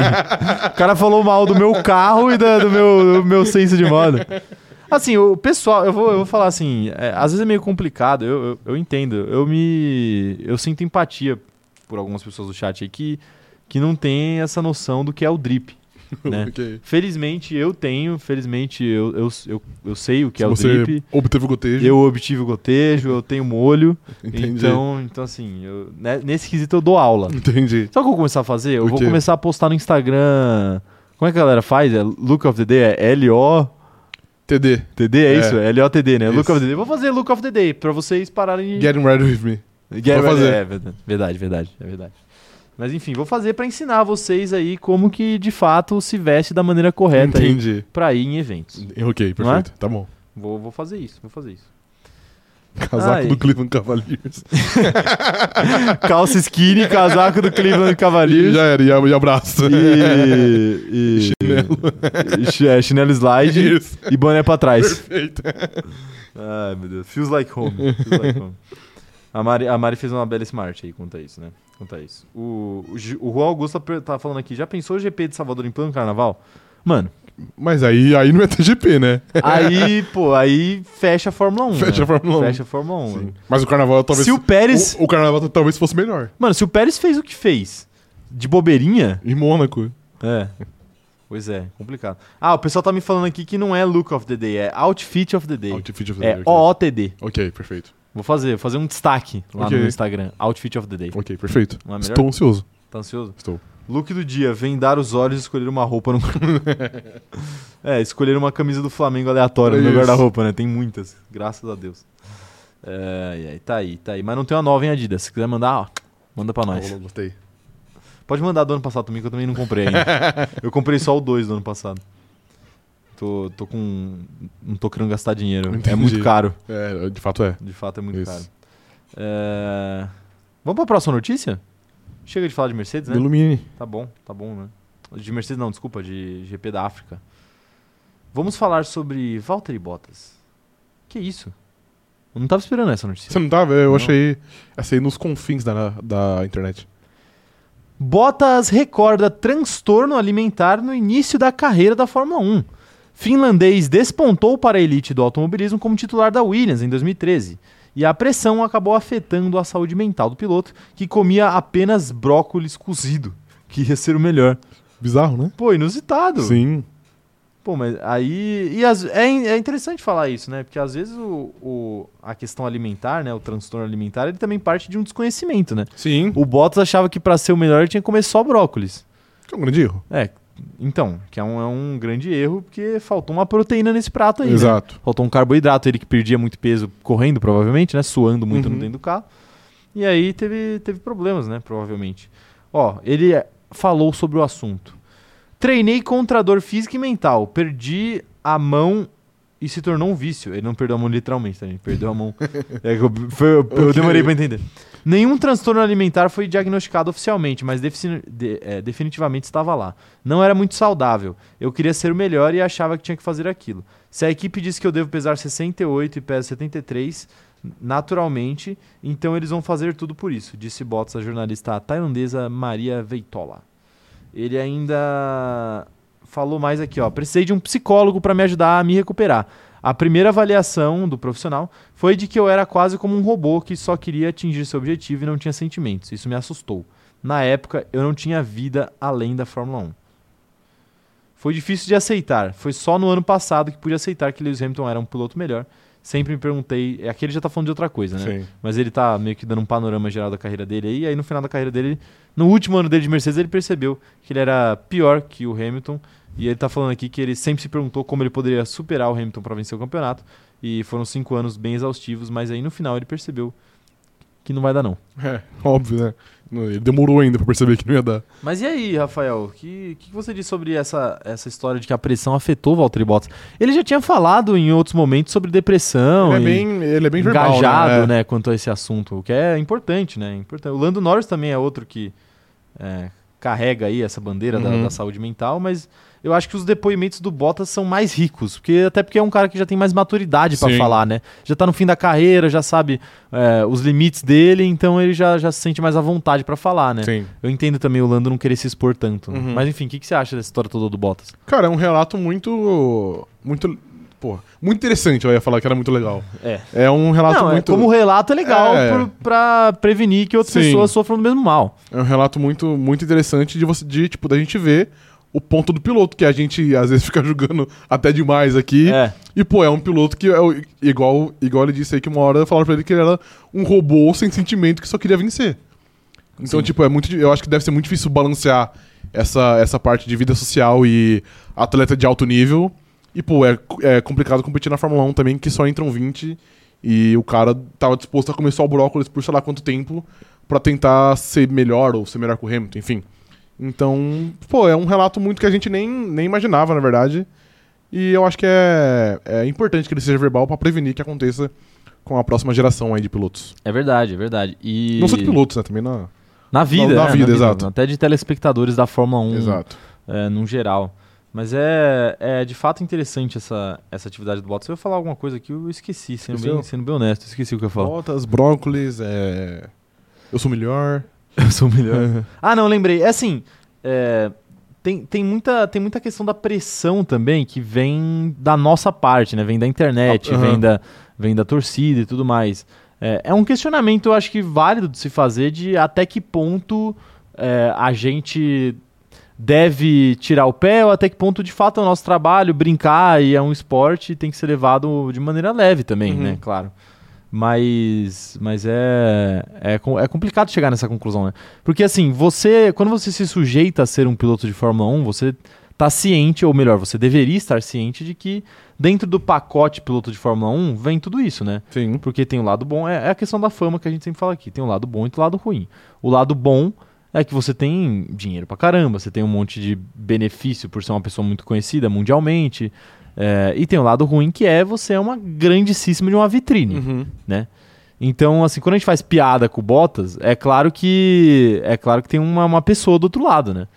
o cara falou mal do meu carro e da- do, meu, do meu senso de moda. Assim, o pessoal, eu vou, eu vou falar assim, é, às vezes é meio complicado, eu, eu, eu entendo. Eu me. Eu sinto empatia por algumas pessoas do chat aí que, que não tem essa noção do que é o drip. Né?
Ok.
Felizmente eu tenho, felizmente eu, eu, eu, eu sei o que
Se
é o
você
drip.
obteve o gotejo,
Eu obtive o gotejo, eu tenho molho.
entendi.
Então, então assim, eu- né, nesse quesito eu dou aula.
Entendi.
Sabe o que eu vou começar a fazer? Eu
O
vou
quê?
começar a postar no Instagram Como é que a galera faz? É Look of the Day? É L-O-T-D?
TD,
É,
É.
isso? É L-O-T-D, né? Look
Isso.
of the Day. Vou fazer Look of the Day pra vocês pararem de...
Getting Ready With Me.
Get ready-
Vou fazer.
É verdade, verdade, verdade, é verdade. Mas enfim, vou fazer pra ensinar vocês aí como que de fato se veste da maneira correta aí
Entendi.
pra ir em eventos.
Ok,
Não é?
perfeito. Tá bom.
Vou, vou fazer isso, vou fazer isso.
Casaco
Ai.
do Cleveland Cavaliers.
Calça skinny, casaco do Cleveland
E
Cavaliers.
já era, e ab- e abraço.
E, e- e chi- é, chinelo slide
Isso,
e boné pra trás.
perfeito.
Ai, meu Deus. Feels like home. Feels like home. A Mari, a Mari fez uma bela smart aí, conta isso, né? Conta isso. O, o, Gi- o Juan Augusto tá per- tá falando aqui, já pensou o GP de Salvador em plano carnaval? Mano,
Mas aí, aí não é TGP, né?
aí, pô, aí fecha a Fórmula 1.
Fecha
né?
a Fórmula 1.
Fecha a Fórmula 1.
Sim. Mas o carnaval talvez.
Se o Pérez.
o, o carnaval talvez fosse melhor.
Mano, se o Pérez fez o que fez de bobeirinha,
Em Mônaco.
É. Pois é, complicado. Ah, o pessoal tá me falando aqui que não é look of the day, é outfit of the day.
Outfit of the
é
Day, ok.
OOTD.
Ok, perfeito.
Vou fazer, vou fazer um destaque lá
Ok.
no Instagram. Outfit of the day.
Ok, perfeito.
Não é melhor?
Estou ansioso.
Tá ansioso?
Estou.
Look do dia, vendar os olhos e escolher uma roupa no. é, escolher uma camisa do Flamengo aleatória no meu
Isso.
guarda-roupa, né? Tem muitas, graças a Deus. É, e aí, tá aí, tá aí. Mas não tem uma nova, hein, Adidas? Se quiser mandar, ó, manda pra nós.
Oh, gostei.
Pode mandar do ano passado também, que eu também não comprei ainda. eu comprei só o 2 do ano passado. Tô, tô com. Não tô querendo gastar dinheiro. É
Entendi.
muito caro.
É, de fato é.
De fato, é muito
Isso.
caro. É, Vamos pra próxima notícia? Chega de falar de Mercedes, né?
Ilumine.
Tá bom, tá bom, né? De Mercedes, não, desculpa, de GP da África. Vamos falar sobre Valtteri Bottas. Que isso? Eu não tava esperando essa notícia.
Você não tava? Eu
Tipo, Não.
achei. Achei nos confins da, da internet.
Bottas recorda transtorno alimentar no início da carreira da Fórmula 1. Finlandês despontou para a elite do automobilismo como titular da Williams em 2013. E a pressão acabou afetando a saúde mental do piloto, que comia apenas brócolis cozido, que ia ser o melhor.
Bizarro, né?
Pô, inusitado.
Sim.
Pô, mas aí. E as- é, in- é interessante falar isso, né? Porque às vezes o, o- a questão alimentar, né? O transtorno alimentar, ele também parte de um desconhecimento, né?
Sim.
O Bottas achava que para ser o melhor ele tinha que comer só brócolis.
Que é um grande erro.
É, então, que é um, é um grande erro, porque faltou uma proteína nesse prato aí, né?
Exato.
Faltou um carboidrato, ele que perdia muito peso correndo, provavelmente, né? Suando muito
Uhum.
no dentro do carro. E aí teve, teve problemas, né? Provavelmente. Ó, ele eh, falou sobre o assunto. Treinei contra a dor física e mental. Perdi a mão e se tornou um vício. Ele não perdeu a mão literalmente, tá, gente? Perdeu a mão. É que eu, foi- eu- eu
Ok.
demorei pra entender. Nenhum transtorno alimentar foi diagnosticado oficialmente, mas defici- de- eh, definitivamente estava lá. Não era muito saudável. Eu queria ser o melhor e achava que tinha que fazer aquilo. Se a equipe diz que eu devo pesar 68 e peso 73, naturalmente, então eles vão fazer tudo por isso, disse Bottas à jornalista tailandesa Maria Veitola. Ele ainda falou mais aqui, ó. Precisei de um psicólogo para me ajudar a me recuperar. A primeira avaliação do profissional foi de que eu era quase como um robô que só queria atingir seu objetivo e não tinha sentimentos. Isso me assustou. Na época, eu não tinha vida além da Fórmula 1. Foi difícil de aceitar. Foi só no ano passado que pude aceitar que Lewis Hamilton era um piloto melhor. Sempre me perguntei. Aqui ele já tá falando de outra coisa, né?
Sim.
Mas ele tá meio que dando um panorama geral da carreira dele aí. E aí no final da carreira dele, no último ano dele de Mercedes, ele percebeu que ele era pior que o Hamilton. E ele tá falando aqui que ele sempre se perguntou como ele poderia superar o Hamilton para vencer o campeonato. E foram cinco anos bem exaustivos, mas aí no final ele percebeu que não vai dar não.
É, óbvio, né? Não, Ele demorou ainda pra perceber que não ia dar.
Mas e aí, Rafael, o que, que que você diz sobre essa, essa história de que a pressão afetou o Valtteri Bottas? Ele já tinha falado em outros momentos sobre depressão.
ele,
e-
é bem, ele é bem verbal,
engajado,
É.
né? quanto a esse assunto, o que é importante, né? Importante. O Lando Norris também é outro que é, carrega aí essa bandeira da- da,
Uhum.
saúde mental, mas eu acho que os depoimentos do Bottas são mais ricos, porque até porque é um cara que já tem mais maturidade pra
Sim.
falar, né? Já tá no fim da carreira, já sabe é, os limites dele, então ele já, já se sente mais à vontade pra falar, né?
Sim.
Eu entendo também o Lando não querer se expor tanto, né?
Uhum.
mas enfim, o que, que você acha dessa história toda do Bottas?
Cara, é um relato muito. Muito. Porra, muito interessante, eu ia falar que era muito legal.
É.
É um relato
Não, é,
muito.
como relato é legal
É.
por- pra prevenir que outras
Sim.
pessoas sofram do mesmo mal.
É um relato muito, muito interessante de você, de, tipo, da gente ver o ponto do piloto, que a gente às vezes fica julgando até demais aqui.
É.
E, pô, é um piloto que é o- igual, igual ele disse aí que uma hora falaram pra ele que ele era um robô sem sentimento que só queria vencer. Então, tipo, é muito. di- Eu acho que deve ser muito difícil balancear essa, essa parte de vida social e atleta de alto nível. E, pô, é, é complicado competir na Fórmula 1 também, que só entram 20 e o cara tava disposto a comer só o brócolis por sei lá quanto tempo pra tentar ser melhor ou ser melhor que o Hamilton, enfim. Então, pô, é um relato muito que a gente nem, nem imaginava, na verdade. E eu acho que é, é importante que ele seja verbal pra prevenir que aconteça com a próxima geração aí de pilotos.
É verdade, é verdade. E...
Não só de pilotos, né? Também na.
Na vida,
Na
né?
vida, exato.
Até de telespectadores da Fórmula 1
Exato.
é, num geral. Mas é, é de fato interessante essa, essa atividade do Bottas. Eu ia falar alguma coisa que eu esqueci, sendo,
Esqueceu?
bem, sendo bem honesto. Esqueci o que eu ia falar.
Botas, brócolis, é. Eu sou melhor.
Eu sou o melhor. ah, não, lembrei. É assim, é, tem, tem, muita, tem muita questão da pressão também que vem da nossa parte, né? Vem da internet,
Ah, aham.
vem, da, vem da torcida e tudo mais. É, é um questionamento, eu acho que válido de se fazer de até que ponto é, a gente deve tirar o pé ou até que ponto de fato é o nosso trabalho, brincar e é um esporte e tem que ser levado de maneira leve também,
Uhum.
né? Claro. Mas, mas é, é, com- é complicado chegar nessa conclusão, né? Porque assim, você, quando você se sujeita a ser um piloto de Fórmula 1, você tá ciente, ou melhor, você deveria estar ciente de que dentro do pacote piloto de Fórmula 1 vem tudo isso, né?
Sim.
Porque tem o lado bom, é, é a questão da fama que a gente sempre fala aqui. Tem o lado bom e o lado ruim. O lado bom é que você tem dinheiro pra caramba, você tem um monte de benefício por ser uma pessoa muito conhecida mundialmente. é, e tem o lado ruim que é você é uma grandíssima de uma vitrine.
Uhum.
Então, assim, quando a gente faz piada com o Bottas, é claro que é claro que tem uma, uma pessoa do outro lado, né?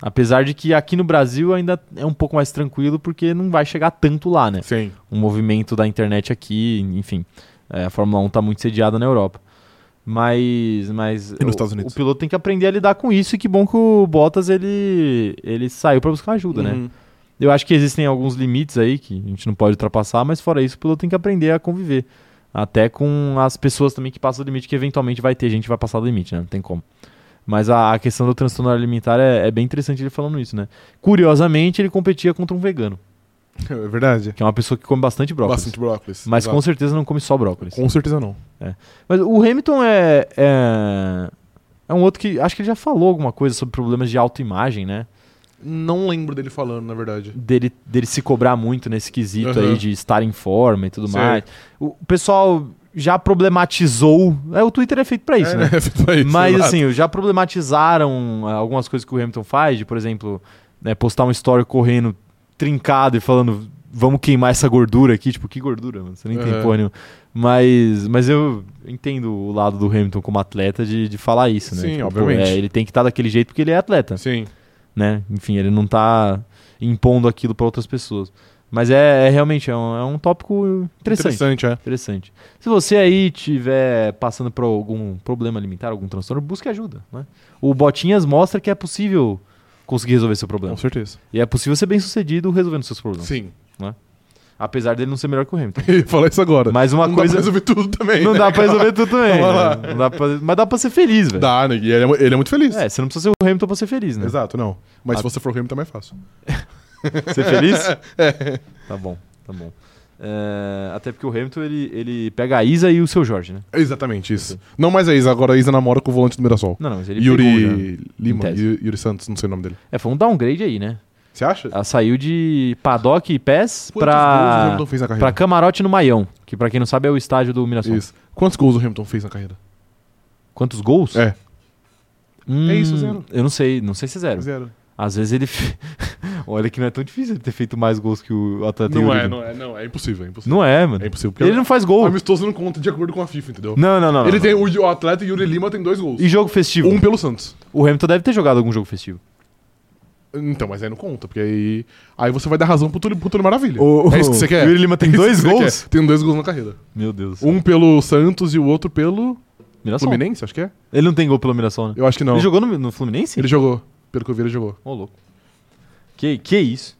Apesar de que aqui no Brasil ainda é um pouco mais tranquilo porque não vai chegar tanto lá, né?
Sim.
um movimento da internet aqui, enfim. É, a Fórmula 1 tá muito sediada na Europa. Mas, mas
E nos
o,
Estados Unidos?
o piloto tem que aprender a lidar com isso e que bom que o Bottas ele, ele saiu para buscar ajuda, né?
Uhum.
Eu acho que existem alguns limites aí que a gente não pode ultrapassar, mas fora isso o piloto tem que aprender a conviver. Até com as pessoas também que passam do limite, que eventualmente vai ter gente que vai passar do limite, né? Não tem como. Mas a, a questão do transtorno alimentar é, é bem interessante ele falando isso, né? Curiosamente, ele competia contra um vegano,
É verdade.
que é uma pessoa que come bastante brócolis.
Bastante brócolis.
Mas
Exato.
com certeza não come só brócolis.
com certeza não.
Mas o Hamilton é, é. é um outro que. Acho que ele já falou alguma coisa sobre problemas de autoimagem, né?
Não lembro dele falando, na verdade.
Dele, dele se cobrar muito nesse quesito
Aham.
aí de estar em forma e tudo
Sei.
mais. O pessoal já problematizou. É, o Twitter é feito pra isso,
É,
né?
é feito pra isso,
Mas
exato.
assim, já problematizaram ah, algumas coisas que o Hamilton faz, de, por exemplo, né, postar um story correndo trincado e falando vamos queimar essa gordura aqui, tipo, que gordura, mano? Você nem tem
Aham.
porra nenhuma. Mas, mas eu entendo o lado do Hamilton como atleta de, de falar isso, né?
Sim,
pô,
obviamente.
é, ele tem que estar daquele jeito porque ele é atleta,
Sim.
né? Enfim, ele não tá impondo aquilo pra outras pessoas. Mas é, é realmente, é um, é um tópico interessante.
Interessante, é.
Interessante. Se você aí tiver passando por algum problema alimentar, algum transtorno, busque ajuda. Né? O Botinhas mostra que é possível conseguir resolver seu problema.
Com certeza.
E é possível ser bem sucedido resolvendo seus problemas.
Sim.
Apesar dele não ser melhor que o Hamilton.
Ele fala isso agora.
Mas uma
não
coisa.
dá pra resolver tudo também.
Não
né?
dá pra resolver tudo também.
Um Vamos lá.
né? Não dá pra- Mas dá pra ser feliz, velho.
Dá, né? E ele é, mu- ele é muito feliz.
É, você não precisa ser o Hamilton pra ser feliz, né?
Exato, não. Mas
Ah.
se você for o Hamilton, é mais fácil.
Ser feliz?
É.
Tá bom, tá bom. É, Até porque o Hamilton ele, ele pega a Isa e o seu Jorge, né?
Exatamente, isso. Não mais a Isa, agora a Isa namora com o volante do Mirassol.
Não, não, mas ele pegou já.
Yuri Lima,
Em tese.
Yuri Yuri Santos, não sei o nome dele.
É, foi um downgrade aí, né?
Você acha?
Ela saiu de paddock e pés
Quantos gols o
pra,
Hamilton fez na
pra
carreira?
camarote no Maião, que pra quem não sabe é o estádio do Mirassol.
Isso. Quantos gols o Hamilton fez na carreira?
Quantos gols?
É.
Hum,
É isso, zero.
Eu não sei, não sei se é zero.
Zero.
Às vezes ele. fe- Olha que não é tão difícil ele ter feito mais gols que o atleta
Não
Yuri.
é, não é, não. É impossível, é impossível.
Não é, mano.
É impossível, porque
Ele não faz gol.
o amistoso não conta de acordo com a FIFA, entendeu?
Não, não, não.
ele
não.
tem, o, o atleta Yuri Lima tem dois gols.
E jogo festivo?
Um pelo Santos.
O Hamilton deve ter jogado algum jogo festivo.
Então, mas aí não conta, porque aí, aí você vai dar razão pro Túlio, pro Túlio Maravilha.
O-
é isso que você quer?
o Yuri Lima tem
É isso que
dois
você
gols?
quer. Tem dois gols na carreira.
Meu Deus.
Um pelo Santos e o outro pelo
Mirassol.
Fluminense, acho que é.
Ele não tem gol pelo Mirassol, né?
Eu acho que não.
Ele jogou no, no Fluminense?
Ele jogou. Pelo que eu vi, ele jogou.
Ô, louco. Que, que isso?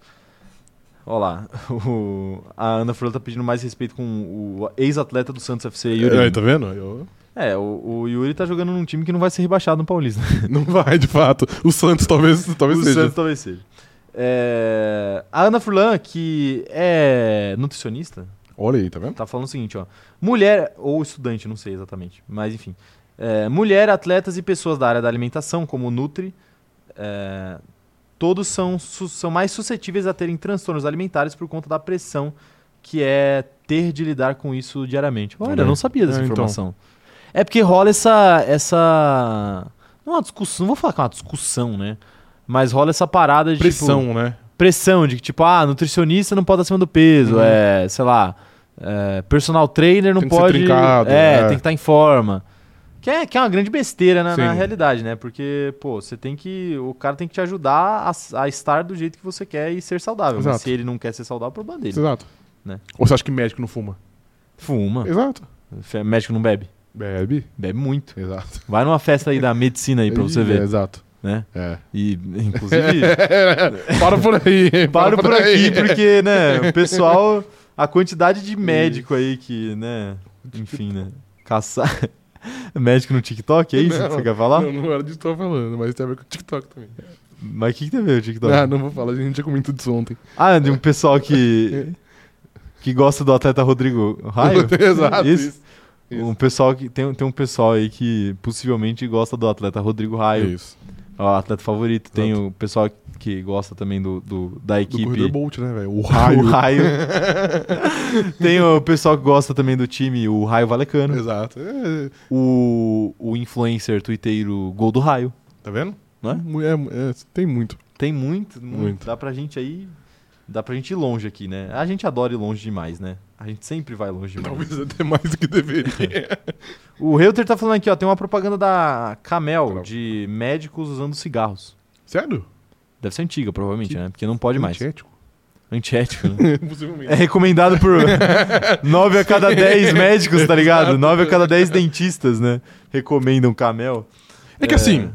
Ó lá, o- a Ana Furlan tá pedindo mais respeito com o ex-atleta do Santos FC, Yuri.
É,
Lima.
tá vendo? Eu-
É, o, o Yuri tá jogando num time que não vai ser rebaixado no Paulista.
Não vai, de fato. O Santos talvez, talvez
o
seja.
Santos talvez seja. É, a Ana Furlan, que é nutricionista,
Olha aí, tá vendo?
tá falando o seguinte, ó. Mulher, ou estudante, não sei exatamente, mas enfim. É, mulher, atletas e pessoas da área da alimentação, como Nutri, é, todos são, su- são mais suscetíveis a terem transtornos alimentares por conta da pressão que é ter de lidar com isso diariamente. Olha,
Olha
eu não sabia dessa
É, então.
informação. É porque rola essa. essa. Não é uma discussão, não vou falar que é uma discussão, né? Mas rola essa parada de. tipo,
Pressão, né?
pressão de que, tipo, ah, nutricionista não pode acima do peso,
Uhum.
é, sei lá, é, personal trainer não
Tem que ser
pode.
trincado,
é,
é.
tem que estar em forma. Que é, que é uma grande besteira na,
Sim.
na realidade, né? Porque, pô, você tem que. O cara tem que te ajudar a, a estar do jeito que você quer e ser saudável.
Exato.
Mas se ele não quer ser saudável, é problema dele.
Exato.
Né? Ah.
Ou você acha que médico não fuma?
Fuma.
Exato.
Fe- Médico não bebe.
Bebe.
Bebe muito.
Exato.
Vai numa festa aí da medicina aí pra você
É,
ver,
Exato.
né?
É.
E, inclusive,
Para por aí.
Paro por aqui, porque, né, o pessoal, a quantidade de médico aí que, né, enfim, né, caçar... médico no TikTok, é isso que você quer falar?
Não, não era disso que eu tava falando, mas tem a ver com o TikTok também.
Mas o que, que tem a ver o TikTok?
Ah, não vou falar, a gente já comentou disso ontem.
Ah, de um pessoal que... que gosta do atleta Rodrigo Raio?
Exato,
Isso?
isso.
Um pessoal que, tem, tem um pessoal aí que possivelmente gosta do atleta Rodrigo Raio, é
Isso.
o atleta favorito. Tem
Exato.
o pessoal que gosta também do, do- da
Do
equipe...
corredor Bolt, né, velho? O
O
raio.
raio. Tem o pessoal que gosta também do time, o Raio Valecano.
Exato. É,
O, o influencer twitteiro Gol do Raio.
tá vendo?
Não é?
Mu- é- é, tem muito.
Tem muito, muito.
Muito.
Dá pra gente aí. Dá pra gente ir longe aqui, né? A gente adora ir longe demais, né? A gente sempre vai longe demais.
Talvez até mais do que deveria.
O Reuter tá falando aqui, ó. Tem uma propaganda da Camel
Claro.
de médicos usando cigarros.
Sério?
Deve ser antiga, provavelmente,
Que-
né? Porque não pode mais.
Antiético?
Antiético, né? É
Possivelmente.
recomendado por 9 a cada 10 médicos, tá ligado? 9 a cada 10 dentistas, né? Recomendam camel.
É, que assim...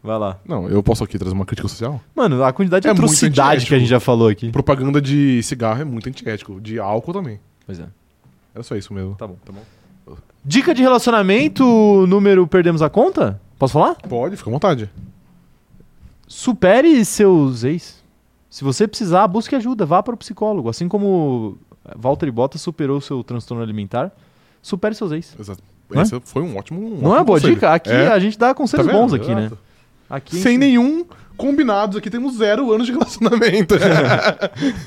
Vai lá.
Não, eu posso aqui trazer uma crítica social?
Mano, a quantidade de
É muito
atrocidade que a gente
antiético.
já falou aqui.
Propaganda de cigarro é muito antiético. De álcool também.
Pois é.
Era só isso mesmo.
Tá bom.
Tá bom.
Dica de relacionamento, número perdemos a conta? Posso falar?
Pode, fica à vontade.
Supere seus ex. Se você precisar, busque ajuda, vá para o psicólogo. Assim como Walter Bottas superou seu transtorno alimentar, supere seus ex.
Exato.
Não é?
Essa foi um ótimo. um
Não é
ótimo
boa
conselho.
dica? Aqui
É.
a gente dá
Tá
conselhos
vendo?
bons aqui, né?
Exato.
Aqui a
Sem
gente-
nenhum combinados aqui, temos zero anos de relacionamento.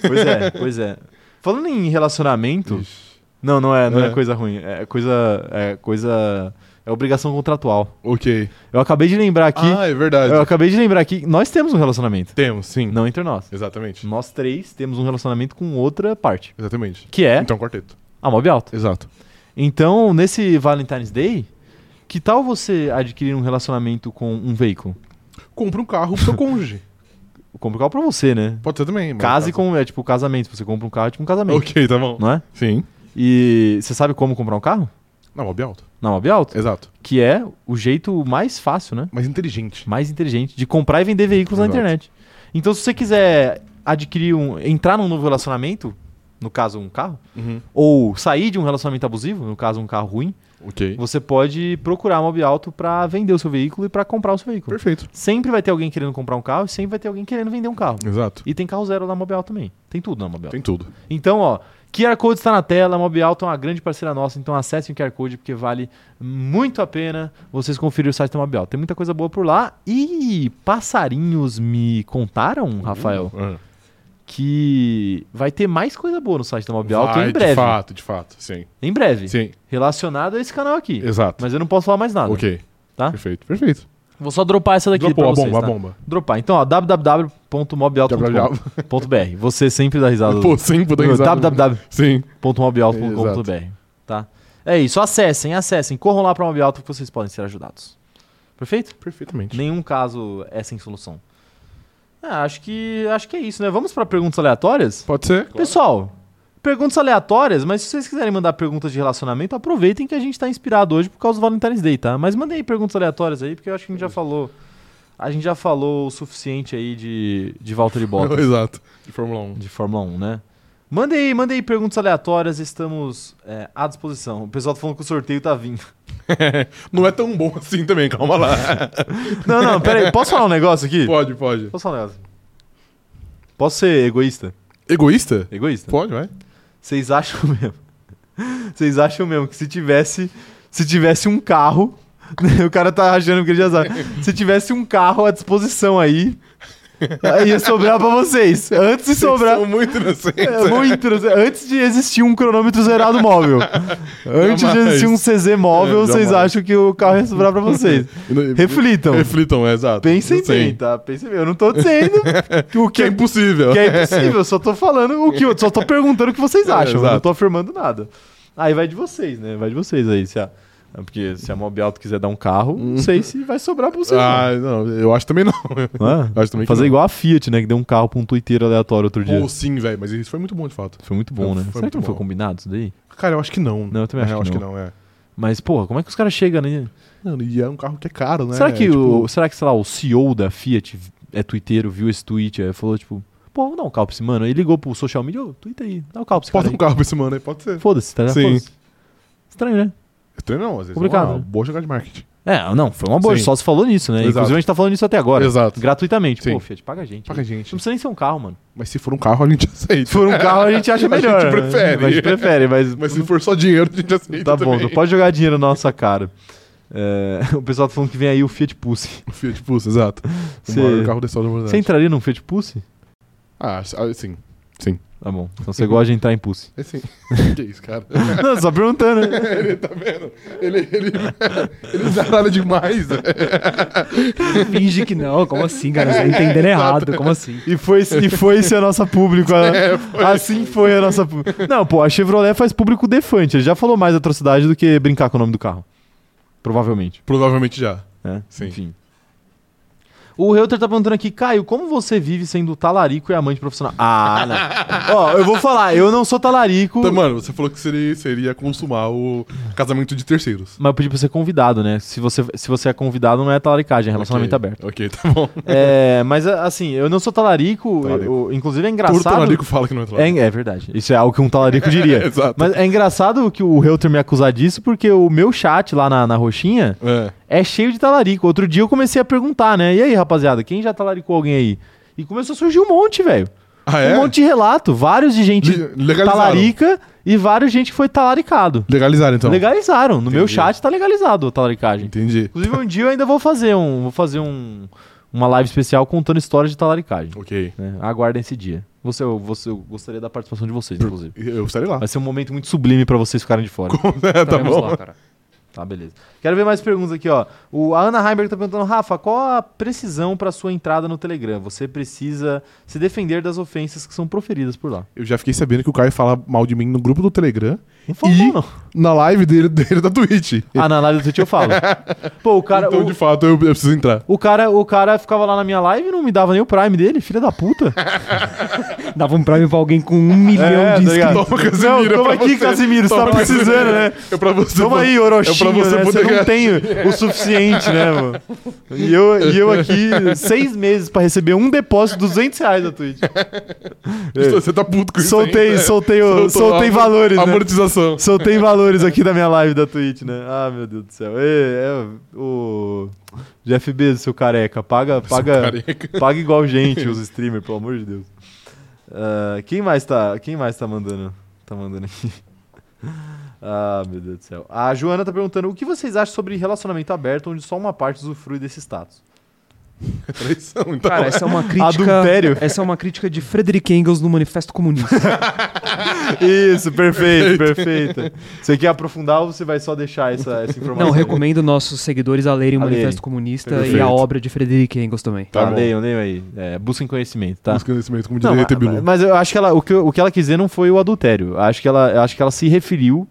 Pois é, pois é. Falando em relacionamento.
Ixi.
Não, não é, não é.
É.
coisa ruim. É coisa. É coisa. É obrigação contratual.
ok.
Eu acabei de lembrar aqui.
Ah, é verdade.
eu acabei de lembrar aqui. Nós temos um relacionamento.
Temos, sim.
Não entre nós.
Exatamente.
Nós três temos um relacionamento com outra parte.
Exatamente.
Que é
Então, quarteto.
a Mob Alta.
Exato.
Então, nesse Valentine's Day, que tal você adquirir um relacionamento com um veículo?
Compre um carro pro seu cônjuge.
Compra um carro pra você, né?
Pode ser também. mas-
Case com. É tipo casamento. Você compra um carro, é tipo um casamento.
Ok, tá bom.
Não é?
Sim.
E você sabe como comprar um carro?
Na mob alta.
Na Mob Alta?
Exato.
Que é o jeito mais fácil, né?
Mas inteligente.
mais inteligente de comprar e vender veículos na
Exato.
internet. Então, se você quiser adquirir um, entrar num novo relacionamento, no caso um carro,
Uhum.
ou sair de um relacionamento abusivo, no caso um carro ruim,
Ok.
você pode procurar a Mob Alto para vender o seu veículo e para comprar o seu veículo.
Perfeito.
Sempre vai ter alguém querendo comprar um carro e sempre vai ter alguém querendo vender um carro.
Exato.
E tem carro zero na Mob Alto também. Tem tudo na Mob Alto.
Tem tudo.
Então, ó, QR Code está na tela, a Mob Alto é uma grande parceira nossa, então acessem o QR Code porque vale muito a pena vocês conferirem o site da Mob Alto. Tem muita coisa boa por lá. E passarinhos me contaram, Rafael,
Ah.
que vai ter mais coisa boa no site da Mob Alto
Vai,
em breve.
Ah, De fato, de fato. Sim.
Em breve.
Sim.
Relacionado a esse canal aqui.
Exato.
Mas eu não posso falar mais nada.
Ok.
Tá?
Perfeito, perfeito.
Vou só dropar essa daqui
Dropou
pra
a
vocês,
bomba, a
tá?
bomba.
Dropar. Então, ó, www.mobalto.com.br. Você sempre dá risada.
Pô, sim, vou dar
No
risada.
www.
Sim.
www.mobialto.com.br, tá? É isso, acessem, acessem, corram lá para Mobialto que vocês podem ser ajudados. Perfeito?
Perfeitamente.
Nenhum caso é sem solução. Ah, acho que acho que é isso, né? Vamos para perguntas aleatórias?
Pode ser?
Pessoal, perguntas aleatórias, mas se vocês quiserem mandar perguntas de relacionamento, aproveitem que a gente tá inspirado hoje por causa do Valentine's Day, tá? Mas mandem aí perguntas aleatórias aí, porque eu acho que a gente já falou a gente já falou o suficiente aí de de Valtteri Bottas.
Exato. De Fórmula 1.
de Fórmula 1, né? Manda aí, manda aí perguntas aleatórias, estamos é, à disposição. O pessoal tá falando que o sorteio tá vindo.
Não é tão bom assim também, calma lá.
Não, não, pera aí, posso falar um negócio aqui?
pode, pode.
Posso falar um negócio? Posso ser egoísta?
Egoísta?
Egoísta?
Pode, vai.
Vocês acham mesmo? Vocês acham mesmo que se tivesse, se tivesse um né, carro, o cara tá rachando porque ele já sabe. Se tivesse um carro à disposição aí Ia sobrar pra vocês. Antes de sobrar.
São muito inocentes.
É, muito, antes de existir um cronômetro zerado móvel. É. Antes de
Jamais.
existir um CZ móvel,
É,
vocês
jamais.
acham que o carro ia sobrar pra vocês. Reflitam.
Reflitam, é, exato.
Pensem
Sim.
bem, tá? Pensem bem. Eu não tô dizendo que o
Que
que
é
é,
impossível.
que é impossível. Eu só tô falando o que eu só tô perguntando o que vocês
É,
acham. eu não
exato.
tô afirmando nada. Aí vai de vocês, né? Vai de vocês aí. Se a, porque se a Mob Alto quiser dar um carro, não sei se vai sobrar pra vocês. não.
Ah, não, eu acho também não.
Não é?
Eu acho também que
Fazer
não.
igual a Fiat, né? Que deu um carro pra um tuiteiro aleatório outro dia.
Ou sim, velho, mas isso foi muito bom de fato.
Foi muito bom, né?
Foi
Será
muito
que não foi
bom.
combinado isso daí?
Cara, eu acho que não.
Não, eu também acho
é,
que
acho que
não.
não, é.
Mas, porra, como é que os caras chegam, né?
Mano, e é um carro que é caro, né?
será que
É, tipo,
o. Será que, sei lá, o CEO da Fiat é twitteiro, viu esse tweet, aí falou, tipo, pô, vou dar um carro pra esse mano. Ele ligou pro social media, ô, twitta aí, dá um carro pra esse cara.
Pode dar um carro pra esse mano aí, pode ser.
aí. Foda-se, tá ligado?
Sim.
Foda-se. Estranho, né?
Estranho não, às vezes. é
Complicado,
Uma
né?
boa jogada de marketing.
É, não, foi uma boa,
Sim.
só se falou nisso, né?
Exato.
Inclusive a gente tá falando nisso até agora.
Exato.
Gratuitamente.
Sim.
Pô, Fiat, paga a gente.
Paga a
Não
gente.
precisa nem ser um carro, mano.
Mas se for um carro, a gente aceita.
Se for um carro, a gente acha melhor.
gente
né?
prefere.
A gente prefere, mas.
Mas se for só dinheiro, a gente aceita.
tá bom,
também.
não pode jogar dinheiro na nossa cara. É, o pessoal tá falando que vem aí o Fiat Pulse.
O Fiat Pulse, exato. O
Você-
maior carro da história da
Você
humanidade.
entraria num Fiat Pulse?
Ah, ah, sim.
Tá bom. Então você gosta de entrar em Pulse.
É sim. que isso, cara.
Não, só perguntando, né?
ele tá vendo? Ele, ele, ele zaralha demais. né?
Finge que não, como assim, cara? Você tá entendendo errado, como assim?
E foi, e foi esse a nossa público. a-
É,
Assim foi a nossa público. Não, pô, a Chevrolet faz público defante. Ele já falou mais atrocidade do que brincar com o nome do carro. Provavelmente.
Provavelmente já.
né?
Sim.
Enfim. O Reuter tá perguntando aqui, Caio, como você vive sendo talarico e amante profissional? Ah, não. Ó, eu vou falar, eu não sou talarico,
Então, mano, você falou que seria, seria consumar o casamento de terceiros.
mas eu pedi pra ser convidado, né? Se você, se você é convidado, não é talaricagem, é relacionamento
Ok.
aberto.
Ok, tá bom.
É, mas a- assim, eu não sou talarico,
Talarico.
eu- inclusive é
Todo
engraçado.
talarico fala que não é
É,
talarico.
é verdade. Isso é algo que um talarico diria.
Exato.
Mas é engraçado que o Reuter me acusar disso, porque o meu chat lá na, na roxinha
É.
é cheio de talarico. Outro dia eu comecei a perguntar, né? E aí, rapaziada, quem já talaricou alguém aí? E começou a surgir um monte, velho.
Ah, é?
Um monte de relato. Vários de gente
Le- legalizaram.
talarica e vários de gente que foi talaricado.
Legalizaram, então.
Legalizaram. No meu
Entendi.
chat tá legalizado a talaricagem.
Entendi.
Inclusive, um dia eu ainda vou fazer um. Vou fazer um, uma live especial contando histórias de talaricagem.
Ok.
né? Aguardem esse dia. Você, eu, você, eu gostaria da participação de vocês, inclusive.
Eu estarei lá.
Vai ser um momento muito sublime pra vocês ficarem de fora.
tá
Estaremos
bom.
lá, cara.
Tá, beleza. Quero ver mais perguntas aqui, ó. O, a Ana Heimberg tá perguntando, Rafa, qual a precisão pra sua entrada no Telegram? Você precisa se defender das ofensas que são proferidas por lá.
Eu já fiquei sabendo que o Caio fala mal de mim no grupo do Telegram,
Não falo
E-
mal, não.
na live dele, dele da Twitch.
Ah, na live do Twitch eu falo. Pô, o cara...
então,
o...
de fato, eu, eu preciso entrar.
O cara, o cara ficava lá na minha live e não me dava nem o Prime dele, filha da puta.
Dava um prêmio pra alguém com um milhão de inscritos.
ligado?
Toma, Casimiro,
Não,
é
toma
pra
aqui,
você.
Casimiro, você tá
Toma, Casimiro.
precisando, né?
É pra você.
Toma aí, Orochinho,
É pra você
né?
poder
Você não
gastar.
tem o suficiente, né, mano? E eu, e eu aqui, seis meses pra receber um depósito de 200 reais da Twitch.
Você tá puto com isso.
Soltei,
ainda.
soltei, o-
Soltou
soltei
a-
valores, né?
Amortização.
Soltei valores aqui da minha live da Twitch, né? Ah, meu Deus do céu. É, é, o Jeff Bezos, seu careca, paga, paga,
Careca.
paga igual gente os streamers, pelo amor de Deus. Ah, quem mais tá, quem mais tá mandando? Tá mandando aqui. Ah, meu Deus do céu. A Joana tá perguntando: "O que vocês acham sobre relacionamento aberto onde só uma parte usufrui desse status?"
É traição, então.
Cara, essa é uma crítica.
Adultério.
Essa é uma crítica de Frederick Engels no Manifesto Comunista.
Isso, perfeito, perfeito. Você quer aprofundar ou você vai só deixar essa, essa informação?
Não, recomendo nossos seguidores a lerem o
A lerem.
Manifesto Comunista e
Perfeito.
a obra de Frederick Engels também.
Tá,
Tá bom.
leiam, leiam aí. É, busquem conhecimento, tá?
Busca conhecimento, como
Não,
diria
ma-
Tebilu.
ma- mas eu acho que ela, o, que, o que ela quis dizer não foi o adultério. Acho que ela, acho que ela se referiu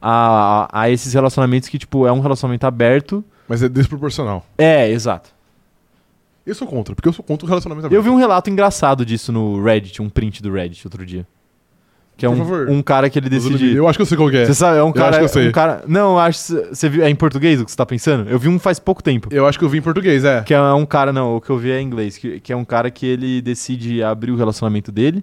a, a, a esses relacionamentos que, tipo, é um relacionamento aberto.
Mas é desproporcional.
É, exato.
Eu sou contra, porque eu sou contra o relacionamento aberto.
Eu vi um relato engraçado disso no Reddit, um print do Reddit outro dia. Que é
Por
um,
favor.
um cara que ele
Mas eu
decide.
Eu acho que eu sei qual que é.
Você sabe, é um
Eu
cara.
acho que eu sei.
Um cara não, eu acho. Você viu, é em português o que você tá pensando? Eu vi um faz pouco tempo.
Eu acho que eu vi em português, é.
Que é um cara, não, o que eu vi é em inglês, que, que é um cara que ele decide abrir o relacionamento dele,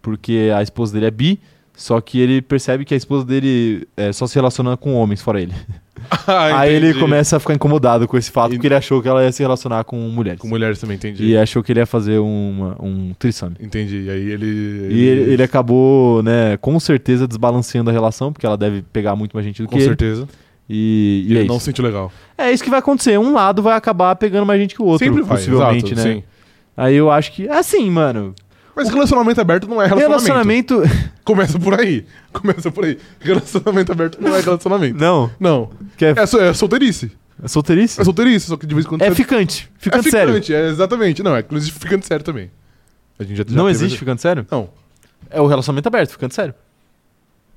porque a esposa dele é bi, só que ele percebe que a esposa dele é, só se relaciona com homens fora ele.
Ah,
Aí ele
entendi.
começa a ficar incomodado com esse fato,
E-
porque ele achou que ela ia se relacionar com mulheres.
Com mulheres também, entendi.
e achou que ele ia fazer uma, um trissame.
Entendi. E aí ele.
E ele, ele acabou, né, com certeza desbalanceando a relação, porque ela deve pegar muito mais gente do
Com
que ele.
certeza.
E, é e
ele
é,
não
isso.
sentiu legal.
é isso que vai acontecer. Um lado vai acabar pegando mais gente que o outro,
Sempre vai,
possivelmente,
exato,
né?
sim.
Aí eu acho que, assim, mano,
Mas relacionamento aberto não é relacionamento.
relacionamento.
Começa por aí. Começa por aí. Relacionamento aberto não é relacionamento.
Não,
Não.
que é,
É, so- é solteirice.
é solteirice?
É solteirice, só que de vez em quando...
É
você-
ficante.
é
Ficante sério.
é exatamente. Não, é inclusive ficando sério também. A gente já, já
Não
teve-
existe ficante sério?
Não.
É o relacionamento aberto, ficante sério.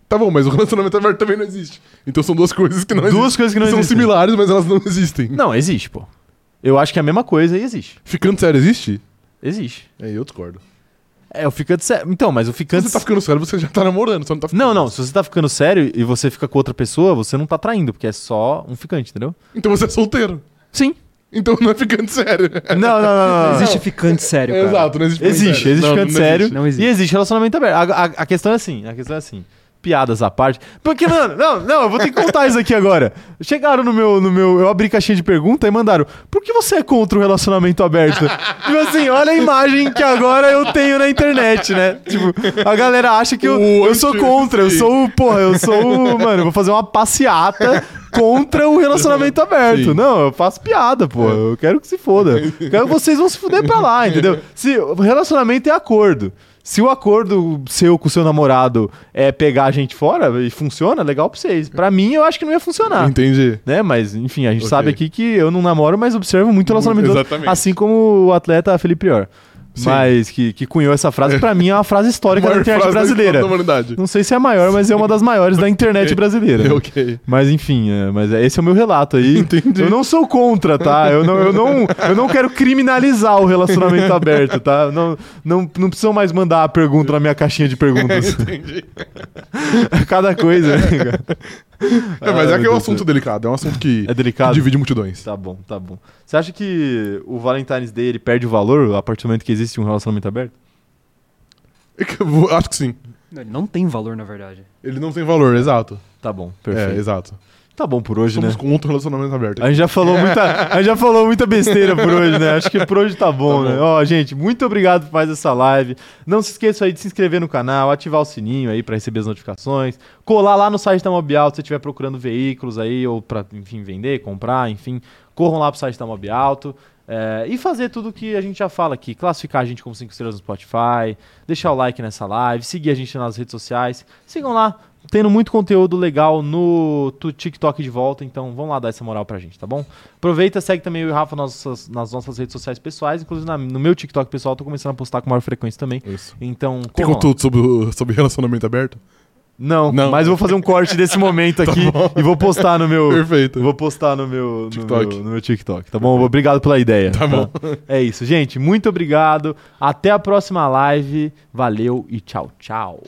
Tá bom, mas o relacionamento aberto também não existe. Então são duas coisas que não
Duas coisas que não
São
existem.
similares, mas elas não existem.
Não, existe, pô. Eu acho que é a mesma coisa e existe.
Ficando sério existe?
Existe.
É, eu discordo.
É, o ficante sério. Então, mas o
Se
ficante.
você tá ficando sério, você já tá namorando, só não tá ficando.
Não, não. Se você tá ficando sério e você fica com outra pessoa, você não tá traindo, porque é só um ficante, entendeu?
Então você é solteiro.
Sim.
Então não é ficando sério. É
Não, não, não, não. não.
Existe ficante sério, cara.
Exato, não existe ficando
Existe,
sério.
existe
Não,
ficante
não
sério.
existe.
Não existe.
E existe relacionamento aberto. A, a- a questão é assim, a questão é assim. Piadas à parte. Porque, mano, não, não, eu vou ter que contar isso aqui agora. Chegaram no meu, no meu. Eu abri caixinha de pergunta e mandaram: por que você é contra o relacionamento aberto? tipo assim, olha a imagem que agora eu tenho na internet, né? Tipo, a galera acha que eu,
O
eu sou
anti-
contra, eu
sim.
sou o. Porra, eu sou o. Mano, eu vou fazer uma passeata contra o relacionamento aberto.
Sim. É.
Não, eu faço piada, pô. Eu quero que se foda. Eu Quero que vocês vão se fuder pra lá, entendeu? Se relacionamento é acordo. Se o acordo seu com o seu namorado é pegar a gente fora e funciona, legal pra vocês. Pra mim, eu acho que não ia funcionar.
Entendi.
Né? Mas, enfim, a gente
Ok.
sabe aqui que eu não namoro, mas observo muito o relacionamento. do outro,
Exatamente.
Assim como o atleta Felipe Prior.
Sim.
Mas que, que cunhou essa frase, pra mim é uma frase histórica da
Maior
internet
frase da história
brasileira.
Da humanidade. É,
Não sei se é a maior, mas é uma das maiores da internet brasileira. né?
ok.
Mas enfim, é, mas é- esse é o meu relato aí.
Entendi.
Eu não sou contra, tá? Eu não, eu não, eu não quero criminalizar o relacionamento aberto, tá? Não, não, não precisam mais mandar a pergunta na minha caixinha de perguntas.
Entendi.
Cada coisa, né? cara?
É, mas
Ah,
é que é
meu
um
Deus
assunto
do
delicado. É um assunto que,
céu. É
que
delicado.
divide multidões.
Tá bom, tá bom. Você acha que o Valentine's Day ele perde o valor a partir do momento que existe um relacionamento aberto?
É que eu vou- Acho que sim.
Não, ele não tem valor, na verdade.
Ele não tem valor, exato.
Tá bom,
É,
perfeito.
exato.
tá bom por hoje,
Somos
né?
contra o relacionamento aberto.
A gente, já falou muita, a gente já falou muita besteira por hoje, né? Acho que por hoje tá bom,
Tá
né?
bom.
Ó, gente, muito obrigado por mais essa live. Não se esqueça aí de se inscrever no canal, ativar o sininho aí pra receber as notificações, colar lá no site da Mobial se você estiver procurando veículos aí ou pra, enfim, vender, comprar, enfim. Corram lá pro site da Mobialto. É, e fazer tudo o que a gente já fala aqui, classificar a gente como 5 estrelas no Spotify, deixar o like nessa live, seguir a gente nas redes sociais. Sigam lá, tendo muito conteúdo legal no tu- TikTok de volta, então vão lá dar essa moral pra gente, tá bom? Aproveita, segue também eu e o Rafa nas nossas, nas nossas redes sociais pessoais, inclusive na- no meu TikTok pessoal, eu tô começando a postar com maior frequência também.
É Isso.
Então,
Tem
corram lá.
conteúdo sobre, o- sobre relacionamento aberto?
Não,
Não. Tá
mas eu vou fazer um corte desse momento aqui e vou postar no meu
Perfeito.
Vou postar no meu no
TikTok.
meu- no meu TikTok, tá bom? Obrigado pela ideia.
Tá bom.
É isso, gente. Muito obrigado. Até a próxima live. Valeu e tchau, tchau.